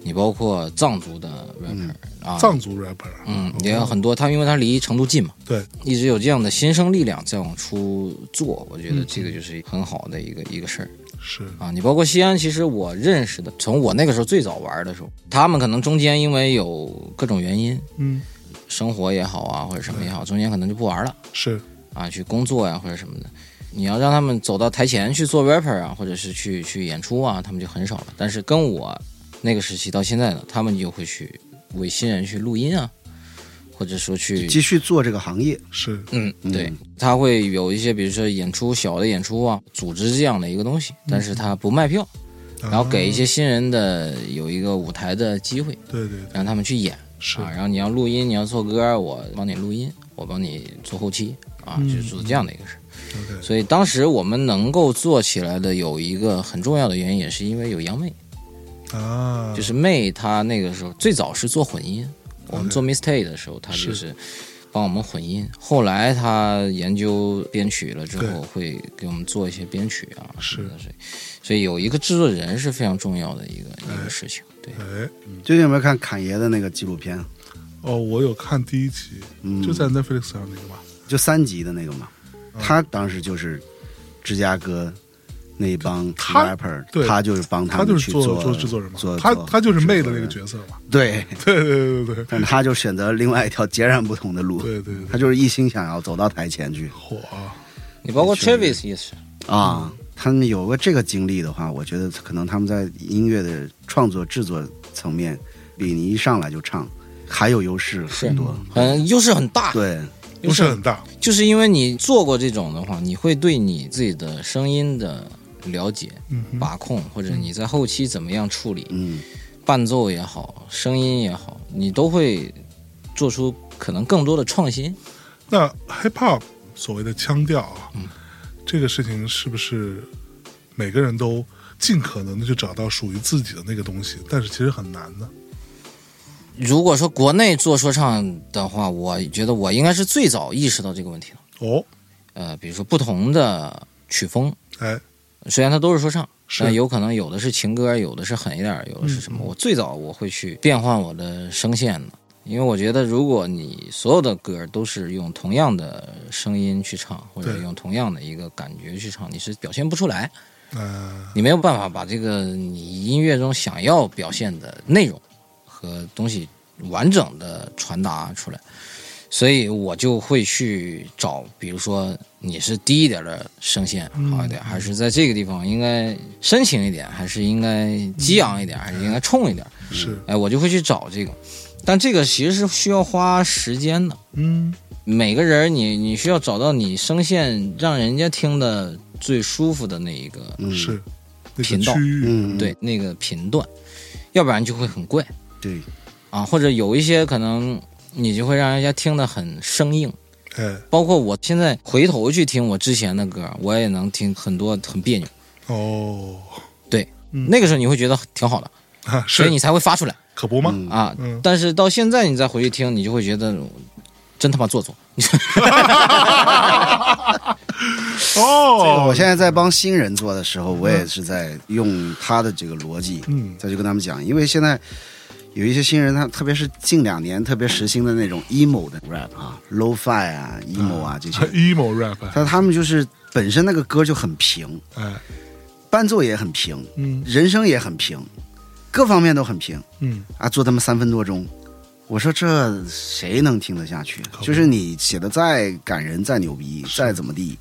S3: 你包括藏族的 rapper、啊，
S2: 嗯藏族 rapper，
S3: 嗯
S2: 哦
S3: 也有很多，他因为他离成都近嘛，
S2: 对，
S3: 一直有这样的新生力量在往出做，我觉得这个就是很好的一个、一个事儿。
S2: 是，
S3: 啊，你包括西安，其实我认识的，从我那个时候最早玩的时候，他们可能中间因为有各种原因，
S2: 嗯，
S3: 生活也好啊，或者什么也好，中间可能就不玩了
S2: 是，
S3: 啊，去工作呀、或者什么的。你要让他们走到台前去做 rapper 啊，或者是去去演出啊，他们就很少了。但是跟我那个时期到现在呢，他们就会去为新人去录音啊，或者说去
S1: 继续做这个行业，
S2: 是，
S3: 嗯，
S1: 嗯
S3: 对，他会有一些，比如说演出小的演出啊，组织这样的一个东西，但是他不卖票，
S1: 嗯
S3: 然后
S1: 啊
S3: 给一些新人的有一个舞台的机会，
S2: 对对对，
S3: 让他们去演
S2: 是
S3: 啊。然后你要录音，你要做歌，我帮你录音，我帮你做后期啊，
S1: 嗯
S3: 就是做这样的一个事儿。
S2: ，OK，
S3: 所以当时我们能够做起来的有一个很重要的原因，也是因为有杨妹，
S2: 啊，
S3: 就是妹她那个时候最早是做混音，我们做 mistake 的时候，她就是是帮我们混音。后来她研究编曲了之
S2: 对
S3: 后，会给我们做一些编曲啊
S2: 是
S3: 什么的，所以所以有一个制作人是非常重要的一个一个事情。对，
S2: 哎，
S1: 最近有没有看侃爷的那个纪录片？
S2: 哦，我有看第一集，
S1: 嗯
S2: 就在 Netflix 上那个吧。
S1: 就三级的那个嘛，
S2: 嗯
S1: 他当时就是芝加哥那一帮
S2: 他
S1: rapper，
S2: 对
S1: 他就是帮
S2: 他就
S1: 们
S2: 是
S1: 去
S2: 做
S1: 做
S2: 制作人嘛
S1: 做，
S2: 他
S1: 做
S2: 他就是
S1: 制
S2: 妹的
S1: 作
S2: 那个
S1: 人
S2: 角色嘛。
S1: 对，
S2: 对对对对对
S1: 但他就选择另外一条截然不同的路，
S2: 对对对，
S1: 他就是一心想要走到台前去
S2: 火啊！
S3: 你包括
S1: 是
S3: Travis 也是，
S1: 啊。他们有个这个经历的话，我觉得可能他们在音乐的创作制作层面，比你一上来就唱，还有优势
S3: 是
S1: 很多，
S3: 嗯，优势很大，
S1: 对，
S2: 不是很大，
S3: 就是因为你做过这种的话，你会对你自己的声音的了解、
S2: 嗯哼，
S3: 把控，或者你在后期怎么样处理
S1: 嗯，
S3: 伴奏也好，声音也好，你都会做出可能更多的创新。
S2: 那 hip hop 所谓的腔调啊，这个事情是不是每个人都尽可能的去找到属于自己的那个东西？但是其实很难的。
S3: 如果说国内做说唱的话，我觉得我应该是最早意识到这个问题了。
S2: 哦，
S3: 呃，比如说不同的曲风，
S2: 哎，
S3: 虽然它都是说唱，
S2: 是嗯
S3: 但有可能有的是情歌，有的是狠一点儿，有的是什么。我最早我会去变换我的声线的，因为我觉得如果你所有的歌都是用同样的声音去唱，或者
S2: 对
S3: 用同样的一个感觉去唱，你是表现不出来，
S2: 呃，
S3: 你没有办法把这个你音乐中想要表现的内容和东西完整的传达出来。所以我就会去找，比如说你是低一点的声线好一点，还是在这个地方应该深情一点，还是应该激昂一点，还是应该冲一点？
S2: 是，
S3: 哎，我就会去找这个，但这个其实是需要花时间的。
S2: 嗯，
S3: 每个人你你需要找到你声线让人家听的最舒服的那一个，
S1: 嗯
S2: 是那个
S3: 频道
S2: 区域，
S1: 嗯，
S3: 对那个频段，要不然就会很怪
S1: 对，
S3: 啊，或者有一些可能你就会让人家听得很生硬。
S2: 哎，
S3: 包括我现在回头去听我之前的歌，我也能听很多很别扭。
S2: 哦，
S3: 对，
S2: 嗯
S3: 那个时候你会觉得挺好的，
S2: 啊、
S3: 所
S2: 是
S3: 以你才会发出来
S2: 可不吗？
S1: 嗯
S3: 啊。
S2: 嗯
S3: 但是到现在你再回去听，你就会觉得真他妈做作。
S2: 哦，
S1: 哦我现在在帮新人做的时候，我也是在用他的这个逻辑，
S2: 嗯
S1: 再去跟他们讲，因为现在有一些新人，他特别是近两年特别时兴的那种 emo 的 rap 啊，low fi 啊，emo 啊这些，
S2: emo rap，
S1: 但他们就是本身那个歌就很平，
S2: 哎，
S1: 伴奏也很平，
S2: 嗯
S1: 人声也很平，各方面都很平
S2: 嗯，
S1: 啊，做他们三分多钟。我说这谁能听得下去？
S2: 可不
S1: 就是你写的再感人、再牛逼、再怎么地，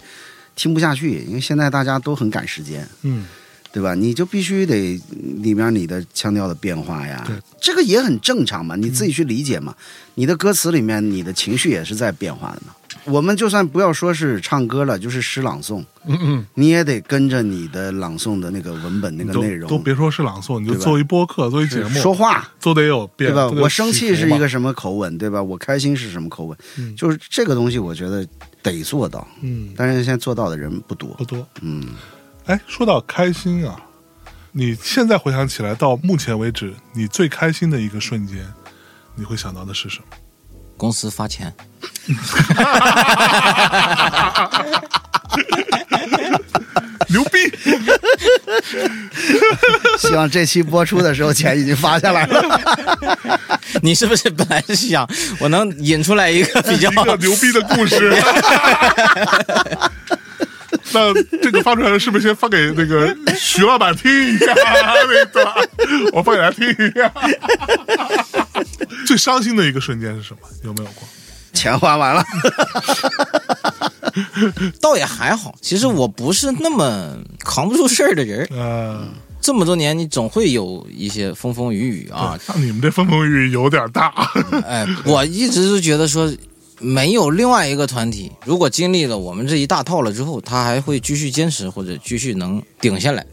S1: 听不下去。因为现在大家都很赶时间，
S2: 嗯，
S1: 对吧？你就必须得嗯里面你的腔调的变化呀
S2: 对，嗯
S1: 这个也很正常嘛，你自己去理解嘛。你的歌词里面，你的情绪也是在变化的嘛。我们就算不要说是唱歌了，就是诗朗诵，
S2: 嗯嗯，
S1: 你也得跟着你的朗诵的那个文本那个
S2: 都
S1: 内容
S2: 都别说是朗诵，你就
S1: 对吧
S2: 做一播客，做一节目，
S1: 说话，
S2: 都得有变，
S1: 对吧？
S2: 都得有
S1: 我生气是一
S2: 起伏
S1: 个
S2: 嘛，
S1: 什么口吻，对吧？我开心是什么口吻？
S2: 嗯
S1: 就是这个东西，我觉得得做到，
S2: 嗯，
S1: 但是现在做到的人不多
S2: 不。多。
S1: 嗯，
S2: 哎，说到开心啊，你现在回想起来，到目前为止，你最开心的一个瞬间，你会想到的是什么？
S3: 公司发钱，
S2: 牛逼！
S1: 希望这期播出的 时候钱已经发下来了。
S3: 你是不是本来是想我能引出来一个比较
S2: 一个牛逼的故 事。那这个发出来的是不是先发给那 个徐老板听一下？那段我放给他听一下。 最伤心的一个瞬间是什么？有没有过？
S1: 钱花完了，
S3: 倒也还好。其实我不是那么扛不住事儿的人，
S2: 呃，
S3: 这么多年你总会有一些风风雨雨 啊。
S2: 那你们这风风雨雨有点大。
S3: 哎，我一直都觉得说，没有另外一个团体，如果经历了我们这一大套了之后，他还会继续坚持或者继续能顶下来。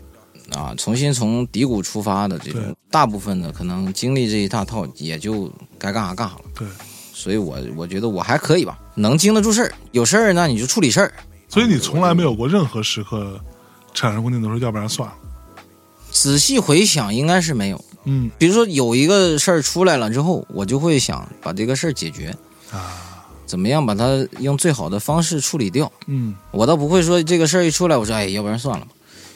S3: 啊，重新从低谷出发的这
S2: 对
S3: 种，大部分的可能经历这一大套，也就该干啥干啥了。
S2: 对，
S3: 所以我我觉得我还可以吧，能经得住事儿。有事儿那你就处理事儿，
S2: 所以你从来没有过任何时刻产生过那种说，要不然算了。
S3: 仔细回想应该是没有。
S2: 嗯
S3: 比如说有一个事儿出来了之后，我就会想把这个事儿解决，
S2: 啊，
S3: 怎么样把它用最好的方式处理掉。
S2: 嗯，
S3: 我倒不会说这个事儿一出来，我说哎，要不然算了吧。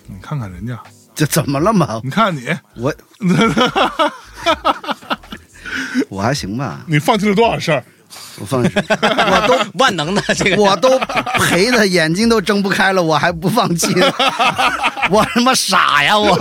S2: 你看看人家，
S1: 这怎么了嘛？
S2: 你看你，
S1: 我我还行吧，
S2: 你放弃了多少事儿？
S1: 我放弃，我都
S3: 万能的这个，
S1: 我都赔的眼睛都睁不 开了，我还不放弃，我他妈傻呀我！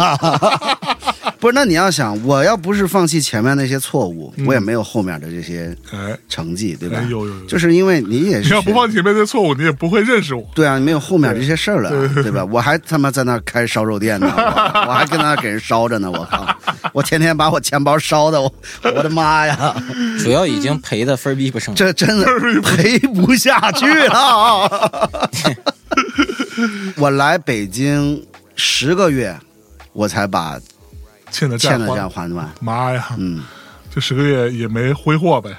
S1: 不是，那你要想，我要不是放弃前面那些错误，我
S2: 嗯
S1: 也没有后面的这些
S2: 哎，
S1: 成绩，对吧？
S2: 哎有有有
S1: 就是因为你也
S2: 你
S1: 是
S2: 要不放前面的错误，你也不会认识我。
S1: 对啊，你没有后面这些事儿了，对 吧？我还他妈在那儿开烧肉店呢，我我还跟那儿给人烧着呢，我靠！ 我天天把我钱包烧的，我我的妈呀，
S3: 主要已经赔的分儿逼不剩。
S1: 这真的赔不下去 了。 我来北京十个月，我才把
S2: 欠的
S1: 欠
S2: 债
S1: 的
S2: 还
S1: 债还完。
S2: 妈呀，
S1: 嗯，
S2: 这十个月也没挥霍呗，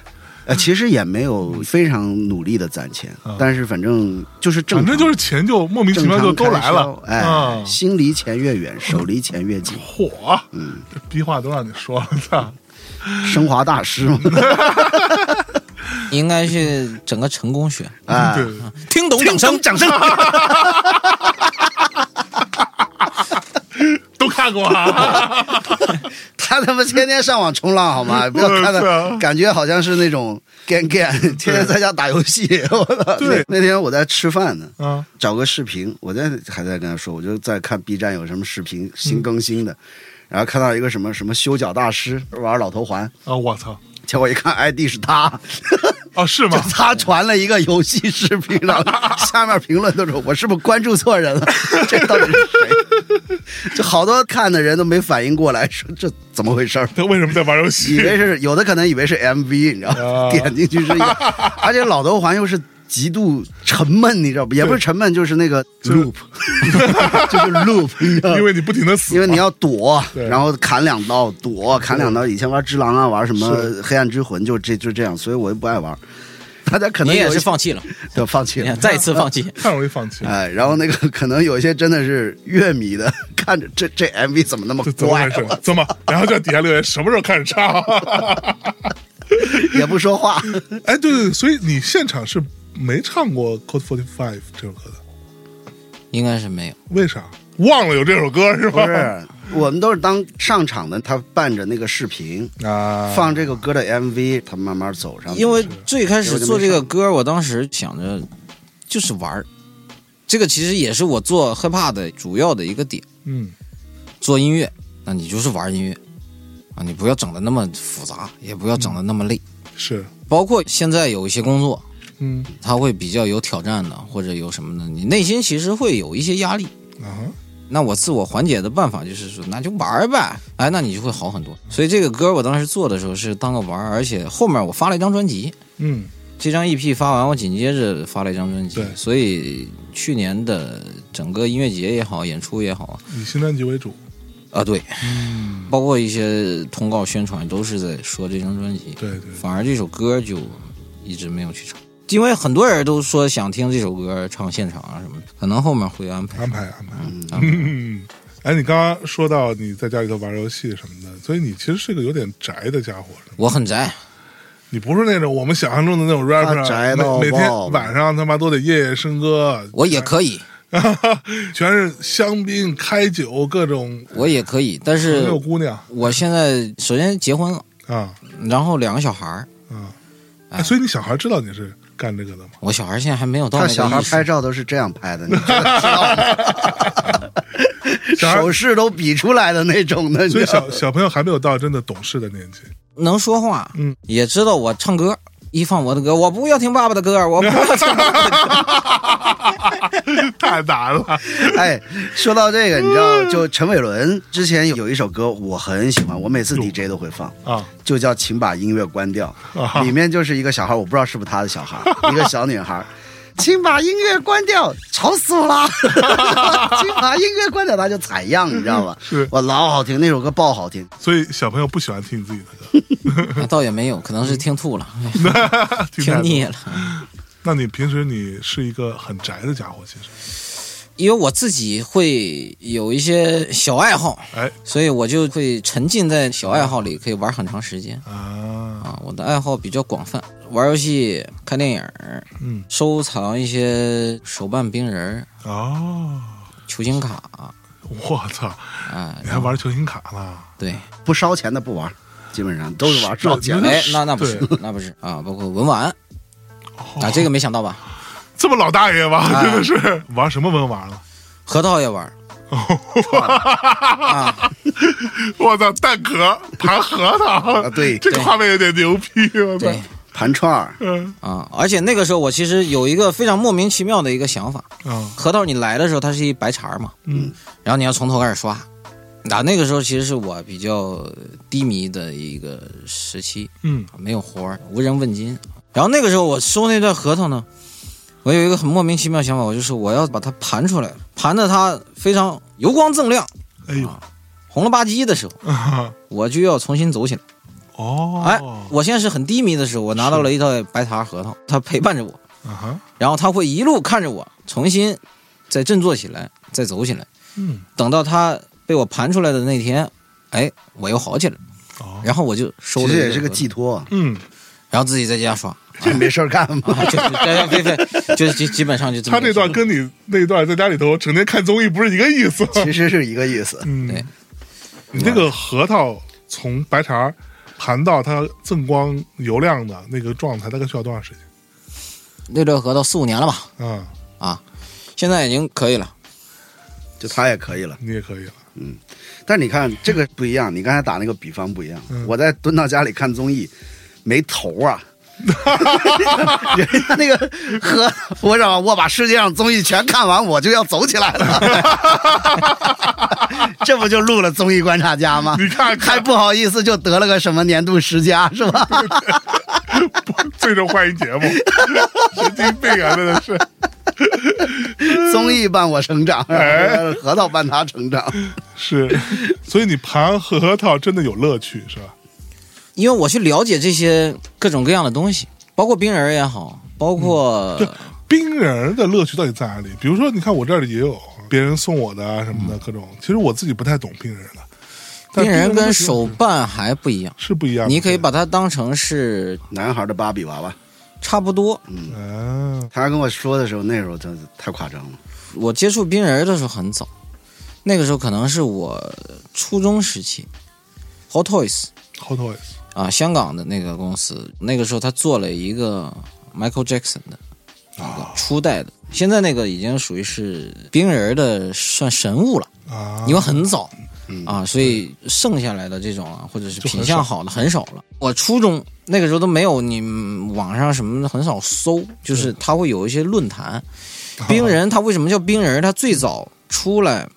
S1: 呃，其实也没有非常努力的攒钱，但是反正就是正
S2: 啊反
S1: 常，
S2: 正就是钱就莫名其
S1: 正
S2: 妙
S1: 常
S2: 就都来了
S1: 开销，哎，
S2: 啊！
S1: 心离钱越 远，手离钱越近。
S2: 火，
S1: 嗯
S2: 这逼话都让你说了， 操！
S1: 升华大师 嘛，
S3: 应该是整个成功学，
S1: 哎
S2: 对，，
S3: 听懂掌声，
S1: 掌声。
S2: 都看 过啊，
S1: 他他妈天天上网冲浪好 吗？不要看
S2: 是啊
S1: 他，感觉好像是那种 gan gan，天天在家打游戏。我操！
S2: 对
S1: 那那天我在吃饭呢，
S2: 啊，
S1: 找个视频，我在还在跟他说，我就在看 B 站有什么视频新更新的，然后看到一个什么什么修脚大师玩老头环，
S2: 啊，我操，
S1: 结果一看 ID 是他，
S2: 哦，是吗
S1: 就？他传了一个游戏视频，然后下面评论都说：“我是不是关注错人了？这到底是谁？”就好多看的人都没反应过来，说这怎么回事儿？
S2: 他为什么在玩游戏
S1: 以？为是有的可能以为是 MV，你知道
S2: 啊
S1: 吗？ 点进去是一个，而且老头环又是极度沉闷，你知道不？也不是沉闷，就是那个
S2: 就是
S1: loop，就是 loop，你知道吗
S2: 因为你不停的死嘛，
S1: 因为你要躲，
S2: 对。
S1: 然后砍两刀，躲砍两刀。以前玩《只狼》啊，玩什么《黑暗之魂》，就这就这样，所以我就不爱玩。 大家可
S3: 你
S1: 能
S3: 也
S1: 有一
S3: 是
S1: 些
S3: 放弃了，
S1: 就放弃
S3: 你
S1: 了
S3: 看，再次放 弃
S2: 太容易放弃了。
S1: 哎，然后那个可能有一些真的是乐迷的，看着这这 MV 怎么那么
S2: 这怎么
S1: 怪
S2: 回，事？怎么？然后就在底下留言，什么时候开始唱？
S1: 我也不说话。
S2: 哎，对对，对所以你现场是没唱过《Code Forty Five》这首歌的，
S3: 应该是没有。
S2: 为啥？忘了有这首歌是
S1: 不
S2: 吧？
S1: 是，我们都是当上场的，他伴着那个视频
S2: 啊，
S1: 放这个歌的 MV，他慢慢走上去。
S3: 因为最开始做这个歌，我当时想着就是玩儿，这个其实也是我做 hiphop 的主要的一个点。
S2: 嗯，
S3: 做音乐，那你就是玩音乐啊，你不要整的那么复杂，也不要整的那么累。
S2: 是，
S3: 包括现在有一些工作，
S2: 嗯
S3: 它会比较有挑战的，或者有什么的，你内心其实会有一些压力。
S2: 啊哈，
S3: 那我自我缓解的办法就是说，那就玩儿呗，哎，那你就会好很多。所以这个歌我当时做的时候是当个玩儿，而且后面我发了一张专辑，
S2: 嗯
S3: 这张 EP 发完，我紧接着发了一张专辑
S2: 对，
S3: 所以去年的整个音乐节也好，演出也好
S2: 以新专辑为主，
S3: 啊，对，
S2: 嗯，
S3: 包括一些通告宣传都是在说这张专辑，
S2: 对对，
S3: 反而这首歌就一直没有去唱，因为很多人都说想听这首歌唱现场啊什么的，可能后面会安排。
S2: 安排安排。
S3: 安排
S2: 嗯， 哎，你刚刚说到你在家里头玩游戏什么的，所以你其实是个有点宅的家伙，是吗
S3: 我很宅，
S2: 你不是那种我们想象中的那种 rapper，啊
S1: 宅到
S2: 每每天
S1: 爆
S2: 晚上他妈都得夜夜笙歌，
S3: 我也可以，
S2: 全是香槟、开酒，各种
S3: 我也可以，但
S2: 没
S3: 是
S2: 有姑娘
S3: 我现在首先结婚了，
S2: 啊
S3: 然后两个小孩儿，
S2: 啊、
S3: 哎
S2: 哎所以你小孩知道你是干这个的吗？
S3: 我小孩现在还没有到
S1: 他
S3: 那
S1: 小孩
S3: 个意
S1: 拍
S3: 识，
S1: 照都是这样拍的，你知道吗
S2: 小孩
S1: 手势都比出来的那种的。你
S2: 所以
S1: 知道吗
S2: 小小朋友还没有到真的懂事的年 纪，
S3: 能说话，
S2: 嗯，
S3: 也知道我唱歌。一放我的歌，我不要听爸爸的歌，我不要听 爸爸的歌。
S2: 太难了。
S1: 哎，说到这个，你知道，就陈伟伦之前有一首歌我很喜欢，我每次 DJ 都会放，
S2: 啊
S1: 就叫《请把音乐关掉》， 里面就是一个小孩，我不知道是不是他的小孩，一个小女孩。 请把音乐关掉，吵死我了！ 请把音乐关掉，他就采样，你知道吗？
S2: 是
S1: 我老好听，那首歌爆好听。
S2: 所以小朋友不喜欢听自己 的
S3: 啊倒也没有，可能是听吐 了，哎
S2: 歌，太
S3: 听
S2: 多
S3: 腻了。
S2: 那你平时你是一个很宅的家伙，其实，
S3: 因为我自己会有一些小爱好，
S2: 哎
S3: 所以我就会沉浸在小爱好里，可以玩很长时间
S2: 啊，
S3: 啊。我的爱好比较广泛，玩游戏、看电影、
S2: 嗯，
S3: 收藏一些手办冰人儿、
S2: 哦，
S3: 球星卡
S2: 我操，
S3: 啊
S2: 你，还玩球星卡呢？
S3: 对，
S1: 不烧钱的不玩，基本上都是玩烧钱的。
S3: 哎，那那不是，那不是啊，包括文玩啊，这个没想到吧？
S2: 这么老大爷吗？
S3: 哎
S2: 真的是玩什么文玩了？
S3: 核桃也玩，啊
S2: 我操，蛋壳盘核桃
S1: 啊对
S2: 这个画面有点牛逼，我操
S3: 对，
S1: 盘串儿，
S2: 嗯
S3: 啊、而且那个时候我其实有一个非常莫名其妙的一个想法，
S2: 啊
S3: 核桃你来的时候它是一白茬儿嘛，
S2: 嗯，
S3: 然后你要从头开始刷，那那个时候其实是我比较低迷的一个时期，
S2: 嗯
S3: 没有活儿，无人问津。然后那个时候我收那段核桃呢，我有一个很莫名其妙的想法，我就是我要把它盘出来，盘的它非常油光锃亮、
S2: 哎呦
S3: 红了吧唧的时候，
S2: 啊
S3: 我就要重新走起来。
S2: 哦
S3: 哎，我现在是很低迷的时候，我拿到了一袋白茶核桃，它陪伴着我，
S2: 啊哈
S3: 然后它会一路看着我，重新再振作起来，再走起来。
S2: 嗯
S3: 等到它被我盘出来的那天，哎，我又好起来了，
S2: 哦
S3: 然后我就收
S1: 其
S3: 了。
S1: 实也是个寄，托，
S2: 嗯，
S3: 然后自己在家刷。
S1: 这没事儿干嘛
S3: 啊，？ 就是大家非非，就是基基本上就这
S2: 他
S3: 么一个
S2: 这
S3: 事
S2: 段
S3: 情。
S2: 跟你那段在家里头整天看综艺不是一个意思。
S1: 其实是一个意思。
S2: 嗯，
S3: 对
S2: 你那个核桃从白茬盘到它锃光油亮的那个状态，大概需要多长时间
S3: 那段核桃四五年了吧，
S2: 啊？
S3: 啊，现在已经可以了。
S1: 就他也可以了。
S2: 你也可以了，
S1: 但你看这个不一样，你刚才打那个比方不一样。
S2: 嗯
S1: 我在蹲到家里看综艺，没头 啊。人家那个和我让我把世界上综艺全看完，我就要走起来了， 这不就录了综艺观察家吗？
S2: 你看看
S1: 还不好意思就得了个什么年度十佳是 吧？
S2: 最受欢迎节目， 神经病啊，真的是。
S1: 综艺伴我成长，
S2: 哎
S1: 核桃伴他成长。
S2: 是，所以你盘核桃真的有乐趣，是吧？
S3: 因为我去了解这些各种各样的东西，包括冰人儿也好，包括、
S2: 对冰人儿的乐趣到底在哪里？比如说，你看我这里也有别人送我的啊什么的各种，其实我自己不太懂冰人的，但
S3: 冰人儿
S2: 的嗯乐
S3: 跟
S2: 趣
S3: 手办还不一样，
S2: 是不一样的。
S3: 你可以把它当成是
S1: 男孩的芭比娃娃，
S3: 差不多。
S2: 啊，
S1: 他跟我说的时候，那时候真是太夸张了。
S3: 我接触冰人儿的时候很早，那个时候可能是我初中时期，Hot Toys
S2: 好 o y s
S3: 啊，香港的那个公司，那个时候他做了一个 Michael Jackson 的那
S2: 啊
S3: 个初代的，现在那个已经属于是冰人儿的算神物了，
S2: 啊，嗯
S3: 因为很早、啊，所以剩下来的这种啊，或者是
S2: 就很
S3: 品相
S2: 少
S3: 好的很少了。我初中那个时候都没有你嗯网上什么的很少搜，就是他会有一些论坛， 冰人他为什么叫冰人？他最早出来，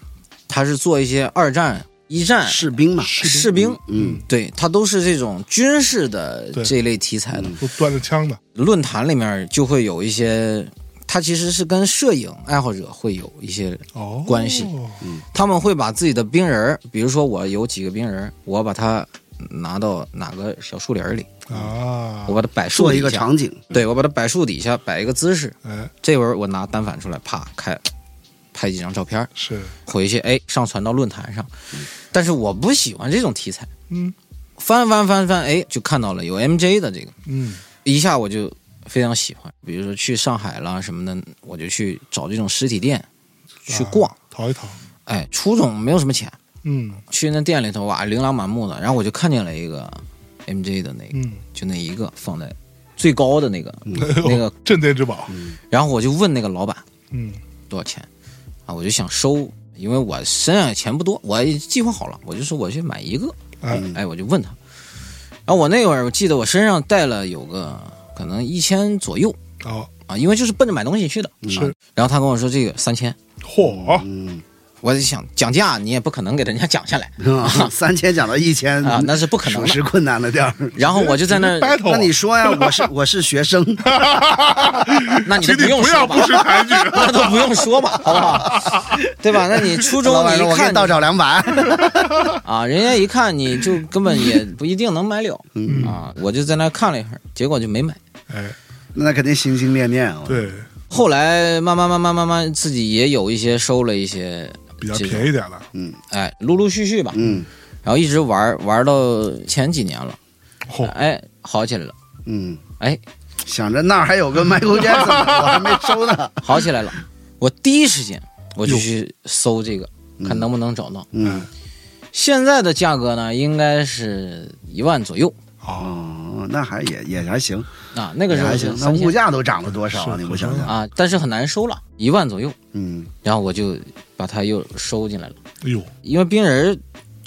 S3: 他是做一些二战、一战
S1: 士兵嘛，
S3: 哎士兵
S1: 嗯，
S3: 对，它都是这种军事的
S2: 对
S3: 这一类题材
S1: 嗯
S3: 的。
S2: 都端着枪的，
S3: 论坛里面就会有一些，它其实是跟摄影爱好者会有一些，
S2: 哦，
S3: 关系他们会把自己的冰人儿，比如说我有几个冰人儿，我把它拿到哪个小树林儿里，
S2: 啊
S3: 我，把它摆树
S1: 做一
S3: 底
S1: 个
S3: 下，
S1: 场景，
S3: 对我把它摆树底下摆一个姿势，
S2: 哎，
S3: 这会儿我拿单反出来，啪开。拍几张照片儿
S2: 是，
S3: 回去，哎，上传到论坛上。但是我不喜欢这种题材，
S2: 嗯
S3: 翻翻翻翻，哎，就看到了有 MJ 的这个，
S2: 嗯，
S3: 一下我就非常喜欢。比如说去上海啦什么的，我就去找这种实体店去
S2: 啊
S3: 逛。
S2: 淘一淘，
S3: 哎，初中没有什么钱，
S2: 嗯
S3: 去那店里头哇，琳琅满目的。然后我就看见了一个 MJ 的那个，
S2: 嗯，
S3: 就那一个放在最高的那个，
S2: 那
S3: 个
S2: 镇店之宝，
S3: 然后我就问那个老板
S2: 嗯
S3: 多少钱啊，我就想收。因为我身上钱不多，我计划好了，我就说我去买一个，
S2: 哎
S3: 哎，我就问他，然后我那会儿我记得我身上带了有个可能一千左右
S2: 哦，
S3: 啊，因为就是奔着买东西去的，
S2: 嗯
S3: 啊
S2: 是，
S3: 然后他跟我说这个三千，
S2: 嚯，
S1: 嗯，
S3: 我就想讲价，你也不可能给人家讲下来
S1: 是吧？ 三千讲到一千
S3: 嗯
S2: 嗯
S3: 啊，那是不可能哦
S1: 属
S3: 的。
S1: 实困难了点儿。
S3: 然后我就在那 儿，
S2: battle，
S1: 那
S2: 啊
S1: 你说呀，我 是我是学生，
S3: 那你
S2: 请
S3: 都
S2: 你
S3: 用
S2: 不要
S3: 说吧
S2: 不，识抬 举，
S3: 那都不用说吧，好不好？ 对吧？那你初中
S1: 老板
S3: 你
S1: 说
S3: 一
S1: 我给
S3: 看
S1: 你倒找两 百，
S3: 啊，人家一看你就根本也不一定能买了
S2: 嗯
S3: 啊。我就在那儿看了一会儿，结果就没买。
S2: 哎，
S1: 那肯定心心念念啊。
S2: 对，
S3: 后来慢慢慢慢慢慢，自己也有一些收了一些，
S2: 比较
S3: 这种
S2: 便宜点的，
S3: 哎，陆陆续续吧，
S1: 嗯
S3: 然后一直玩玩到前几年了，
S2: 嚯，
S3: 哎，好起来了，
S1: 嗯，
S3: 哎，
S1: 想着那儿还有个 Michael Jackson，呢我 还没收呢。
S3: 好起来了。我第一时间我就去搜这个，看能不能找到。
S1: 嗯，
S3: 现在的价格呢，应该是一万左右
S2: 哦，
S1: 哦，那还也也还行，
S3: 啊，那个
S1: 也
S3: 时候
S1: 还
S3: 是
S1: 行。那
S3: 三
S1: 物
S3: 千
S1: 价都涨了多少啊？
S2: 是
S1: 你不想想，
S3: 啊，但是很难收了，一万左右。
S1: 嗯
S3: 然后我就把它又收进来了。
S2: 哎呦，
S3: 因为冰人儿，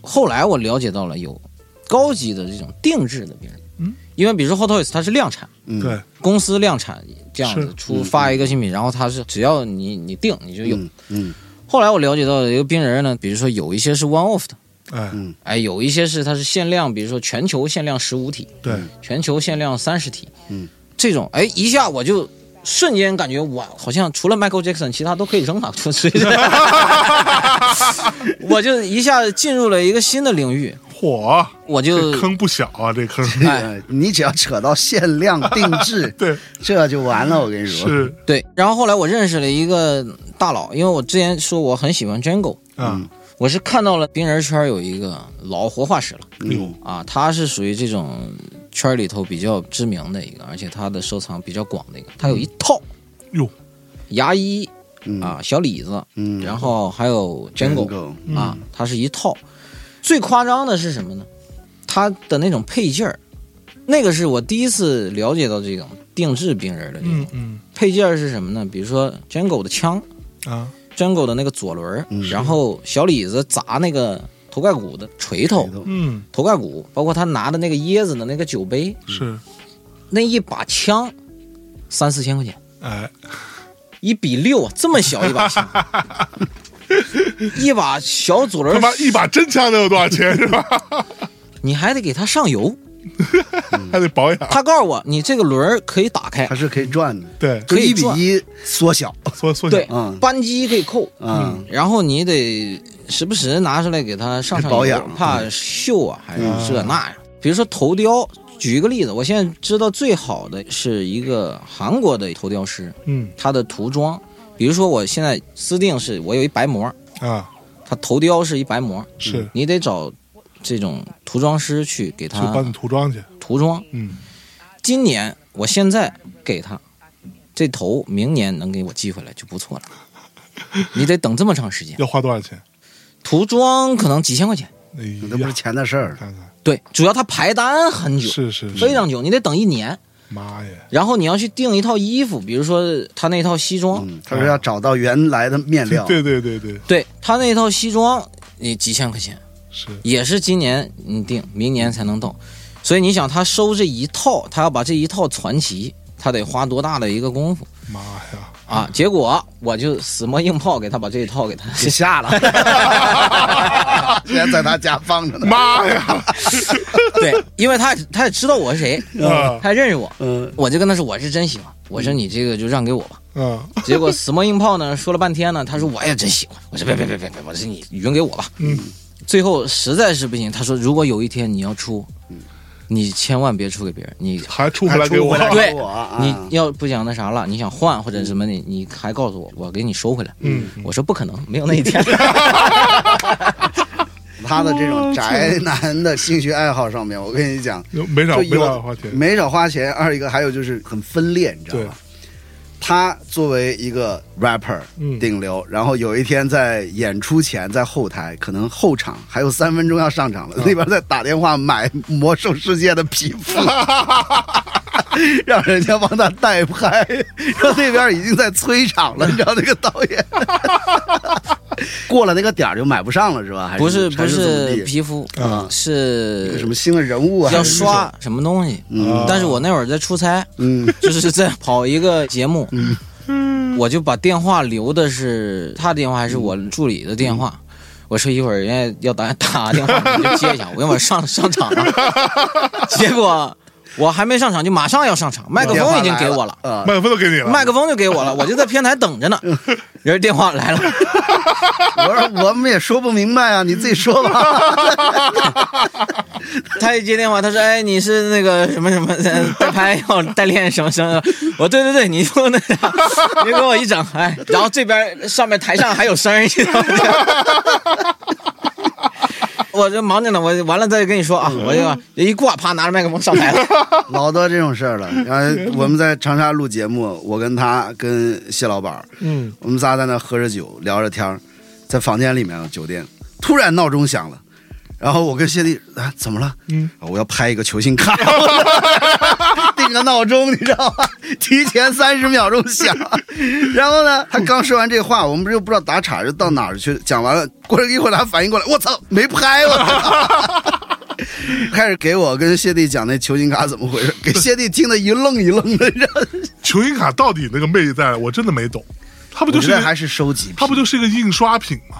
S3: 后来我了解到了有高级的这种定制的冰人儿，
S2: 嗯，
S3: 因为比如说 Hot Toys 它是量产，
S1: 嗯，
S2: 对，
S3: 公司量产这样
S2: 是
S3: 子出
S1: 嗯
S3: 发一个新品，然后它是只要你你定你就有。
S1: 嗯嗯
S3: 后来我了解到的一个冰人儿呢，比如说有一些是 one off 的，
S2: 哎，
S1: 嗯
S3: 哎，有一些是它是限量，比如说全球限量十五体，
S2: 对，
S3: 全球限量三十体，
S1: 嗯，
S3: 这种哎一下我就瞬间感觉哇，好像除了 Michael Jackson，其他都可以扔了， 就随便，哎我就一下进入了一个新的领域，
S2: 嚯，
S3: 我
S2: 这
S3: 就
S2: 坑不小啊，这坑，，
S3: 哎
S1: 哎，你只要扯到限量定制
S2: 对，
S1: 这就完了。我跟你说，
S2: 是
S3: 对。然后后来我认识了一个大佬，因为我之前说我很喜欢 Django，
S2: 啊，
S1: 嗯
S3: 我是看到了冰人圈有一个老活化石了
S1: 嗯
S2: 哎呦，
S3: 啊，他是属于这种圈里头比较知名的一个，而且他的收藏比较广的一个，他有一套
S2: 哟，
S3: 牙医
S1: 嗯
S3: 啊、小李子，
S1: 嗯，
S3: 然后还有 Django
S2: 嗯
S3: 啊，它是一套。最夸张的是什么呢？它的那种配件儿，那个是我第一次了解到这种定制冰人的这种
S2: 嗯嗯
S3: 配件儿是什么呢？比如说 Django 的枪
S2: 啊，
S3: ，Django 的那个左轮儿
S1: 嗯，
S3: 然后小李子砸那个头盖骨的锤头
S1: 头，
S2: 嗯，
S3: 头盖骨，包括他拿的那个椰子的那个酒杯，
S2: 是，
S3: 那一把枪三四千块钱。
S2: 哎，
S3: 一比六，啊这么小一把枪，一把小左轮
S2: 他，妈一把真枪能有多少钱是吧？
S3: 你还得给它上油。
S2: 还得保养，
S3: 他告诉我，你这个轮儿可以打开
S1: 它，是可以转的，
S2: 对，
S1: 就
S3: 可以
S1: 一比
S3: 转
S1: 一缩小
S2: 缩缩小
S3: 对，
S1: 嗯
S3: 扳机可以扣，嗯
S1: 啊。
S3: 然后你得时不时拿出来给它上上油
S1: 保养嗯
S3: 怕锈啊，还是这那呀。比如说头雕，举一个例子，我现在知道最好的是一个韩国的头雕师，
S2: 嗯
S3: 他的涂装，比如说我现在私定是我有一白膜，
S2: 啊，
S3: 他头雕是一白膜，
S1: 嗯
S2: 是
S3: 你得找这种涂装师去给
S2: 去帮
S3: 他
S2: 你涂装去，
S3: 涂装。
S2: 嗯，
S3: 今年我现在给他这头，明年能给我寄回来就不错了。你得等这么长时间，
S2: 要花多少钱？
S3: 涂装可能几千块钱。
S2: 哎
S1: 那不
S2: 呀
S1: 是，钱的事儿，哎
S2: 看看，
S3: 对，主要他排单很久，
S2: 是是
S3: 非
S2: 是，
S3: 常久，你得等一年。
S2: 妈呀，
S3: 然后你要去订一套衣服，比如说他那套西装，
S1: 嗯，他说要找到原来的面料，
S2: 哦对对对对，
S3: 对他那套西装，你几千块钱，
S2: 是，
S3: 也是今年你订，明年才能到。所以你想，他收这一套，他要把这一套传奇，他得花多大的一个功夫
S2: 妈呀，
S3: 啊！结果我就死磨硬泡给他把这一套给他
S1: 给下 了，现在在他家放着呢。
S2: 妈 呀，
S3: 对， 因为他也他也知道我是谁，
S2: 啊
S3: 他也认识我，
S1: 嗯，
S3: 我就跟他说我是真喜欢，我说你这个就让给我吧。
S2: 啊，
S3: 结果死磨硬泡呢，说了半天呢，他说我也真喜欢，我说别别别别别，我说你匀给我吧。
S2: 嗯，
S3: 最后实在是不行，他说如果有一天你要出，你千万别出给别人， 你
S2: 还出回来给我
S1: 还，出回来
S3: 对
S1: 给我啊，嗯
S3: 你要不想那啥了，你想换或者什么，你你还告诉我，我给你收回来。
S2: 嗯，
S3: 我说不可能，没有那一天。
S1: 他的这
S2: 哦
S1: 种宅男的兴趣爱好上面，我跟你讲，
S2: 没
S1: 就
S2: 少没少
S1: 有
S2: 花钱，
S1: 没少花钱。二一个还有就是很分裂，你知道
S2: 对
S1: 吧？他作为一个 rapper
S2: 嗯
S1: 顶流，然后有一天在演出前，在后台可能后场还有三分钟要上场了，
S2: 啊
S1: 那边在打电话买魔兽世界的皮 肤，让人家帮他代拍，然后那边已经在催场 了，你知道那个导演过了那个点儿就买不上了是 吧？还
S3: 不
S1: 是
S3: 是不
S1: 还是怎么
S3: 是
S1: 地
S3: 皮肤
S2: 啊，
S3: 是
S1: 什么新的人物啊？
S3: 要
S1: 还是嗯什么
S3: 刷什么东西。
S2: 啊
S3: 但是我那会儿在出差，
S1: 嗯
S3: 就是在跑一个节目，我就把电话留的是他电话还是我助理的电话。我说一会儿人家要打打电话，你就接一下， 我要上上场了。 结果我还没上场，就马上要上场，麦克
S1: 电
S3: 风
S1: 话
S3: 已经
S1: 来
S3: 给我了。
S1: 啊，
S2: 麦克风都给你了，
S3: 麦克风就给我了，我就在天台等着呢。人家电话来了，
S1: 我说我们也说不明白啊，你自己说吧。
S3: 他一接电话，他说：“哎，你是那个什么什么 呃代拍要代练什么什么？” 我对对对，你说那啥，你给我一整，哎， 然后这边上面台上还有声儿，你知道吗？ 我这忙着呢，我完了再跟你说啊，
S1: 嗯
S3: 我就一挂，啪拿着麦克风上 台了。
S1: 老多这种事儿了。然后我们在长沙录节目，我跟他跟谢老板儿，
S2: 嗯，
S1: 我们仨在那喝着酒聊着天儿，在房间里面啊酒店，突然闹钟响了。然后我跟谢丽啊，怎么了？
S2: 嗯，
S1: 我要拍一个球星卡，定个的闹钟，你知道吗？提前三十秒钟响。然后呢，他刚说完这话，我们不是又不知道打岔，就到哪儿去？讲完了，过了一会儿，他反应过来，我操，没拍我 操。开始给我跟谢帝讲那球星卡怎么回事，给谢帝听得一愣一愣的。然后
S2: 球星卡到底那个魅力在哪？我真的没懂。它不
S1: 我
S2: 就
S1: 觉
S2: 是一
S1: 得
S2: 个
S1: 还是收集癖，
S2: 它不就是一个印刷品吗？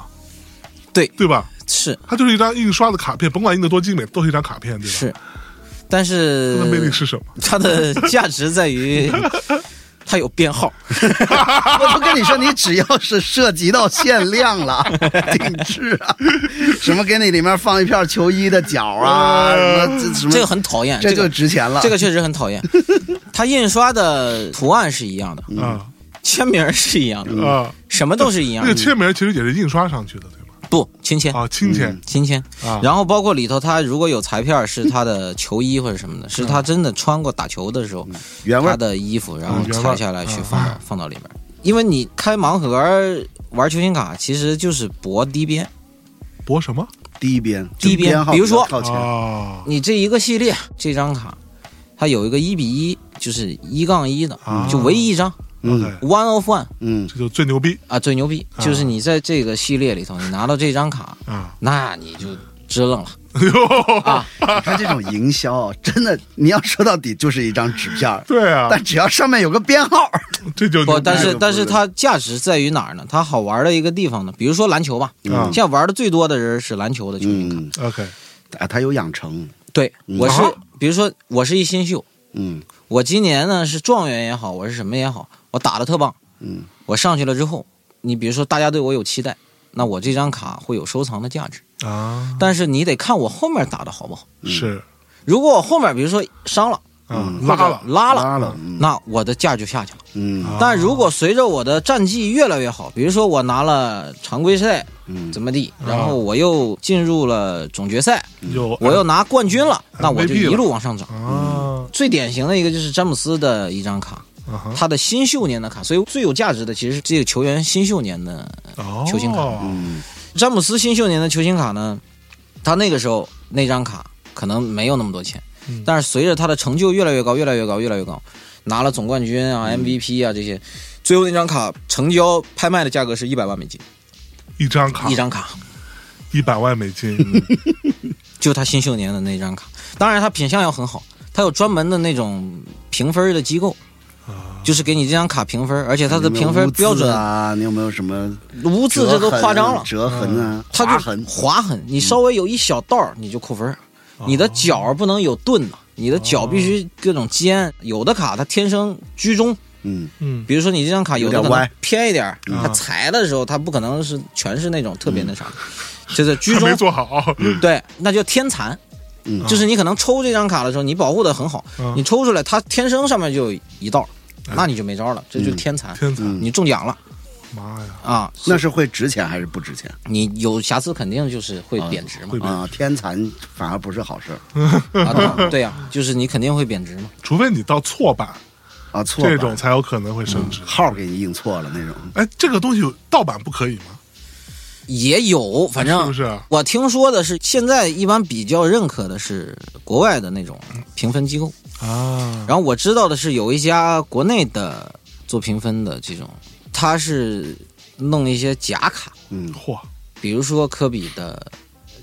S3: 对
S2: 对吧？
S3: 是
S2: 它就是一张印刷的卡片，甭管印的多精美，都是一张卡片，对吧？
S3: 是，但是
S2: 它的魅力是什么？
S3: 它的价值 在于它有编号，
S1: 嗯我就跟你说，你只要是涉及到限量 了，定制啊，什么给你里面放一片球衣的角啊，什么这什么，
S3: 呃这个很讨厌，
S1: 这
S3: 这
S1: 就
S3: 个
S1: 值钱了。
S3: 这个确实很 讨厌。它印刷的图案是一样的，
S1: 嗯
S2: 啊
S3: 签名儿是一样的，
S2: 啊！
S3: 什么都是一样
S2: 那个
S3: 的。
S2: 签名其实也是印刷上去的，对吧？
S3: 不亲签，
S2: 啊，亲签
S3: 亲签。
S2: 啊，
S3: 嗯然后包括里头，它如果有裁片儿是它的球衣或者什么
S2: 嗯
S3: 的，是它真的穿过打球的时候，
S1: 原味
S3: 他
S1: 儿
S3: 的衣服，然后
S2: 嗯原味儿
S3: 裁下来去放到放到里面。因为你开盲盒儿玩球星卡，其实就是博低边。
S2: 博什么？
S1: 第一边，
S3: 第一边
S1: 编号
S3: 比如说
S1: 靠前，
S2: 啊
S3: 你这一个系列这张卡，它有一个一比一，就是一杠一的
S2: 啊，
S3: 就唯一一张
S1: 嗯
S2: OK，
S3: one of one
S1: 嗯，
S2: 这就最牛逼
S3: 啊，最牛逼！
S2: 啊
S3: 就是你在这个系列里头，你拿到这张卡，
S2: 啊！
S3: 那你就支棱了啊！
S1: 你看这种营销啊，真的，你要说到底就是一张纸片儿，
S2: 对啊，
S1: 但只要上面有个编号，
S2: 这就
S3: 不，但
S1: 那
S3: 是
S1: 就不
S3: 但是
S1: 是
S3: 它价值在于哪儿呢？它好玩的一个地方呢，比如说篮球吧，
S2: 啊
S3: 现在玩的最多的人是篮球的球星卡。
S1: 嗯，
S2: OK
S1: 啊，它有养成，
S3: 对，
S1: 嗯
S3: 我是
S2: 啊
S3: 比如说我是一新秀，
S1: 嗯
S3: 我今年呢是状元也好，我是什么也好，我打的特棒，
S1: 嗯
S3: 我上去了之后，你比如说大家对我有期待，那我这张卡会有收藏的价值，
S2: 啊，
S3: 但是你得看我后面打的好不好。
S2: 是
S3: 如果我后面比如说伤了，
S2: 啊，
S1: 嗯
S2: 拉
S3: 或者
S2: 了
S3: 拉了，
S1: 拉了，嗯
S3: 那我的价就下去了。
S1: 嗯
S2: 啊
S3: 但如果随着我的战绩越来越好，比如说我拿了常规赛
S1: 嗯
S3: 怎么地，
S2: 啊
S3: 然后我又进入了总决赛，
S2: 有
S3: 嗯我又拿冠军
S2: 啊
S3: 了，那我就
S2: MVP 了
S3: 一路往上涨。
S2: 啊
S3: 最典型的一个就是詹姆斯的一张卡，
S2: 啊哈
S3: 他的新秀年的卡，所以最有价值的其实是这个球员新秀年的
S2: 哦
S3: 球星卡
S1: 嗯
S3: 詹姆斯新秀年的球星卡呢，他那个时候那张卡可能没有那么多钱，
S2: 嗯
S3: 但是随着他的成就越来越高，越来越高，越来越高，拿了总冠军
S2: 嗯
S3: 啊、MVP 啊这些，最后那张卡成交拍卖的价格是一百万美金，
S2: 一张卡
S3: 一张卡，
S2: 一百万美金，
S3: 就他新秀年的那张卡。当然，他品相要很好，他有专门的那种评分的机构。嗯
S2: 啊
S3: 就是给你这张卡评分，而且它的
S1: 有没有
S3: 评分
S1: 污渍
S3: 标准
S1: 啊，你有没有什么
S3: 无字这都
S1: 折痕啊
S3: 夸张了，
S1: 折痕啊，
S2: 嗯
S3: 它
S1: 划
S3: 就
S1: 痕，嗯啊
S3: 划痕，你稍微有一小道儿你就扣分儿，
S2: 啊
S3: 你的角儿不能有钝的，你的角必须各种
S1: 啊
S3: 尖。有的卡它天生居中，
S1: 嗯
S2: 嗯
S3: 比如说你这张卡有的
S1: 有
S3: 可
S1: 点
S3: 能
S1: 歪啊
S3: 偏一点儿，
S2: 嗯
S3: 它裁的时候它不可能是全是那种特别那啥，就是居
S2: 还没
S3: 中。嗯
S2: 做好，
S3: 对，那叫天残，
S1: 嗯
S3: 就是你可能抽这张卡的时候，你保护的很好，
S2: 嗯
S3: 你抽出来它天生上面就有一道儿，
S2: 哎
S3: 那你就没招了，这就是
S1: 嗯
S3: 天残，
S2: 天才，
S1: 嗯，
S3: 你中奖了
S2: 妈呀，
S3: 啊！
S1: 那是会值钱还是不值钱？
S3: 你有瑕疵肯定就是会贬值嘛，
S2: 会变
S1: 啊，天残反而不是好事儿
S3: 啊，对呀、就是你肯定会贬值嘛。
S2: 除非你到错版，
S1: 啊，错
S2: 这
S1: 版
S2: 种才有可能会升值。
S1: 号儿给你印错了那种，
S3: 嗯
S2: 哎，这个东西有盗版不可以吗？
S3: 也有，反正
S2: 是啊不是？
S3: 我听说的是，现在一般比较认可的是国外的那种评分机构，
S2: 啊，
S3: 然后我知道的是有一家国内的做评分的这种，他是弄一些假卡，
S1: 嗯
S2: 嚯
S3: 比如说科比的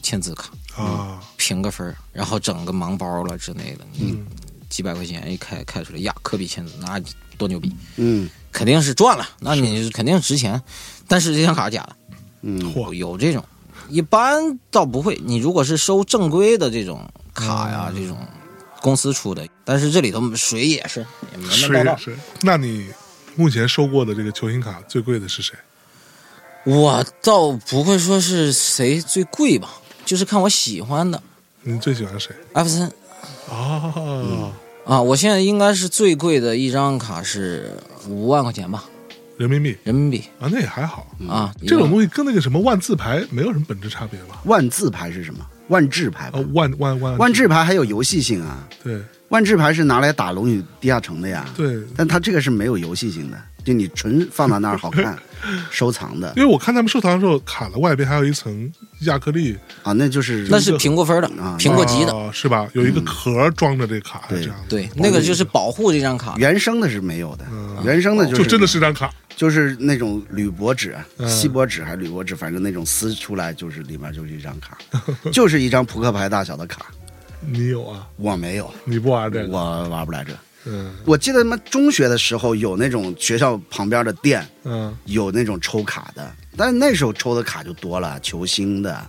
S3: 签字卡，
S2: 啊，
S3: 评个分儿，然后整个盲包了之类的，你几百块钱一哎开开出来呀，科比签字，那多牛逼，
S1: 嗯
S3: 肯定是赚了，那你肯定值钱，但是这张卡是假的。
S1: 嗯
S2: 嚯，
S3: 有这种，一般倒不会。你如果是收正规的这种卡呀，这种公司出的，但是这里头水也是也门门道
S2: 是
S3: 道。
S2: 是。那你目前收过的这个球星卡最贵的是谁？
S3: 我倒不会说是谁最贵吧，就是看我喜欢的
S2: 你最喜欢谁？
S3: 艾弗森
S2: 哦，
S3: 啊。我现在应该是最贵的一张卡是五万块钱吧，
S2: 人民币
S3: 人民币
S2: 啊，那也还好。
S3: 啊。
S2: 这种
S3: 一个
S2: 东西跟那个什么万字牌没有什么本质差别吧？
S1: 万字牌是什么？万智牌吧
S2: 啊，，万万万
S1: 万智牌还有游戏性啊，
S2: 对
S1: 万智牌是拿来打《龙与地下城》的呀，
S2: 对，
S1: 但它这个是没有游戏性的，就 你纯放在那儿好看，收藏的
S2: 因为我看他们收藏的时候，卡的外边还有一层亚克力，
S1: 啊，那就是
S3: 那是评过分的
S1: 啊，
S3: 评过级的。嗯
S2: 哦是吧？有一个壳装着这卡，
S1: 对
S2: 这样的，哦
S3: 对，那个就是保护这张卡。
S1: 原生的是没有的
S2: 嗯，
S1: 原生的
S2: 就真的
S1: 是
S2: 是张卡，
S1: 就是那种铝箔纸、
S2: 嗯
S1: 锡箔纸还是铝箔纸，反正那种撕出来就是里面就是一张卡， 就是一张扑克牌大小的卡。
S2: 你有啊？
S1: 我没有，
S2: 你不玩这个？
S1: 我玩不来这。
S2: 嗯
S1: 我记得他妈中学的时候有那种学校旁边的店
S2: 嗯，
S1: 有那种抽卡的，但那时候抽的卡就多了，球星的、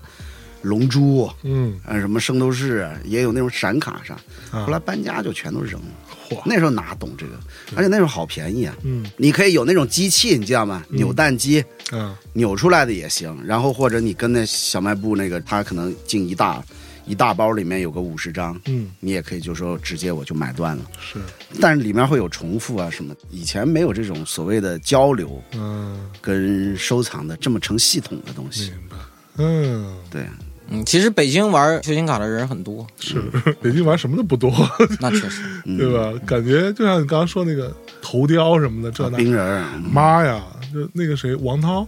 S1: 龙珠，
S2: 嗯，
S1: 呃，什么圣斗士也有那种闪卡啥，
S2: 啊
S1: 后来搬家就全都扔了。
S2: 嚯，
S1: 那时候哪懂这个，而且那时候好便宜啊！
S2: 嗯
S1: 你可以有那种机器，你知道吗？扭蛋机
S2: 嗯
S1: 扭出来的也行，然后或者你跟那小卖部那个，他可能进一大一大包，里面有个五十张，
S2: 嗯，
S1: 你也可以就说直接我就买断了，
S2: 是，
S1: 但是里面会有重复啊什么。以前没有这种所谓的交流
S2: 嗯，
S1: 跟收藏的这么成系统的东西，
S2: 明白，嗯，
S1: 对。
S3: 嗯，其实北京玩球星卡的人 很多，
S2: 是，北京玩什么都不多，
S3: 那确实。
S2: 对
S1: 嗯
S2: 吧？感觉就像你刚刚说那个头雕什么的，这那，
S1: 冰人儿嗯
S2: 妈呀！就那个谁，王涛，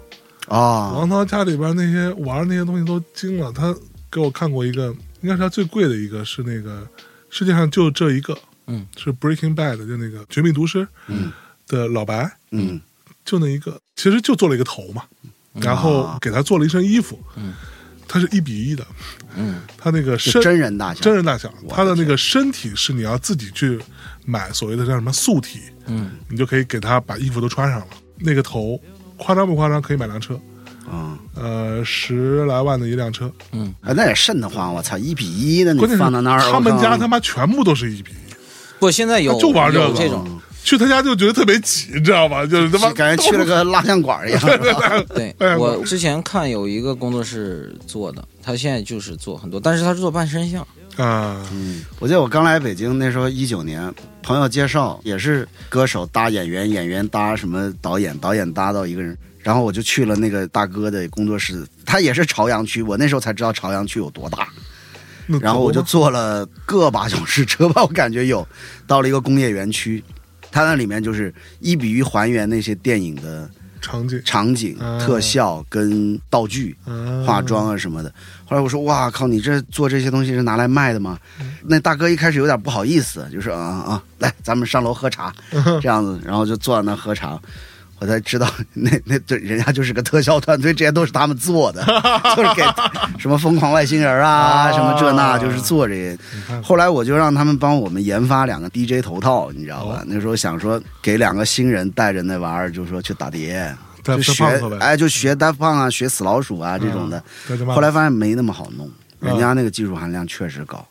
S1: 啊，
S2: 王涛家里边那些玩那些东西都惊了。他给我看过一个，应该是他最贵的一个，是那个世界上就这一个，
S3: 嗯，
S2: 是 Breaking Bad，就那个《绝命毒师》
S1: 嗯
S2: 的老白，
S1: 嗯，
S2: 就那一个，其实就做了一个头嘛，然后给他做了一身衣服，
S3: 嗯，
S2: 它是一比一的，
S3: 嗯，
S2: 他那个
S1: 就
S2: 身
S1: 真人大小，
S2: 真人大小，
S1: 我的
S2: 他的那个身体是你要自己去买所谓的叫什么素体，
S3: 嗯，
S2: 你就可以给他把衣服都穿上了。那个头夸张不夸张？可以买辆车，
S1: 啊。
S2: 呃，十来万的一辆车。
S1: 啊，那也瘆得慌！我操，一比一的，你
S2: 关键是
S1: 放到那儿，
S2: 他们
S1: 我靠
S2: 家他妈全部都是一比一，
S3: 不，现在有
S2: 就玩这
S3: 有
S2: 个
S3: 这种，
S2: 去他家就觉得特别挤，你知道吧？就是他妈
S1: 感觉去了个蜡像馆一样。
S3: 对
S2: 哎呀
S3: 我之前看有一个工作室做的，他现在就是做很多，但是他是做半身像，
S2: 啊，
S1: 我记得我刚来北京那时候，一九年，朋友介绍也是歌手搭演员，演员搭什么导演，导演搭到一个人，然后我就去了那个大哥的工作室，他也是朝阳区，我那时候才知道朝阳区有多大。
S2: 那
S1: 然后我就坐了个把小时车吧，我感觉有，到了一个工业园区，它那里面就是一比一还原那些电影的
S2: 场景
S1: 场景、
S2: 嗯
S1: 特效跟道具。
S2: 啊
S1: 化妆啊什么的。后来我说：“哇靠，你这做这些东西是拿来卖的吗？”那大哥一开始有点不好意思，就说：“啊啊，来，咱们上楼喝 茶，这样子。”然后就坐在那喝茶。我才知道，那那对人家就是个特效团队，这些都是他们做 的，就是给什么疯狂外星人啊，
S2: 啊
S1: 什么这那，就是做这些。后来我就让他们帮我们研发两个 DJ 头套，你知道
S2: 哦
S1: 吧？那时候想说给两个新人带着那玩意儿，就说去打碟，就
S2: 在在
S1: 学
S2: 胖子呗，嗯
S1: 哎，就学单胖啊，学死老鼠啊这种的。
S2: 在他妈
S1: 后来发现没那么好弄，
S2: 嗯
S1: 人家那个技术含量确实高。
S2: 哎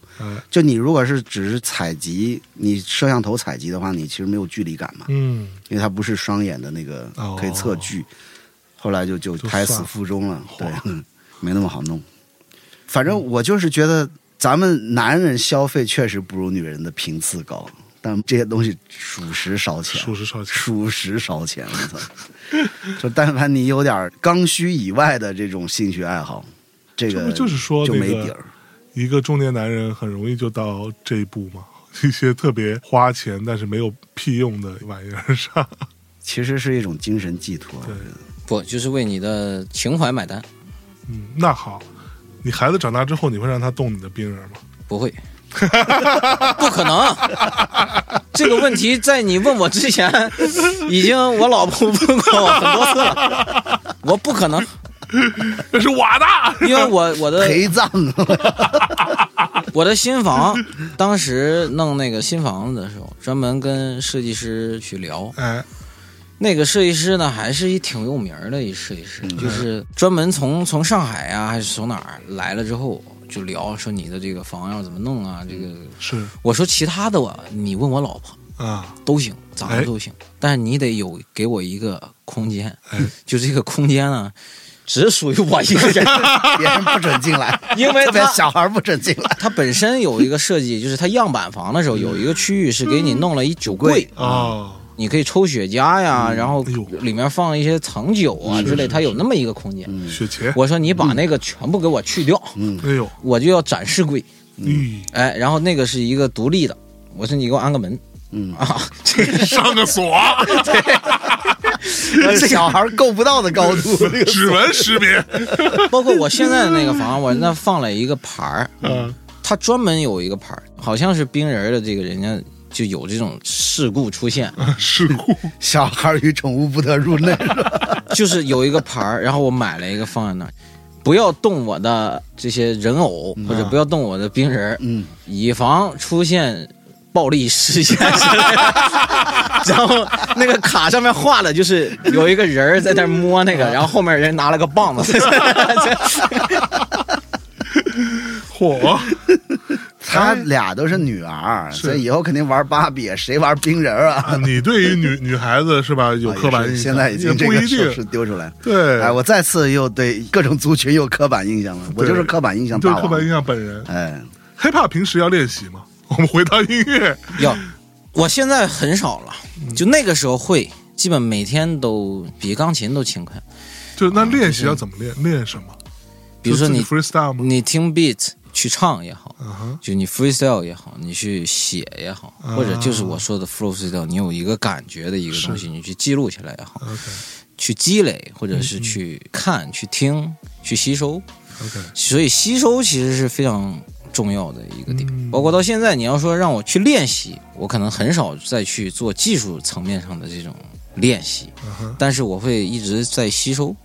S1: 就你如果是只是采集，你摄像头采集的话，你其实没有距离感嘛，
S2: 嗯，
S1: 因为它不是双眼的那个
S2: 哦
S1: 可以测距。后来就就
S2: 就
S1: 胎
S2: 算
S1: 死
S2: 了
S1: 腹中了，对
S2: 嚯，
S1: 嗯没那么好弄。反正我就是觉得咱们男人消费确实不如女人的频次高，但这些东西属实烧钱，
S2: 属 实少钱，
S1: 属实烧钱，我操！就但凡你有点刚需以外的这种兴趣爱好，这
S2: 这
S1: 个
S2: 不就是说
S1: 就
S2: 那
S1: 没
S2: 个
S1: 底儿。
S2: 一个中年男人很容易就到这一步嘛， 一些特别花钱但是没有屁用的玩意儿上，
S1: 其实是一种精神寄托。
S2: 对
S3: 不就是为你的情怀买单？
S2: 嗯，那好，你孩子长大之后，你会让他动你的冰人吗？
S3: 不会， 不可能。这个问题在你问我之前，已经我老婆问过我很多次了。我不可能，
S2: 这是我的，
S3: 因为我我的
S1: 陪葬，
S3: 我的新房，当时弄那个新房子的时候，专门跟设计师去聊。
S2: 哎，
S3: 那个设计师呢，还是一挺有名儿的一设计师，就是专门从从上海啊，还是从哪儿来了之后，就聊说你的这个房要怎么弄啊，这个。
S2: 是
S3: 我说其他的我，你问我老婆
S2: 啊，
S3: 都行，咋的都行，但是你得有给我一个空间，
S2: 哎，
S3: 就这个空间呢，只属于我一个人。
S1: 别人不准进来，
S3: 因为
S1: 特别
S3: 他
S1: 小孩不准进 来。
S3: 它本身有一个设计，就是它样板房的时候有一个区域是给你弄了一酒柜，
S2: 哦，
S3: 你可以抽雪茄呀，然后
S2: 哎呦
S3: 里面放一些藏酒啊
S2: 是
S3: 之类，
S2: 是
S3: 它有那么一个空间。
S2: 雪茄，
S3: 我说你把那个全部给我去掉，
S2: 哎呦，
S3: 我就要展示柜，
S2: 咦，
S1: 嗯
S3: 哎，然后那个是一个独立的，我说你给我安个门
S1: 嗯，
S3: 啊，
S2: 上 个锁，
S1: 小孩够不到的高 度，这个
S2: 指纹识别，
S3: 包括我现在的那个房，我那放了一个牌儿，
S2: 嗯，
S3: 它专门有一个牌儿，好像是冰人儿的这个人家就有这种事故出现，
S2: 啊事故，
S1: 小孩与宠物不得入 内。
S2: 哎
S3: 就是有一个牌儿，然后我买了一个放在那儿，不要动我的这些人偶，或者不要动我的冰人儿，
S1: 嗯，
S3: 以防出现暴力事件之类的。 然后那个卡上面画了，就是有一个人儿在那儿摸那个，然后后面人拿了个棒子，
S2: 嚯，
S1: 他俩都是女儿，
S2: 是
S1: 所以以后肯定玩芭比，谁玩冰人
S2: 啊
S1: 啊？
S2: 你对于女女孩子是吧有刻板
S1: 也
S2: 印
S1: 哎是
S2: 象？
S1: 现在已经
S2: 也
S1: 这
S2: 不
S1: 个
S2: 一
S1: 手势
S2: 定，
S1: 丢出来。
S2: 对，
S1: 哎，我再次又对各种族群有刻板印象了，我就是刻板印象
S2: 你就是
S1: 大
S2: 刻板印
S1: 王。
S2: 象本人。
S1: 哎，
S2: hiphop 平时要练习吗？ 我们回到音乐，
S3: 要，我现在很少了，就那个时候会，基本每天都比钢琴都勤快。
S2: 就那练习要怎么练？练什么？
S3: 嗯比如说
S2: 就
S3: 你
S2: 自己 freestyle 吗？
S3: 你听 beat 去唱也好，
S2: 嗯哼，
S3: 就你 freestyle 也好，你去写也好，
S2: 啊
S3: 或者就是我说的 flow freestyle，你有一个感觉的一个东西，你去记录下来也好，
S2: OK
S3: 去积累，或者是
S2: 嗯
S3: 去看、去听、去吸收。
S2: OK，
S3: 所以吸收其实是非常重要的一个点。
S2: 嗯
S3: 包括到现在，你要说让我去练习，我可能很少再去做技术层面上的这种练习，
S2: 嗯哼，
S3: 但是我会一直在吸收。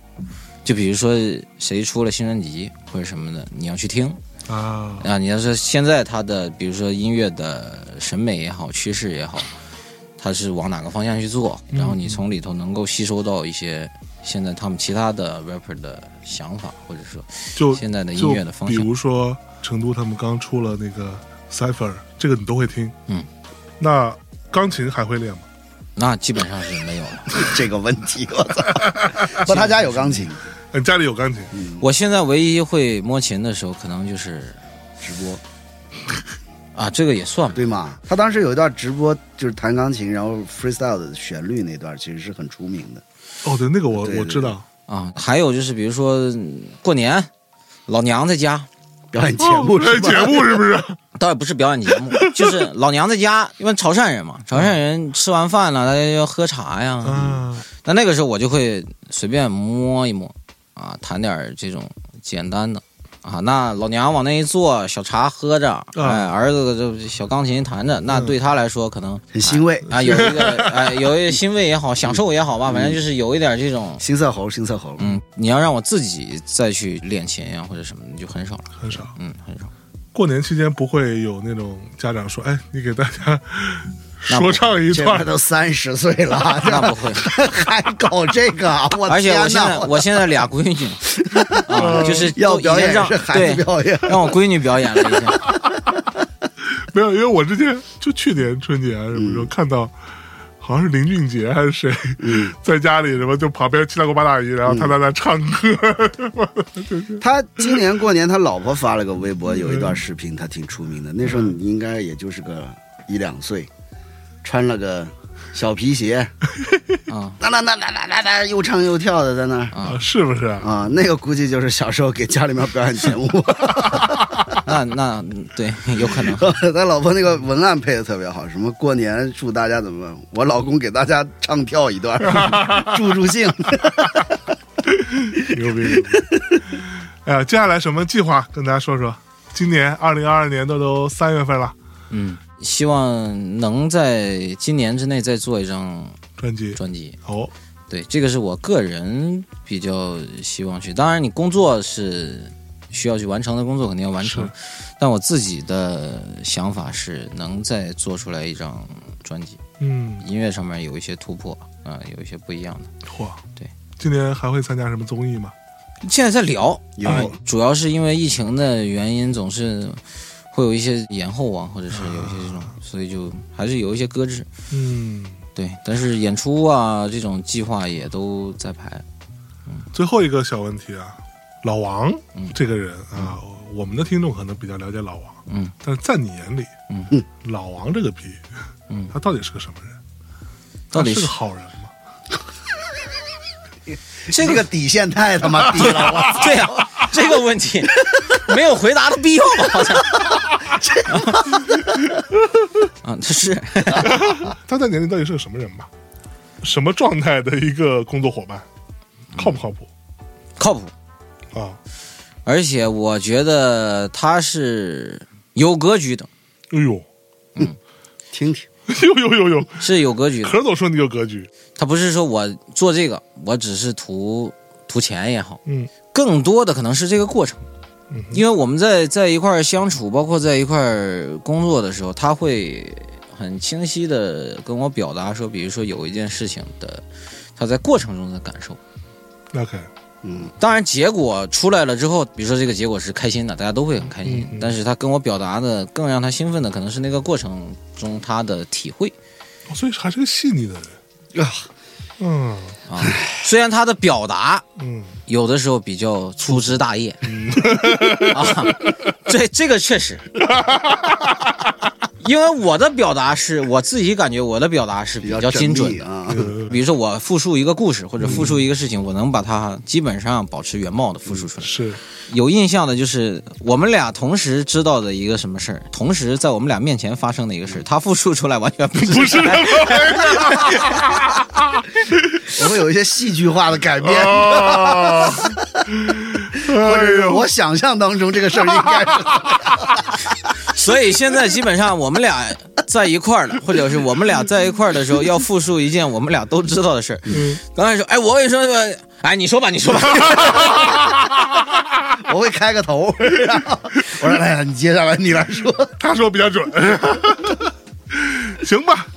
S3: 就比如说谁出了新专辑或者什么的，你要去听
S2: 啊，
S3: 啊。你要说现在他的，比如说音乐的审美也好，趋势也好，他是往哪个方向去做，然后你从里头能够吸收到一些现在他们其他的 rapper 的想法，或者说
S2: 就
S3: 现在的音
S2: 就
S3: 乐的方
S2: 比
S3: 向。
S2: 如说成都他们刚出了那个 Cipher，这个你都会听。
S3: 嗯，
S2: 那钢琴还会练吗？
S3: 那基本上是没有了。
S1: 这个问题，我 操！不，他家有钢琴，
S2: 你呃家里有钢琴？
S3: 我现在唯一会摸琴的时候，可能就是
S1: 直播
S3: 啊，这个也算吧。
S1: 对吗？他当时有一段直播，就是弹钢琴，然后 freestyle 的旋律那段，其实是很出名的。
S2: 哦，对，那个我
S1: 对对
S2: 我知道。
S3: 啊。还有就是，比如说嗯过年，老娘在家，
S1: 表演节目是
S2: 哦
S1: 吧？
S2: 节目是不 是？
S3: 倒也不是表演节目，就是老娘在家，因为潮汕人嘛，潮汕人吃完饭了，大家要喝茶呀。
S2: 啊，
S3: 那那个时候我就会随便摸一摸，啊，弹点儿这种简单的。啊，那老娘往那一坐，小茶喝着，哎，儿子这小钢琴弹着，那对他来说可能
S1: 很欣慰，
S3: 啊，有一个哎，有一个欣慰也好，享受也好吧，反正就是有一点这种，
S1: 新色猴，新色猴。
S3: 嗯，你要让我自己再去练琴呀、或者什么的，就很少了，
S2: 很少。
S3: 嗯，很少。
S2: 过年期间不会有那种家长说：“哎，你给大家
S3: 那不
S2: 说唱一
S1: 这
S2: 段
S1: 他。都三十岁了，
S3: 那不会
S1: 还搞这个啊？我
S3: 而且我
S1: 天
S3: 现在
S1: 哪！
S3: 我现在俩闺 女，啊，就是
S1: 要
S3: 都已经
S1: 表演
S3: 让
S1: 是孩子
S3: 对
S1: 表演，
S3: 让我闺女表演了一下，
S2: 没有，因为我之前就去年春节啊什么时候看到，好像是林俊杰还是谁， 在家里什么就旁边七大姑八大姨，然后他在那唱歌，
S1: 他今年过年，他老婆发了个微博，有一段视频，他挺出名的。那时候你应该也就是个一两岁，穿了个小皮鞋，
S3: 啊
S1: 哒哒哒哒哒哒哒，又唱又跳的在那儿
S2: 啊是不是？
S1: 啊，那个估计就是小时候给家里面表演节目。
S3: 那那对，有可 能。
S1: 他老婆那个文案配的特别好，什么过年祝大家怎么，我老公给大家唱跳一段， 助助兴。
S2: 牛逼！牛逼哎呀，接下来什么计划跟大家说说？今年二零二二年都都三月份了，
S3: 嗯，希望能在今年之内再做一张
S2: 专辑
S3: 专辑。
S2: 哦，
S3: 对，这个是我个人比较希望去。当然，你工作是需要去完成的工作，肯定要完成
S2: 是。
S3: 但我自己的想法是，能再做出来一张专辑，
S2: 嗯，
S3: 音乐上面有一些突破啊、有一些不一样的。
S2: 嚯，
S3: 对，
S2: 今年还会参加什么综艺吗？
S3: 现在在聊，
S1: 有
S3: 啊主要是因为疫情的原因，总是会有一些延后啊，或者是有一些这种，所以就还是有一些搁置。
S2: 嗯，
S3: 对，但是演出啊这种计划也都在排。
S2: 最后一个小问题啊，老王
S3: 嗯
S2: 这个人啊，我们的听众可能比较了解老王，
S3: 嗯，
S2: 但是在你眼里，
S3: 嗯，
S2: 老王这个逼，
S3: 嗯
S2: 他到底是个什么人？
S3: 到底
S2: 他是
S3: 啊是
S2: 个好人吗？
S3: 这
S1: 这
S3: 个
S1: 个底线太他妈低了，我
S3: 对呀、这个问题没有回答的必要吧？好像啊，这是
S2: 他在年龄到底是个什么人吧？什么状态的一个工作伙伴，
S3: 嗯
S2: 靠不靠谱
S3: 靠谱，
S2: 啊？
S3: 而且我觉得他是有格局的，
S2: 哎呦， 哎
S1: 听听，
S2: 呦呦呦呦，
S3: 是有格局的。
S2: 可总说你有格局，
S3: 他不是说我做这个，我只是图图钱也好，
S2: 嗯
S3: 更多的可能是这个过程。
S2: 嗯哼
S3: 因为我们在在一块儿相处，包括在一块儿工作的时候，他会很清晰的跟我表达说，比如说有一件事情的他在过程中的感受。
S2: ，OK，
S1: 嗯，
S3: 当然，结果出来了之后，比如说这个结果是开心的，大家都会很开心。
S2: 嗯嗯
S3: 但是他跟我表达的更让他兴奋的，可能是那个过程中他的体会
S2: 哦所以还是个细腻的人，
S1: 啊，
S2: 嗯
S3: 啊。虽然他的表达
S2: 嗯，
S3: 有的时候比较粗枝大叶，
S1: 嗯
S3: 啊，这这个确实，因为我的表达是我自己感觉我的表达是比
S1: 比较
S3: 较精准
S1: 缜密
S3: 的。
S1: 啊，
S3: 比如说我复述一个故事或者复述一个事情，我能把它基本上保持原貌的复述出来。
S2: 是
S3: 有印象的就是我们俩同时知道的一个什么事儿，同时在我们俩面前发生的一个事儿，他复述出来完全不是。
S2: 不是
S1: 我会有一些戏剧化的改变，
S2: 啊？
S1: 或者
S2: 哎哎
S1: 是
S2: 呦，
S1: 我想象当中这个事儿应该是
S3: 所以现在基本上我们俩在一块儿了，或者是我们俩在一块儿的时候，要复述一件我们俩都知道的事儿。刚才说，哎，我跟你说，呃哎，你说吧，你说吧。
S1: 我会开个头， 然后我说来哎来，你接下来你来说，
S2: 他说比较准， 行吧，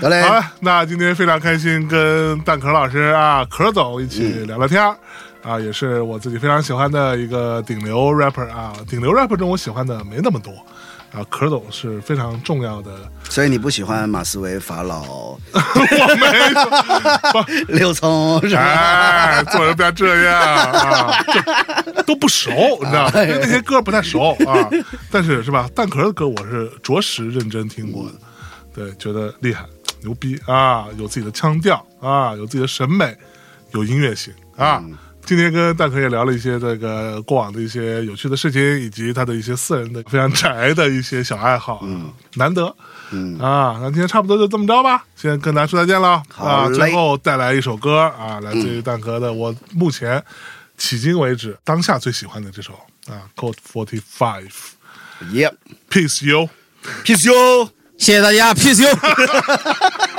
S1: 得嘞，
S2: 好啊了，那今天非常开心，跟蛋壳老师啊、壳总一起聊聊天儿、啊，也是我自己非常喜欢的一个顶流 rapper 啊。顶流 rapper 中我喜欢的没那么多啊，壳总是非常重要的。
S1: 所以你不喜欢马思唯、法老、
S2: 我没说，不
S1: 刘聪是吧？
S2: 哎，做人不要这样啊，这都不熟，你知道吗？因为那些歌不太熟啊，但是是吧？蛋壳的歌我是着实认真听过的，对，觉得厉害、牛逼啊，有自己的腔调啊，有自己的审美，有音乐性啊。
S1: 嗯
S2: 今天跟蛋壳也聊了一些这个过往的一些有趣的事情，以及他的一些私人的非常宅的一些小爱好，嗯，难得，
S1: 嗯
S2: 啊，那今天差不多就这么着吧，先跟大家说再见了啊，
S1: 好嘞
S2: 最后。后带来一首歌啊，来自于蛋壳的，我目前迄今为止当下最喜欢的这首啊，Code Forty Five，Peace
S1: ，Yep，
S2: You。
S1: p e c e you。
S3: 谢谢大家，peace you。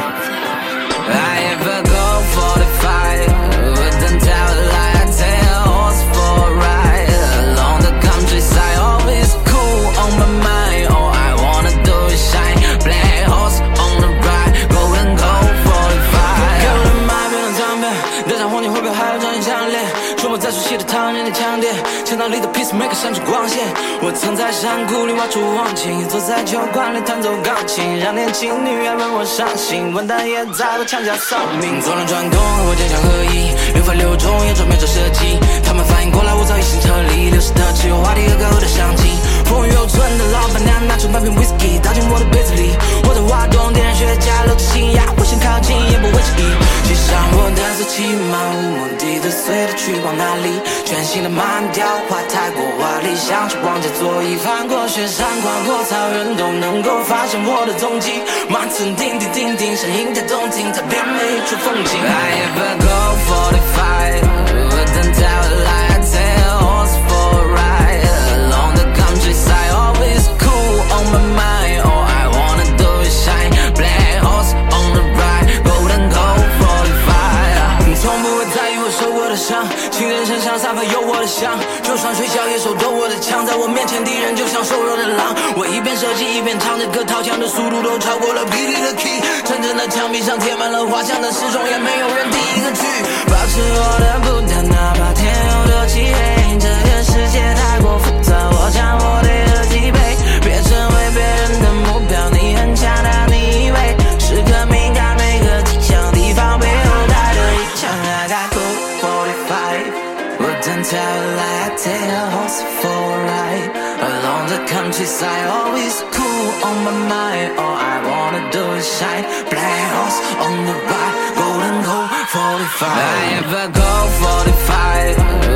S4: I have a goal for the fight. Wouldn't tell a lie, take a horse for a ride. Along the countryside, always cool on my mind. All I wanna do is shine. Black horse on the ride, go and go for the fight. 看了马变成装备，带上黄金会被海浪撞进项链。说我在熟悉的唐人的枪店，枪膛里的 peacemaker 闪出光线。我曾在山谷里挖出忘情，坐在酒馆里弹奏钢琴，让年轻女孩为我伤心，完蛋也在我墙角丧命。左轮转动，我坚强合一，流发流中也准备着射击。他们反应过来，我早已心撤离，流失的只有话题和干涸的香精。风雨犹存的老板娘拿出半瓶 whisky 倒进我的杯子里，我的挖洞点燃雪茄，露出新芽，我想靠近也不会迟疑。骑上我的速七马，无目的的随着去往哪里？全新的慢调，花太过华丽，像是王家座椅，翻过雪山，跨过草原，都能够发现我的踪迹。马刺叮叮叮叮，声音太动听，在变美出风景。I ever go for the fight, wouldn't tell a lie, take a horse for a ride along the countryside, always cool on my mind. All I wanna do is shine, black horse on the ride, golden gold for the fire. 从不会在意我受过的伤，情人身上散发有我的香，就算睡觉也手抖我的枪，在我面前敌人就像瘦弱的狼，我一边射击一边唱着歌，掏枪的速度都超过了 BB 的 key，真正的墙壁上贴满了画像，但始终也没有人第一个去保持我的孤单，哪怕天有多漆黑，这个世界太过复杂，我将我的耳机背，别成为别人的目标，你很强大，你以为时刻敏感，每个迹象地方背后带着一枪，I got good forty-five。Wouldn't tell a lie, I take a horse for a ride Along the countryside, always cool on my my mind. All I wanna do is shine. Black horse on the ride, golden goal 45. I have a goal 45.